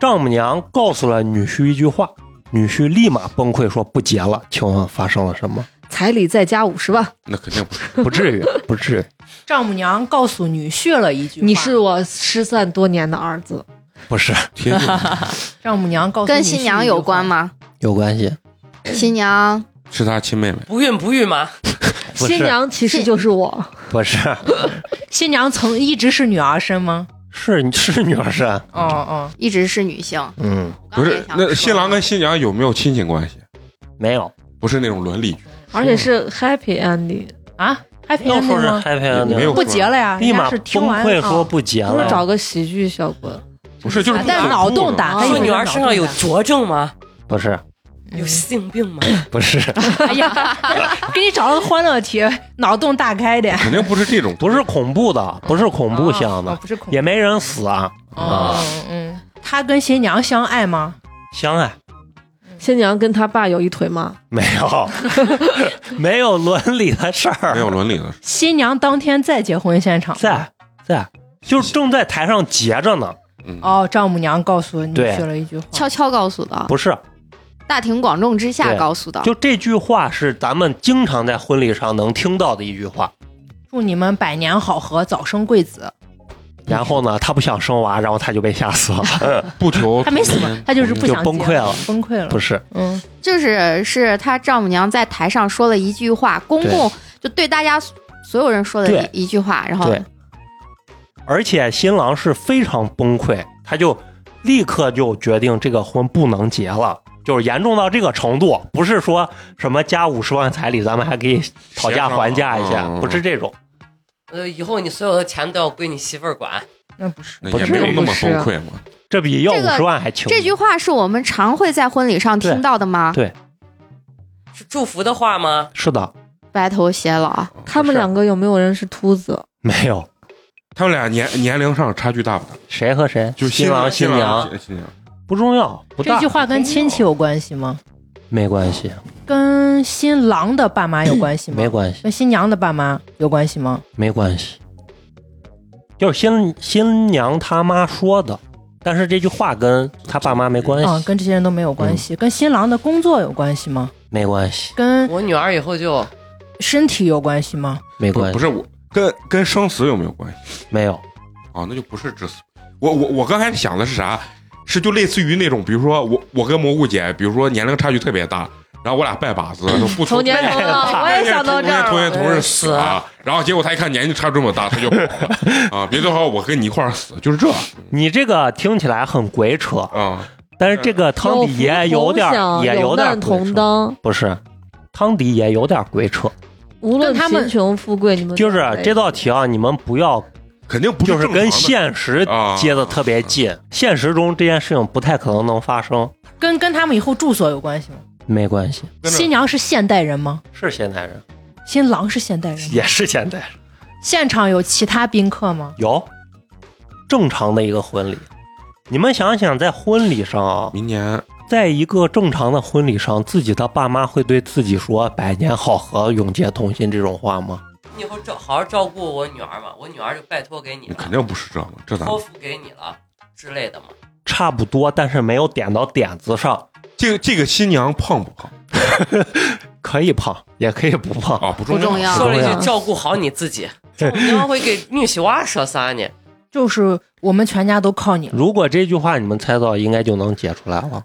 [SPEAKER 6] 丈母娘告诉了女婿一句话，女婿立马崩溃说不结了。请问发生了什 么？
[SPEAKER 5] 彩礼再加五十万，
[SPEAKER 1] 那肯定不是，
[SPEAKER 6] 不至于，不至于。
[SPEAKER 3] 丈母娘告诉女婿了一句话，
[SPEAKER 5] 你是我失散多年的儿子。
[SPEAKER 6] 不是
[SPEAKER 1] 贴近
[SPEAKER 3] 丈母娘告诉
[SPEAKER 4] 跟
[SPEAKER 3] 女婿
[SPEAKER 4] 新娘有关吗？
[SPEAKER 6] 有关系，
[SPEAKER 4] 新娘
[SPEAKER 1] 是他亲妹妹，
[SPEAKER 2] 不孕不育吗？
[SPEAKER 6] 不
[SPEAKER 5] 新
[SPEAKER 6] 是，
[SPEAKER 5] 娘其实就是我，
[SPEAKER 6] 不是，
[SPEAKER 3] 一句话？新娘曾一直是女儿身吗？
[SPEAKER 6] 是是女儿身。
[SPEAKER 3] 哦哦，
[SPEAKER 4] 一直是女性，
[SPEAKER 6] 嗯，
[SPEAKER 1] 不
[SPEAKER 4] 我刚才
[SPEAKER 1] 是
[SPEAKER 4] 也想
[SPEAKER 1] 那
[SPEAKER 4] 说
[SPEAKER 1] 新郎跟新娘有没有亲情关系？
[SPEAKER 6] 没有。
[SPEAKER 1] 不是那种伦理剧，
[SPEAKER 5] 而且是 happy ending，
[SPEAKER 3] 啊，还平
[SPEAKER 6] 要
[SPEAKER 3] 安
[SPEAKER 6] 说是啊
[SPEAKER 3] 吗？
[SPEAKER 6] happy ending，
[SPEAKER 1] 没有
[SPEAKER 3] 不结了哎呀，
[SPEAKER 6] 立
[SPEAKER 3] 人
[SPEAKER 6] 马
[SPEAKER 3] 家是
[SPEAKER 6] 崩
[SPEAKER 3] 听完
[SPEAKER 6] 溃
[SPEAKER 3] 啊
[SPEAKER 6] 说不结
[SPEAKER 5] 不
[SPEAKER 6] 了
[SPEAKER 5] 是。找个喜剧效果。
[SPEAKER 1] 不是就是
[SPEAKER 3] 啊但是
[SPEAKER 1] 不
[SPEAKER 3] 脑洞打
[SPEAKER 5] 啊
[SPEAKER 3] 开一
[SPEAKER 2] 说
[SPEAKER 3] 会
[SPEAKER 2] 女儿身上有拙症吗？
[SPEAKER 6] 不是，
[SPEAKER 2] 有性病吗？
[SPEAKER 6] 不是，
[SPEAKER 3] 哎 呀，给你找了个欢乐题，脑洞大开的，
[SPEAKER 1] 肯定不是这种，
[SPEAKER 6] 不是恐怖的，不是恐怖向
[SPEAKER 3] 哦
[SPEAKER 6] 的
[SPEAKER 3] 不，是恐怖
[SPEAKER 6] 也没人死啊。
[SPEAKER 3] 哦
[SPEAKER 6] 啊，
[SPEAKER 3] 嗯，他跟新娘相爱吗？
[SPEAKER 6] 相爱
[SPEAKER 5] 新娘跟他爸有一腿吗？
[SPEAKER 6] 没 有，没有伦理的事
[SPEAKER 1] 没
[SPEAKER 6] 儿，
[SPEAKER 1] 有伦理的，
[SPEAKER 3] 新娘当天在结婚现场，
[SPEAKER 6] 在在，就是正在台上结着呢，
[SPEAKER 1] 嗯，
[SPEAKER 3] 哦，丈母娘告诉女
[SPEAKER 6] 对
[SPEAKER 3] 婿了一句话，
[SPEAKER 4] 悄悄告诉的，
[SPEAKER 6] 不是。
[SPEAKER 1] 啊
[SPEAKER 4] 大庭广众之下
[SPEAKER 6] 对
[SPEAKER 4] 告诉的，
[SPEAKER 6] 就这句话是咱们经常在婚礼上能听到的一句话。
[SPEAKER 3] 祝你们百年好合，早生贵子。
[SPEAKER 6] 然后呢，他不想生娃，然后他就被吓死了。
[SPEAKER 1] 不求
[SPEAKER 3] 他没死嘛，他就是不想
[SPEAKER 6] 就崩
[SPEAKER 3] 结
[SPEAKER 6] 溃了
[SPEAKER 3] 崩溃了。
[SPEAKER 6] 不是，
[SPEAKER 3] 嗯，
[SPEAKER 4] 就是是他丈母娘在台上说了一句话，公共就对大家所有人说的
[SPEAKER 6] 对
[SPEAKER 4] 一一句话，然后
[SPEAKER 6] 对，而且新郎是非常崩溃，他就立刻就决定这个婚不能结了，就是严重到这个程度，不是说什么加五十万彩礼，咱们还可以讨价还价一下
[SPEAKER 1] 嗯嗯，嗯
[SPEAKER 6] 不是这种，
[SPEAKER 2] 呃，以后你所有的钱都要归你媳妇儿管。
[SPEAKER 3] 那不是。
[SPEAKER 1] 嗯那
[SPEAKER 6] 不
[SPEAKER 1] 也
[SPEAKER 6] 是
[SPEAKER 1] 没有那么
[SPEAKER 5] 不是
[SPEAKER 1] 崩溃嘛。
[SPEAKER 6] 这比要
[SPEAKER 4] 这
[SPEAKER 6] 五
[SPEAKER 4] 个
[SPEAKER 6] 十万还轻。
[SPEAKER 4] 这句话是我们常会在婚礼上听到的吗？
[SPEAKER 6] 对，
[SPEAKER 2] 是祝福的话吗？
[SPEAKER 6] 是的，
[SPEAKER 4] 白头偕老，
[SPEAKER 3] 啊
[SPEAKER 5] 他们两个有没有人是秃子？
[SPEAKER 6] 没有
[SPEAKER 1] 他们俩年年龄上差距大不大？
[SPEAKER 6] 谁和谁，
[SPEAKER 1] 就是
[SPEAKER 6] 新郎
[SPEAKER 1] 新
[SPEAKER 6] 新娘
[SPEAKER 1] 新娘，
[SPEAKER 6] 不重要，不
[SPEAKER 3] 这
[SPEAKER 6] 大
[SPEAKER 3] 句话跟亲戚有关系吗？
[SPEAKER 6] 没关系，
[SPEAKER 3] 跟新郎的爸妈有关系吗？
[SPEAKER 6] 没关系，
[SPEAKER 3] 跟新娘的爸妈有关系吗？
[SPEAKER 6] 没关系，就是新新娘他妈说的，但是这句话跟他爸妈没关
[SPEAKER 4] 哦
[SPEAKER 3] 啊，
[SPEAKER 6] 系，嗯
[SPEAKER 3] 跟这些人都没有关系。跟新郎的工作有关系吗？
[SPEAKER 6] 没关系，
[SPEAKER 3] 跟
[SPEAKER 2] 我女儿以后就
[SPEAKER 3] 身体有关系吗？
[SPEAKER 6] 没
[SPEAKER 1] 不
[SPEAKER 6] 关
[SPEAKER 1] 不
[SPEAKER 6] 系，
[SPEAKER 1] 是我跟跟生死有没有关系
[SPEAKER 6] 没有。
[SPEAKER 1] 啊？那就不是致死。我我我刚开始想的是啥？是就类似于那种，比如说我我跟蘑菇姐，比如说年龄差距特别大，然后我俩拜把子都不
[SPEAKER 5] 同年同
[SPEAKER 1] 哎
[SPEAKER 5] 月，我也想到这
[SPEAKER 1] 同学
[SPEAKER 5] 儿了。
[SPEAKER 1] 同学同事死啊，然后结果他一看年纪差这么大，他就跑了啊！别最好我跟你一块儿死，就是这
[SPEAKER 6] 你这个听起来很鬼扯，
[SPEAKER 1] 啊。
[SPEAKER 6] 但是这个汤底也
[SPEAKER 5] 有
[SPEAKER 6] 点
[SPEAKER 5] 福同享，
[SPEAKER 6] 也
[SPEAKER 5] 有
[SPEAKER 6] 点
[SPEAKER 5] 难
[SPEAKER 6] 鬼
[SPEAKER 5] 同
[SPEAKER 6] 扯，
[SPEAKER 5] 当，
[SPEAKER 6] 不是，汤底也有点鬼扯。
[SPEAKER 5] 无论
[SPEAKER 3] 跟他们
[SPEAKER 5] 贫穷富贵，你们
[SPEAKER 6] 就
[SPEAKER 5] 都
[SPEAKER 6] 是
[SPEAKER 5] 得
[SPEAKER 6] 这道题啊，你们不要
[SPEAKER 1] 肯定不
[SPEAKER 6] 就是
[SPEAKER 1] 正常的
[SPEAKER 6] 跟现实接的特别近，现实中这件事情不太可能能发生，
[SPEAKER 3] 跟跟他们以后住所有关系吗？
[SPEAKER 6] 没关系，
[SPEAKER 1] 跟着
[SPEAKER 3] 新娘是现代人吗？
[SPEAKER 6] 是现代人，
[SPEAKER 3] 新郎是现代人吗？
[SPEAKER 6] 也是现代人，
[SPEAKER 3] 现场有其他宾客吗？
[SPEAKER 6] 有正常的一个婚礼，你们想想，在婚礼上啊，
[SPEAKER 1] 明年
[SPEAKER 6] 在一个正常的婚礼上，自己的爸妈会对自己说“百年好合，永结同心”这种话吗？
[SPEAKER 2] 你以后照好好照顾我女儿嘛，我女儿就拜托给你
[SPEAKER 1] 你
[SPEAKER 2] 了，
[SPEAKER 1] 肯定不是这个，这咋
[SPEAKER 2] 托付给你了之类的嘛。
[SPEAKER 6] 差不多，但是没有点到点子上，
[SPEAKER 1] 这个这个新娘胖不胖
[SPEAKER 6] 可以胖，也可以不胖。
[SPEAKER 1] 啊？不重
[SPEAKER 4] 不重要
[SPEAKER 1] 要，
[SPEAKER 2] 说了一
[SPEAKER 6] 是这
[SPEAKER 2] 句
[SPEAKER 6] 样
[SPEAKER 2] 照顾好你 自己，丈母娘会给女婿娃说啥呢？
[SPEAKER 3] 就是我们全家都靠你了。
[SPEAKER 6] 如果这句话你们猜到，应该就能解出来了。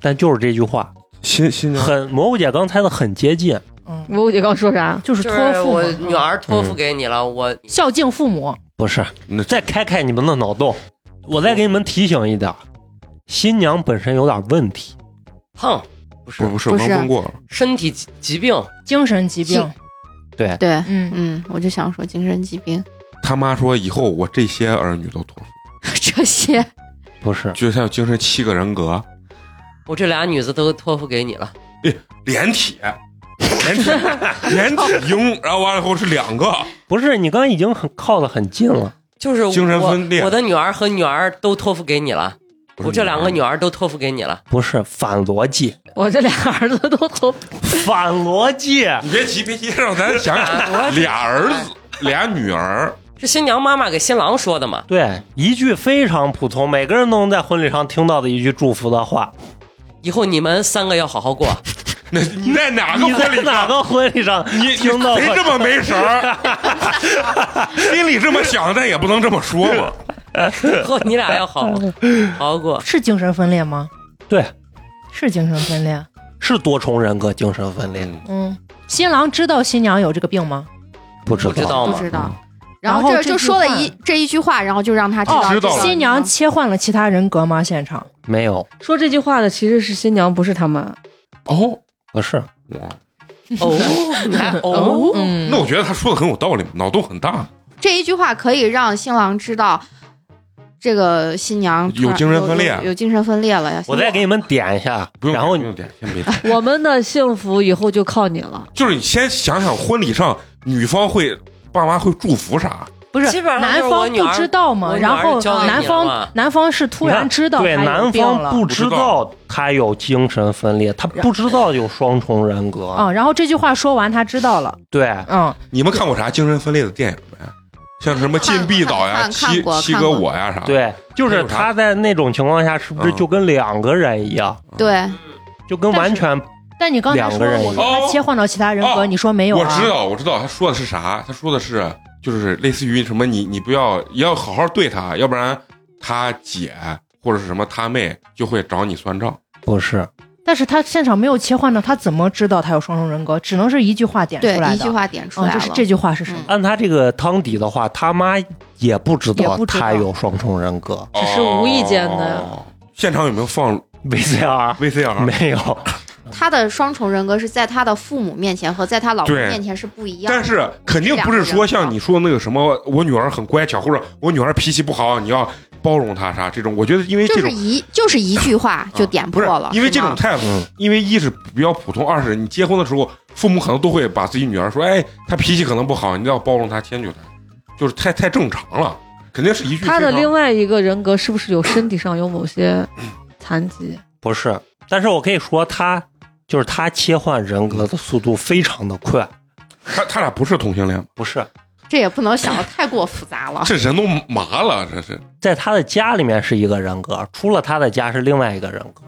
[SPEAKER 6] 但就是这句话，
[SPEAKER 1] 新新娘
[SPEAKER 6] 很蘑菇姐刚猜的很接近，
[SPEAKER 3] 嗯，
[SPEAKER 5] 我姐刚说啥？
[SPEAKER 3] 就是
[SPEAKER 2] 就
[SPEAKER 3] 托
[SPEAKER 2] 是
[SPEAKER 3] 付
[SPEAKER 2] 我
[SPEAKER 3] 嘛
[SPEAKER 2] 女儿托
[SPEAKER 1] 嗯
[SPEAKER 2] 付给你了，我
[SPEAKER 3] 嗯孝敬父母，
[SPEAKER 6] 不是？
[SPEAKER 1] 那
[SPEAKER 6] 再开开你们的脑洞，我再给你们提醒一点儿，新娘本身有点问题，
[SPEAKER 2] 胖不是
[SPEAKER 1] 不不是
[SPEAKER 4] 不
[SPEAKER 1] 王
[SPEAKER 4] 是
[SPEAKER 1] 峰过了，
[SPEAKER 2] 身体疾疾病，
[SPEAKER 3] 精神疾病。
[SPEAKER 6] 对，
[SPEAKER 4] 对，
[SPEAKER 3] 嗯，
[SPEAKER 4] 嗯，我就想说精神疾病
[SPEAKER 1] 他妈说以后我这些儿女都托付，
[SPEAKER 4] 这些，
[SPEAKER 6] 不是。
[SPEAKER 1] 觉得他有精神七个人格，
[SPEAKER 2] 我这俩女子都托付给你了。
[SPEAKER 1] 连体，连体，连体婴，然后完了以后是两个，
[SPEAKER 6] 不是，你刚刚已经很靠得很近了。
[SPEAKER 2] 就是我
[SPEAKER 1] 精神分裂
[SPEAKER 2] 我的女儿和女儿都托付给你了，
[SPEAKER 1] 不是
[SPEAKER 2] 我这两个
[SPEAKER 1] 女
[SPEAKER 2] 女儿都托付给你了。
[SPEAKER 6] 不是反逻辑，
[SPEAKER 5] 我这俩儿子都都
[SPEAKER 6] 反逻辑。
[SPEAKER 1] 儿，你别急别急，让咱想想，俩儿子俩女儿，
[SPEAKER 2] 是新娘妈妈给新郎说的嘛？
[SPEAKER 6] 对，一句非常普通，每个人都能在婚礼上听到的一句祝福的话。
[SPEAKER 2] 以后你们三个要好好 过。
[SPEAKER 1] 那你在哪个
[SPEAKER 6] 你
[SPEAKER 1] 婚
[SPEAKER 6] 在
[SPEAKER 1] 礼
[SPEAKER 6] 哪
[SPEAKER 1] 上？
[SPEAKER 6] 个婚礼上
[SPEAKER 1] 你你
[SPEAKER 6] 听到
[SPEAKER 1] 谁
[SPEAKER 6] 过
[SPEAKER 1] 这？么没神儿？ 心里这么想，但也不能这么说嘛。
[SPEAKER 6] 嗯
[SPEAKER 2] 以后你俩要好好好过。
[SPEAKER 3] 是精神分裂吗？
[SPEAKER 6] 对，
[SPEAKER 3] 是精神分裂。
[SPEAKER 6] 是多重人格精神分裂，
[SPEAKER 3] 嗯，新郎知道新娘有这个病吗？
[SPEAKER 6] 不知
[SPEAKER 2] 不知
[SPEAKER 6] 道。
[SPEAKER 2] 道
[SPEAKER 4] 不
[SPEAKER 2] 吗？
[SPEAKER 4] 知道。
[SPEAKER 1] 嗯
[SPEAKER 4] 然
[SPEAKER 3] 然
[SPEAKER 4] 后
[SPEAKER 3] 后
[SPEAKER 4] 这
[SPEAKER 3] 这
[SPEAKER 4] 就
[SPEAKER 3] 句
[SPEAKER 4] 说了
[SPEAKER 3] 话
[SPEAKER 4] 一这一句话，然后就让他知
[SPEAKER 1] 哦
[SPEAKER 4] 道
[SPEAKER 1] 知道
[SPEAKER 4] 这
[SPEAKER 1] 了
[SPEAKER 4] 个
[SPEAKER 3] 新娘切换了其他人格吗？现场
[SPEAKER 6] 没有，
[SPEAKER 5] 说这句话的其实是新娘，不是 他妈。
[SPEAKER 1] 哦，
[SPEAKER 6] 不是。
[SPEAKER 2] 哦，你还哦，
[SPEAKER 5] 嗯
[SPEAKER 1] 那我觉得他说的很有道理，脑洞很大，
[SPEAKER 4] 这一句话可以让新郎知道这个新娘
[SPEAKER 1] 有精神分裂
[SPEAKER 4] 有有有精神分裂了呀。
[SPEAKER 6] 我再给你们点一下，
[SPEAKER 1] 不用
[SPEAKER 6] 然后
[SPEAKER 1] 不用点，先别点。
[SPEAKER 5] 我们的幸福以后就靠你了。
[SPEAKER 1] 就是你先想想婚礼上女方会爸妈会祝福啥，
[SPEAKER 3] 不是
[SPEAKER 2] 基本上就是我
[SPEAKER 3] 男方
[SPEAKER 2] 女儿
[SPEAKER 3] 不知道吗？
[SPEAKER 2] 我女
[SPEAKER 3] 然
[SPEAKER 2] 儿
[SPEAKER 3] 后
[SPEAKER 2] 交给
[SPEAKER 3] 男
[SPEAKER 2] 你了
[SPEAKER 3] 方
[SPEAKER 2] 嘛
[SPEAKER 3] 男方是突然知道
[SPEAKER 6] 对
[SPEAKER 3] 他有
[SPEAKER 6] 男
[SPEAKER 3] 病
[SPEAKER 6] 方
[SPEAKER 3] 了
[SPEAKER 6] 不知道他有精神分裂，他不知道有双重人格。
[SPEAKER 3] 啊、然后这句话说完，他知道了。
[SPEAKER 6] 对，
[SPEAKER 1] 啊
[SPEAKER 3] 嗯，
[SPEAKER 1] 你们看过啥精神分裂的电影没？像什么《禁闭岛》呀、
[SPEAKER 4] 看看
[SPEAKER 1] 七
[SPEAKER 4] 看过
[SPEAKER 1] 七
[SPEAKER 4] 看
[SPEAKER 1] 哥
[SPEAKER 4] 过
[SPEAKER 1] 我呀啊啥的，嗯
[SPEAKER 6] 对，就是他在那种情况下，是不是就跟两个人一样，
[SPEAKER 4] 对，
[SPEAKER 6] 就跟完全
[SPEAKER 3] 但你刚才
[SPEAKER 6] 两
[SPEAKER 3] 说
[SPEAKER 6] 个人
[SPEAKER 3] 我
[SPEAKER 6] 一
[SPEAKER 3] 跟他
[SPEAKER 1] 样
[SPEAKER 3] 切换到其他人格，
[SPEAKER 1] 哦
[SPEAKER 3] 你说没有
[SPEAKER 1] 我
[SPEAKER 3] 啊？
[SPEAKER 1] 知道，我知道，他说的是啥？他说的是，就是类似于什么你，你不要也要好好对他，要不然他姐或者是什么他妹就会找你算账。
[SPEAKER 6] 不是？
[SPEAKER 3] 但是他现场没有切换到，他怎么知道他有双重人格？只能是一句话点出
[SPEAKER 4] 对
[SPEAKER 3] 来的。
[SPEAKER 4] 一句，话点出
[SPEAKER 3] 嗯，
[SPEAKER 4] 来
[SPEAKER 3] 就
[SPEAKER 4] 了。
[SPEAKER 3] 是这句话是什么？
[SPEAKER 4] 嗯
[SPEAKER 6] 按他这个汤底的话，他妈也不知
[SPEAKER 3] 也
[SPEAKER 6] 道
[SPEAKER 3] 不知道
[SPEAKER 6] 他有双重人格。
[SPEAKER 5] 只是无意间的
[SPEAKER 1] 哦现场有没有啊放
[SPEAKER 6] VCR
[SPEAKER 1] VCR？
[SPEAKER 6] 没有，
[SPEAKER 4] 他的双重人格是在他的父母面前和在他老公
[SPEAKER 1] 对
[SPEAKER 4] 面前是不一样的。
[SPEAKER 1] 但是肯定不是说像你说那个什么，我女儿很乖巧，或者我女儿脾气不好，你要包容她啥这种。我觉得因为
[SPEAKER 4] 就
[SPEAKER 1] 这
[SPEAKER 4] 是
[SPEAKER 1] 种啊
[SPEAKER 4] 一就是一句话就点破了，
[SPEAKER 1] 不是因为这
[SPEAKER 4] 是吗
[SPEAKER 1] 种太，因为一是比较普通，二是你结婚的时候，父母可能都会把自己女儿说，哎，她脾气可能不好，你要包容她，迁就她，就是太太正常了，肯定是一句非常。
[SPEAKER 5] 他的另外一个人格是不是有身体上有某些残疾？
[SPEAKER 6] 不是。但是我可以说他，就是他切换人格的速度非常的快，
[SPEAKER 1] 他他俩不是同性恋，
[SPEAKER 6] 不是
[SPEAKER 4] 这也不能想的太过复杂了。
[SPEAKER 1] 这人都麻了，这是
[SPEAKER 6] 在他的家里面是一个人格，出了他的家是另外一个人格。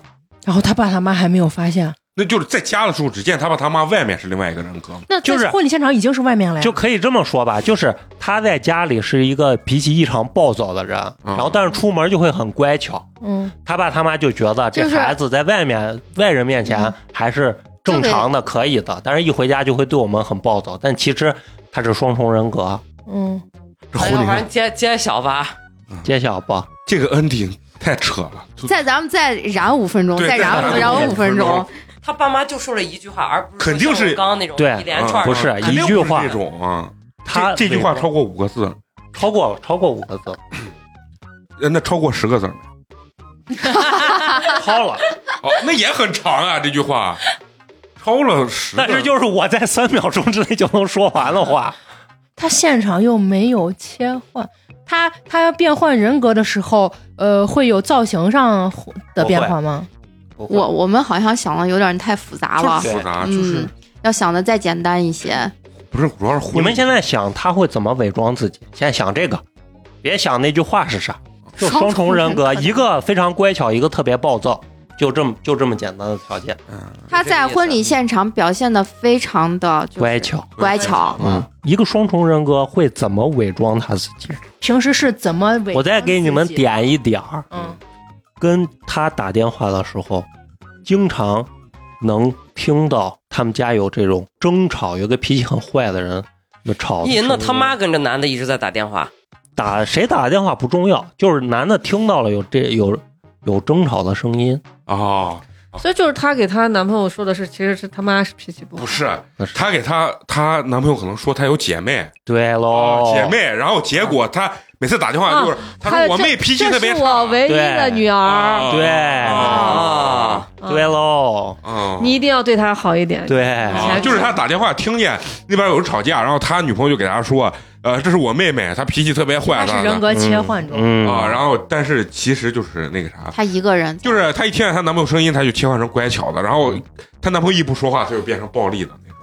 [SPEAKER 3] 然后他爸他妈还没有发现，
[SPEAKER 1] 那就是在家的时候只见他爸他妈，外面是另外一个人格。
[SPEAKER 3] 那
[SPEAKER 6] 就是
[SPEAKER 3] 在婚礼现场已经是外面了呀。
[SPEAKER 6] 就可以这么说吧，就是他在家里是一个脾气异常暴躁的人，
[SPEAKER 1] 嗯
[SPEAKER 6] 然后但是出门就会很乖巧。
[SPEAKER 3] 嗯，
[SPEAKER 6] 他爸他妈就觉得这
[SPEAKER 4] 就是嗯
[SPEAKER 6] 孩子在外面外人面前还是正常的、可以的，但是一回家就会对我们很暴躁。但其实他是双重人格，
[SPEAKER 3] 嗯，
[SPEAKER 1] 这
[SPEAKER 2] 哎
[SPEAKER 1] 婚
[SPEAKER 2] 要
[SPEAKER 1] 礼
[SPEAKER 2] 不
[SPEAKER 1] 上
[SPEAKER 2] 然接接小吧，
[SPEAKER 6] 揭晓吧。
[SPEAKER 1] 这个恩迪太扯了，就
[SPEAKER 4] 再咱们再燃五分钟，
[SPEAKER 1] 对
[SPEAKER 4] 再燃
[SPEAKER 1] 再
[SPEAKER 4] 五
[SPEAKER 1] 燃
[SPEAKER 4] 燃
[SPEAKER 1] 五
[SPEAKER 4] 五
[SPEAKER 1] 分
[SPEAKER 4] 分
[SPEAKER 1] 钟
[SPEAKER 4] 钟，
[SPEAKER 2] 他爸妈就说了一句话，而不是
[SPEAKER 1] 肯定是
[SPEAKER 2] 像我刚刚那种
[SPEAKER 6] 对
[SPEAKER 2] 一连串
[SPEAKER 1] 啊
[SPEAKER 2] 的
[SPEAKER 6] 不是
[SPEAKER 1] 肯定
[SPEAKER 6] 一句
[SPEAKER 1] 不是
[SPEAKER 6] 话
[SPEAKER 1] 这种啊。
[SPEAKER 6] 他
[SPEAKER 1] 这这句话超过五个字，
[SPEAKER 6] 超过超过五个字，
[SPEAKER 1] 呃那超过十个字儿没
[SPEAKER 6] 超了。
[SPEAKER 1] 哦，那也很长啊，这句话超了十个。
[SPEAKER 6] 但是就是我在 三秒钟之内就能说完的话，
[SPEAKER 3] 他现场又没有切换，他他要变换人格的时候，呃，会有造型上的变化吗？
[SPEAKER 4] 我我们好像想的有点太复杂
[SPEAKER 1] 就
[SPEAKER 4] 了
[SPEAKER 1] 是，复杂，就是
[SPEAKER 4] 嗯，要想的再简单一些。
[SPEAKER 1] 不是主要是婚礼
[SPEAKER 6] 你们现在想他会怎么伪装自己？先想这个，别想那句话是啥，就双重人格，
[SPEAKER 4] 双重人格
[SPEAKER 6] 一个非常乖巧，一个特别暴躁，就这么就这么简单的条件，
[SPEAKER 4] 他在婚礼现场表现的非常的就是
[SPEAKER 6] 乖巧。
[SPEAKER 4] 乖巧，
[SPEAKER 6] 嗯，一个双重人格会怎么伪装他自己？
[SPEAKER 3] 平时是怎么伪？
[SPEAKER 6] 我再给你们，点一点儿，
[SPEAKER 3] 嗯，
[SPEAKER 6] 跟他打电话的时候，经常能听到他们家有这种争吵，有个脾气很坏的人，那吵的
[SPEAKER 2] 一银
[SPEAKER 6] 声
[SPEAKER 2] 的
[SPEAKER 6] 音
[SPEAKER 2] 他妈跟这男的一直在打电话，
[SPEAKER 6] 打谁打的电话不重要，就是男的听到了有这有有争吵的声音，
[SPEAKER 1] 哦，
[SPEAKER 5] 所以就是她给她男朋友说的是，其实是他妈是脾气不好
[SPEAKER 1] 不。是，她给她她男朋友可能说她有姐妹
[SPEAKER 6] 对喽
[SPEAKER 1] 哦，，姐妹，然后结果她每次打电话就是她
[SPEAKER 5] 还
[SPEAKER 1] 说
[SPEAKER 5] 有
[SPEAKER 1] 我
[SPEAKER 5] 这
[SPEAKER 1] 妹脾气
[SPEAKER 5] 这
[SPEAKER 1] 特别
[SPEAKER 5] 是我
[SPEAKER 1] 差，
[SPEAKER 5] 唯一的女儿，嗯
[SPEAKER 1] 啊
[SPEAKER 6] 对
[SPEAKER 1] 啊
[SPEAKER 6] 对喽，
[SPEAKER 1] 啊，
[SPEAKER 5] 你一定要对她好一点。
[SPEAKER 6] 对，
[SPEAKER 1] 啊，就是他打电话听见那边有人吵架，然后他女朋友就给他说，呃，这是我妹妹，她脾气特别坏，
[SPEAKER 3] 他是
[SPEAKER 1] 咋
[SPEAKER 3] 人
[SPEAKER 1] 的
[SPEAKER 3] 格切换中。
[SPEAKER 6] 嗯
[SPEAKER 1] 啊，然后但是其实就是那个啥，
[SPEAKER 4] 他一个人
[SPEAKER 1] 就是她一听见她男朋友声音，她就切换成乖巧的，然后她男朋友一不说话，她就变成暴力的那种，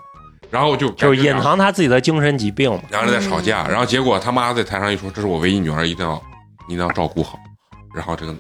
[SPEAKER 1] 然后就
[SPEAKER 6] 就是隐
[SPEAKER 1] 感觉
[SPEAKER 6] 藏他自己的精神疾病嘛。
[SPEAKER 1] 两个人在吵
[SPEAKER 6] 嗯
[SPEAKER 1] 架，然后结果他妈在台上一说，这是我唯一女儿，一定要你一定要照顾好，然后这个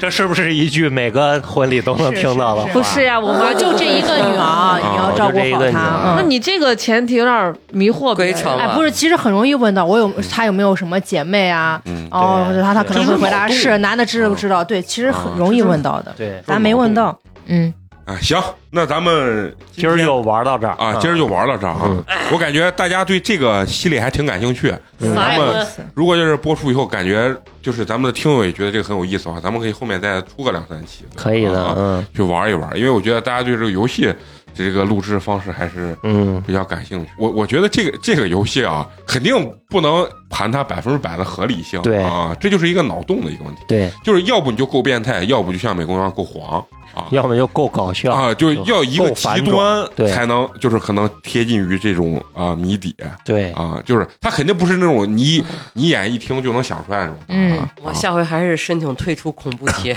[SPEAKER 6] 这是不是一句每个婚礼都能听到的话？
[SPEAKER 3] 是
[SPEAKER 5] 不是呀，我妈
[SPEAKER 3] 我啊就这一个 女儿，啊你要照
[SPEAKER 6] 嗯
[SPEAKER 3] 顾
[SPEAKER 6] 哦就这一
[SPEAKER 3] 好
[SPEAKER 6] 个女儿
[SPEAKER 3] 她。
[SPEAKER 5] 那
[SPEAKER 3] 嗯，
[SPEAKER 5] 你这个前提有点迷惑别人
[SPEAKER 2] 规程
[SPEAKER 3] 哎，不是，其实很容易问到我有她有没有什么姐妹啊？
[SPEAKER 1] 嗯
[SPEAKER 3] 哦，
[SPEAKER 6] 对
[SPEAKER 3] 她她可能
[SPEAKER 6] 这嗯
[SPEAKER 3] 会
[SPEAKER 6] 是
[SPEAKER 3] 回答
[SPEAKER 6] 脑洞
[SPEAKER 3] 是，男的知不知道？对，其实很容易问到的，
[SPEAKER 6] 对，
[SPEAKER 3] 咱没问到。嗯，
[SPEAKER 1] 啊行，那咱们
[SPEAKER 6] 今儿就玩到这儿
[SPEAKER 1] 啊，今儿就玩到这儿啊
[SPEAKER 6] 嗯！
[SPEAKER 1] 我感觉大家对这个系列还挺感兴趣。
[SPEAKER 6] 嗯
[SPEAKER 1] 咱
[SPEAKER 2] 哎
[SPEAKER 1] 们
[SPEAKER 2] 我
[SPEAKER 1] 如果就是播出以后，感觉就是咱们的听友也觉得这个很有意思的话，咱们可以后面再出个两三期，
[SPEAKER 6] 可以的，
[SPEAKER 1] 啊，
[SPEAKER 6] 嗯
[SPEAKER 1] 去玩一玩。因为我觉得大家对这个游戏这个录制方式还是
[SPEAKER 6] 嗯，
[SPEAKER 1] 比较感兴趣。我我觉得这个这个游戏啊，肯定不能盘它百分之百的合理性，
[SPEAKER 6] 对
[SPEAKER 1] 啊，这就是一个脑洞的一个问题，
[SPEAKER 6] 对，
[SPEAKER 1] 就是要不你就够变态，要不就像美工一样够黄啊。
[SPEAKER 6] 要么就够搞笑
[SPEAKER 1] 啊，就要一个
[SPEAKER 6] 够
[SPEAKER 1] 极
[SPEAKER 6] 反
[SPEAKER 1] 端
[SPEAKER 6] 转对
[SPEAKER 1] 才能，就是可能贴近于这种啊、谜底
[SPEAKER 6] 对，
[SPEAKER 1] 啊，就是他肯定不是那种你一你眼一听就能想出来那种。
[SPEAKER 3] 嗯
[SPEAKER 1] 啊
[SPEAKER 2] 我
[SPEAKER 1] 啊
[SPEAKER 2] 下回还是申请退出恐怖贴，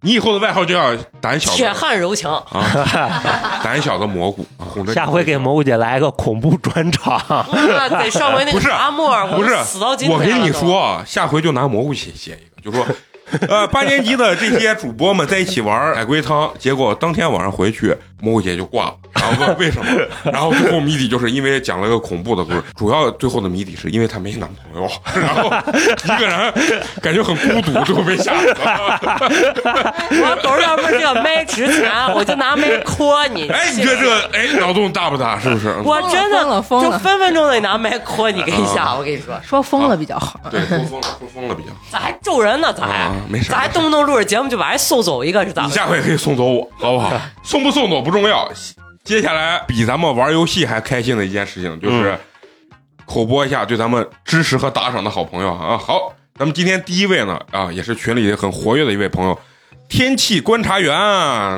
[SPEAKER 1] 你以后的外号就叫胆小
[SPEAKER 2] 铁
[SPEAKER 1] 的
[SPEAKER 2] 汉柔情。
[SPEAKER 1] 胆小的蘑菇，啊哄着你
[SPEAKER 6] 下回给蘑菇姐来一个恐怖 专场，
[SPEAKER 2] 哇塞，上回那
[SPEAKER 1] 不
[SPEAKER 2] 个
[SPEAKER 1] 是
[SPEAKER 2] 阿莫尔，
[SPEAKER 1] 不是
[SPEAKER 2] 死到今天
[SPEAKER 1] 我
[SPEAKER 2] 了
[SPEAKER 1] 跟你
[SPEAKER 2] 都
[SPEAKER 1] 说，啊，下回就拿蘑菇写写一个，就说。 呃，八年级的这些主播们在一起玩海龟汤，结果当天晚上回去，蘑菇姐就挂了。然后问为什么？ 然后最后谜底就是因为讲了个恐怖的故事，主要最后的谜底是因为她没男朋友， 然后一个人感觉很孤独，最后被吓死了。
[SPEAKER 2] 我董事长不是叫麦值钱，我就 拿麦磕你。
[SPEAKER 1] 哎，你觉得这个哎脑洞大不大？是不是？
[SPEAKER 2] 我真的
[SPEAKER 3] 疯了疯
[SPEAKER 2] 就
[SPEAKER 3] 了
[SPEAKER 2] 分分钟得拿麦磕你给一下，
[SPEAKER 1] 啊
[SPEAKER 2] 我跟你说，
[SPEAKER 3] 说疯了比较好。
[SPEAKER 1] 对，说疯了，说疯了比较好。
[SPEAKER 2] 咋还咒人呢？咋还
[SPEAKER 1] 啊没事儿
[SPEAKER 2] 咋还动不动录着节目就把人送走一个是咋
[SPEAKER 1] 你
[SPEAKER 2] 回事？
[SPEAKER 1] 下回也可以送走我，好不好？ 送不送走不重要。接下来比咱们玩游戏还开心的一件事情，
[SPEAKER 6] 嗯
[SPEAKER 1] 就是口播一下对咱们支持和打赏的好朋友啊。好，咱们今天第一位呢啊，也是群里很活跃的一位朋友，天气观察员，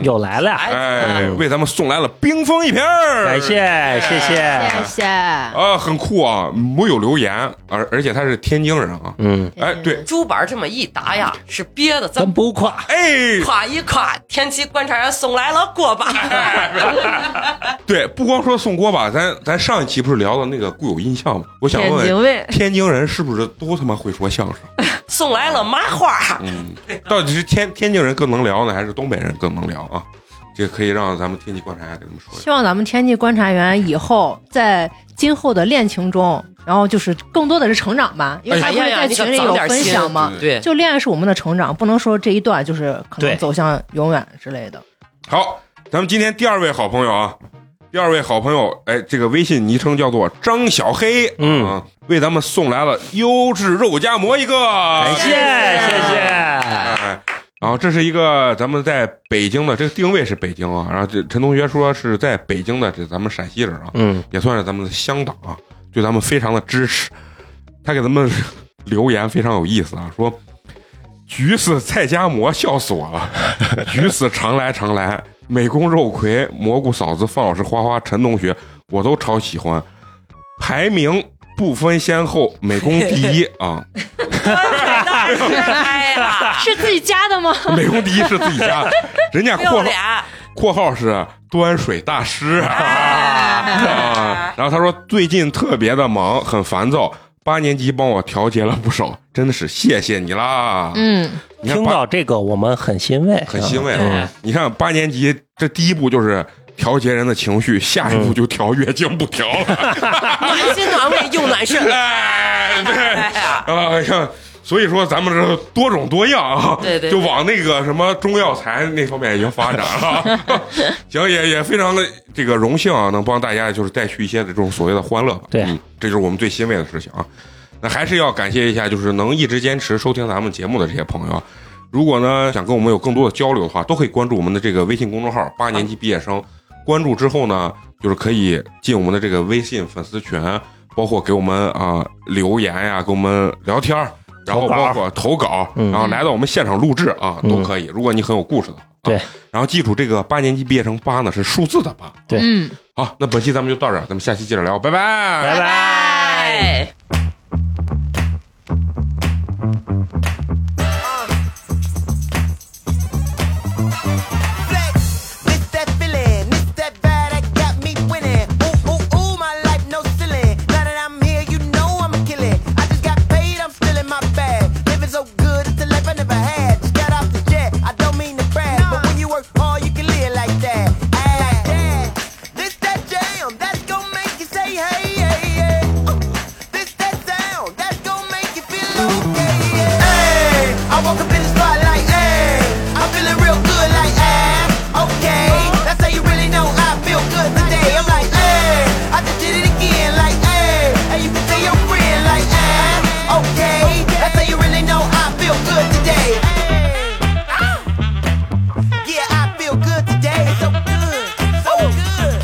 [SPEAKER 6] 又来了，
[SPEAKER 1] 哎，为咱们送来了冰封一瓶儿，
[SPEAKER 6] 感谢
[SPEAKER 1] 哎
[SPEAKER 6] 谢谢，
[SPEAKER 4] 谢谢。
[SPEAKER 1] 啊，很酷啊，没有留言，而而且他是天津人啊，
[SPEAKER 6] 嗯，
[SPEAKER 1] 哎，对，
[SPEAKER 2] 竹板这么一打呀，是憋的，咱
[SPEAKER 6] 咱不夸，
[SPEAKER 1] 哎，
[SPEAKER 2] 夸一夸，天气观察员送来了锅 巴。
[SPEAKER 1] 对，不光说送锅巴，咱咱上一期不是聊到那个固有印象吗？我想
[SPEAKER 5] 天津
[SPEAKER 1] 问，
[SPEAKER 5] 卫
[SPEAKER 1] 天津人是不是都他妈会说相声？
[SPEAKER 2] 送来了麻花，
[SPEAKER 1] 嗯，到底是天天津人更能聊呢，还是东北人更能聊啊？这可以让咱们天津观察家给他们说一下。
[SPEAKER 3] 希望咱们天气观察员以后在今后的恋情中，然后就是更多的是成长吧，因为他
[SPEAKER 2] 哎
[SPEAKER 3] 不是
[SPEAKER 2] 呀呀，
[SPEAKER 3] 在
[SPEAKER 2] 你可
[SPEAKER 3] 群里
[SPEAKER 2] 长
[SPEAKER 3] 有
[SPEAKER 2] 点
[SPEAKER 3] 分
[SPEAKER 2] 心
[SPEAKER 3] 享嘛。
[SPEAKER 2] 对，
[SPEAKER 3] 就恋爱是我们的成长，不能说这一段就是可
[SPEAKER 6] 对
[SPEAKER 3] 能走向永远之类的。
[SPEAKER 1] 好，咱们今天第二位好朋友啊，第二位好朋友，哎，这个微信昵称叫做张小黑，
[SPEAKER 6] 嗯
[SPEAKER 1] 啊，为咱们送来了优质肉夹馍一个，
[SPEAKER 6] 感谢谢
[SPEAKER 1] 哎，然后这是一个咱们在北京的，这个定位是北京啊。然后这陈同学说是在北京的，这咱们陕西人啊
[SPEAKER 6] 谢，，嗯，
[SPEAKER 1] 也算是咱们的乡党啊，对咱们非常的支持。他给咱们留言非常有意思啊，说橘子菜夹馍笑死我了，橘子常来常来，美工肉葵蘑菇嫂子范老师花花陈同学我都超喜欢，排名不分先后，美工第一啊。
[SPEAKER 2] 那是 哎呀，
[SPEAKER 7] 是自己家的吗？
[SPEAKER 1] 美工第一是自己家，人家
[SPEAKER 2] 六
[SPEAKER 1] 括号
[SPEAKER 2] 俩，
[SPEAKER 1] 括号是端水大师啊。然后他说最近特别的忙，很烦躁，八年级帮我调节了不少，真的是谢谢你啦。
[SPEAKER 3] 嗯，
[SPEAKER 1] 你看
[SPEAKER 6] 听
[SPEAKER 1] 八
[SPEAKER 6] 到这个我们很欣慰，
[SPEAKER 1] 很欣慰
[SPEAKER 6] 嗯
[SPEAKER 1] 啊！你看八年级这第一步就是调节人的情绪，下一
[SPEAKER 6] 嗯
[SPEAKER 1] 步就调月经不调了。
[SPEAKER 2] 暖心暖胃又暖肾。
[SPEAKER 1] 哎，对。
[SPEAKER 2] 哎呀，
[SPEAKER 1] 啊，像所以说咱们这多种多样啊，
[SPEAKER 2] 对对对
[SPEAKER 1] 就往那个什么中药材那方面已经发展 了。行，也也非常的这个荣幸啊，能帮大家就是带去一些这种所谓的欢乐吧。
[SPEAKER 6] 对
[SPEAKER 1] 嗯，这就是我们最欣慰的事情啊。那还是要感谢一下，就是能一直坚持收听咱们节目的这些朋友啊。如果呢想跟我们有更多的交流的话，都可以关注我们的这个微信公众号“八年级毕业生”。关注之后呢，就是可以进我们的这个微信粉丝群，包括给我们啊、留言呀、跟我们聊天儿，然后
[SPEAKER 6] 投稿
[SPEAKER 1] 包括投稿，
[SPEAKER 6] 嗯
[SPEAKER 1] 然后来到我们现场录制啊，
[SPEAKER 6] 嗯
[SPEAKER 1] 都可以。如果你很有故事的话，
[SPEAKER 6] 对
[SPEAKER 1] 啊。然后记住这个八年级毕业生八呢是数字的八。
[SPEAKER 6] 啊对
[SPEAKER 4] 嗯，
[SPEAKER 1] 好，那本期咱们就到这儿，咱们下期接着聊，拜拜
[SPEAKER 6] 拜
[SPEAKER 2] 拜。
[SPEAKER 8] flex with that feeling. It's that bad that got me winning. Ooh, ooh, ooh, my life no ceiling. Now that I'm here, you know I'm killing. I just got paid, I'm still in my bag. Living so good, it's the life I never had. Just got off the jet, I don't mean to brag. But when you work hard, you can live like that. Ay, This that jam, that's gonna make you say hey, hey, hey. Ooh, This that sound, that's gonna make you feel okay. yeah. Hey, I walk up in the spotlight, hey, I'm feeling real good like ah, okay. That's how you really know I feel good today. I'm like, hey, I just did it again, like hey, and you can tell your friend like ah, okay. That's how you really know I feel good today. Yeah, I feel good today. So good, so good.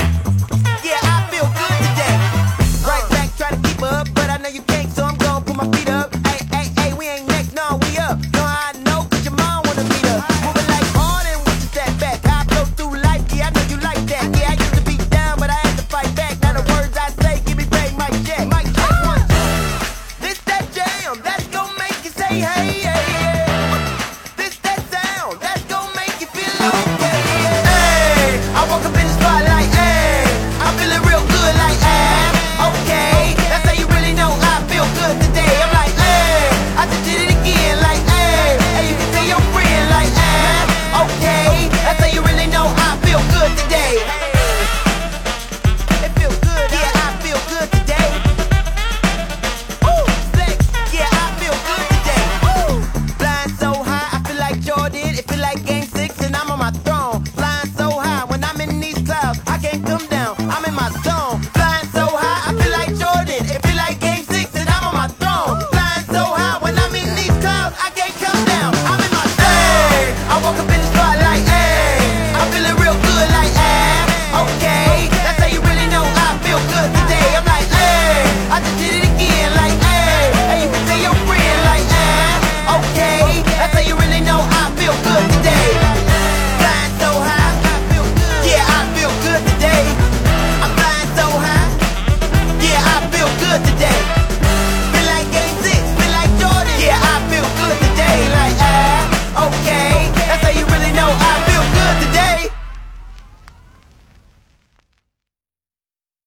[SPEAKER 8] Yeah, I feel good today. Right back, try to keep up, but I know you can't, so I'm gonna put my feet up. Hey, hey, hey, we ain't next, no, we up. No, I know, cause your mom wanna meet us. Moving like Harden with the setback. I go through life, yeah, I know you like that. Yeah, I used to be down, but I had to fight back. Now the words I say, give me back, Mike Jack. Mike Jack, one, two. This that jam, that's gonna make you say, hey, hey, hey. ah, ah, eh.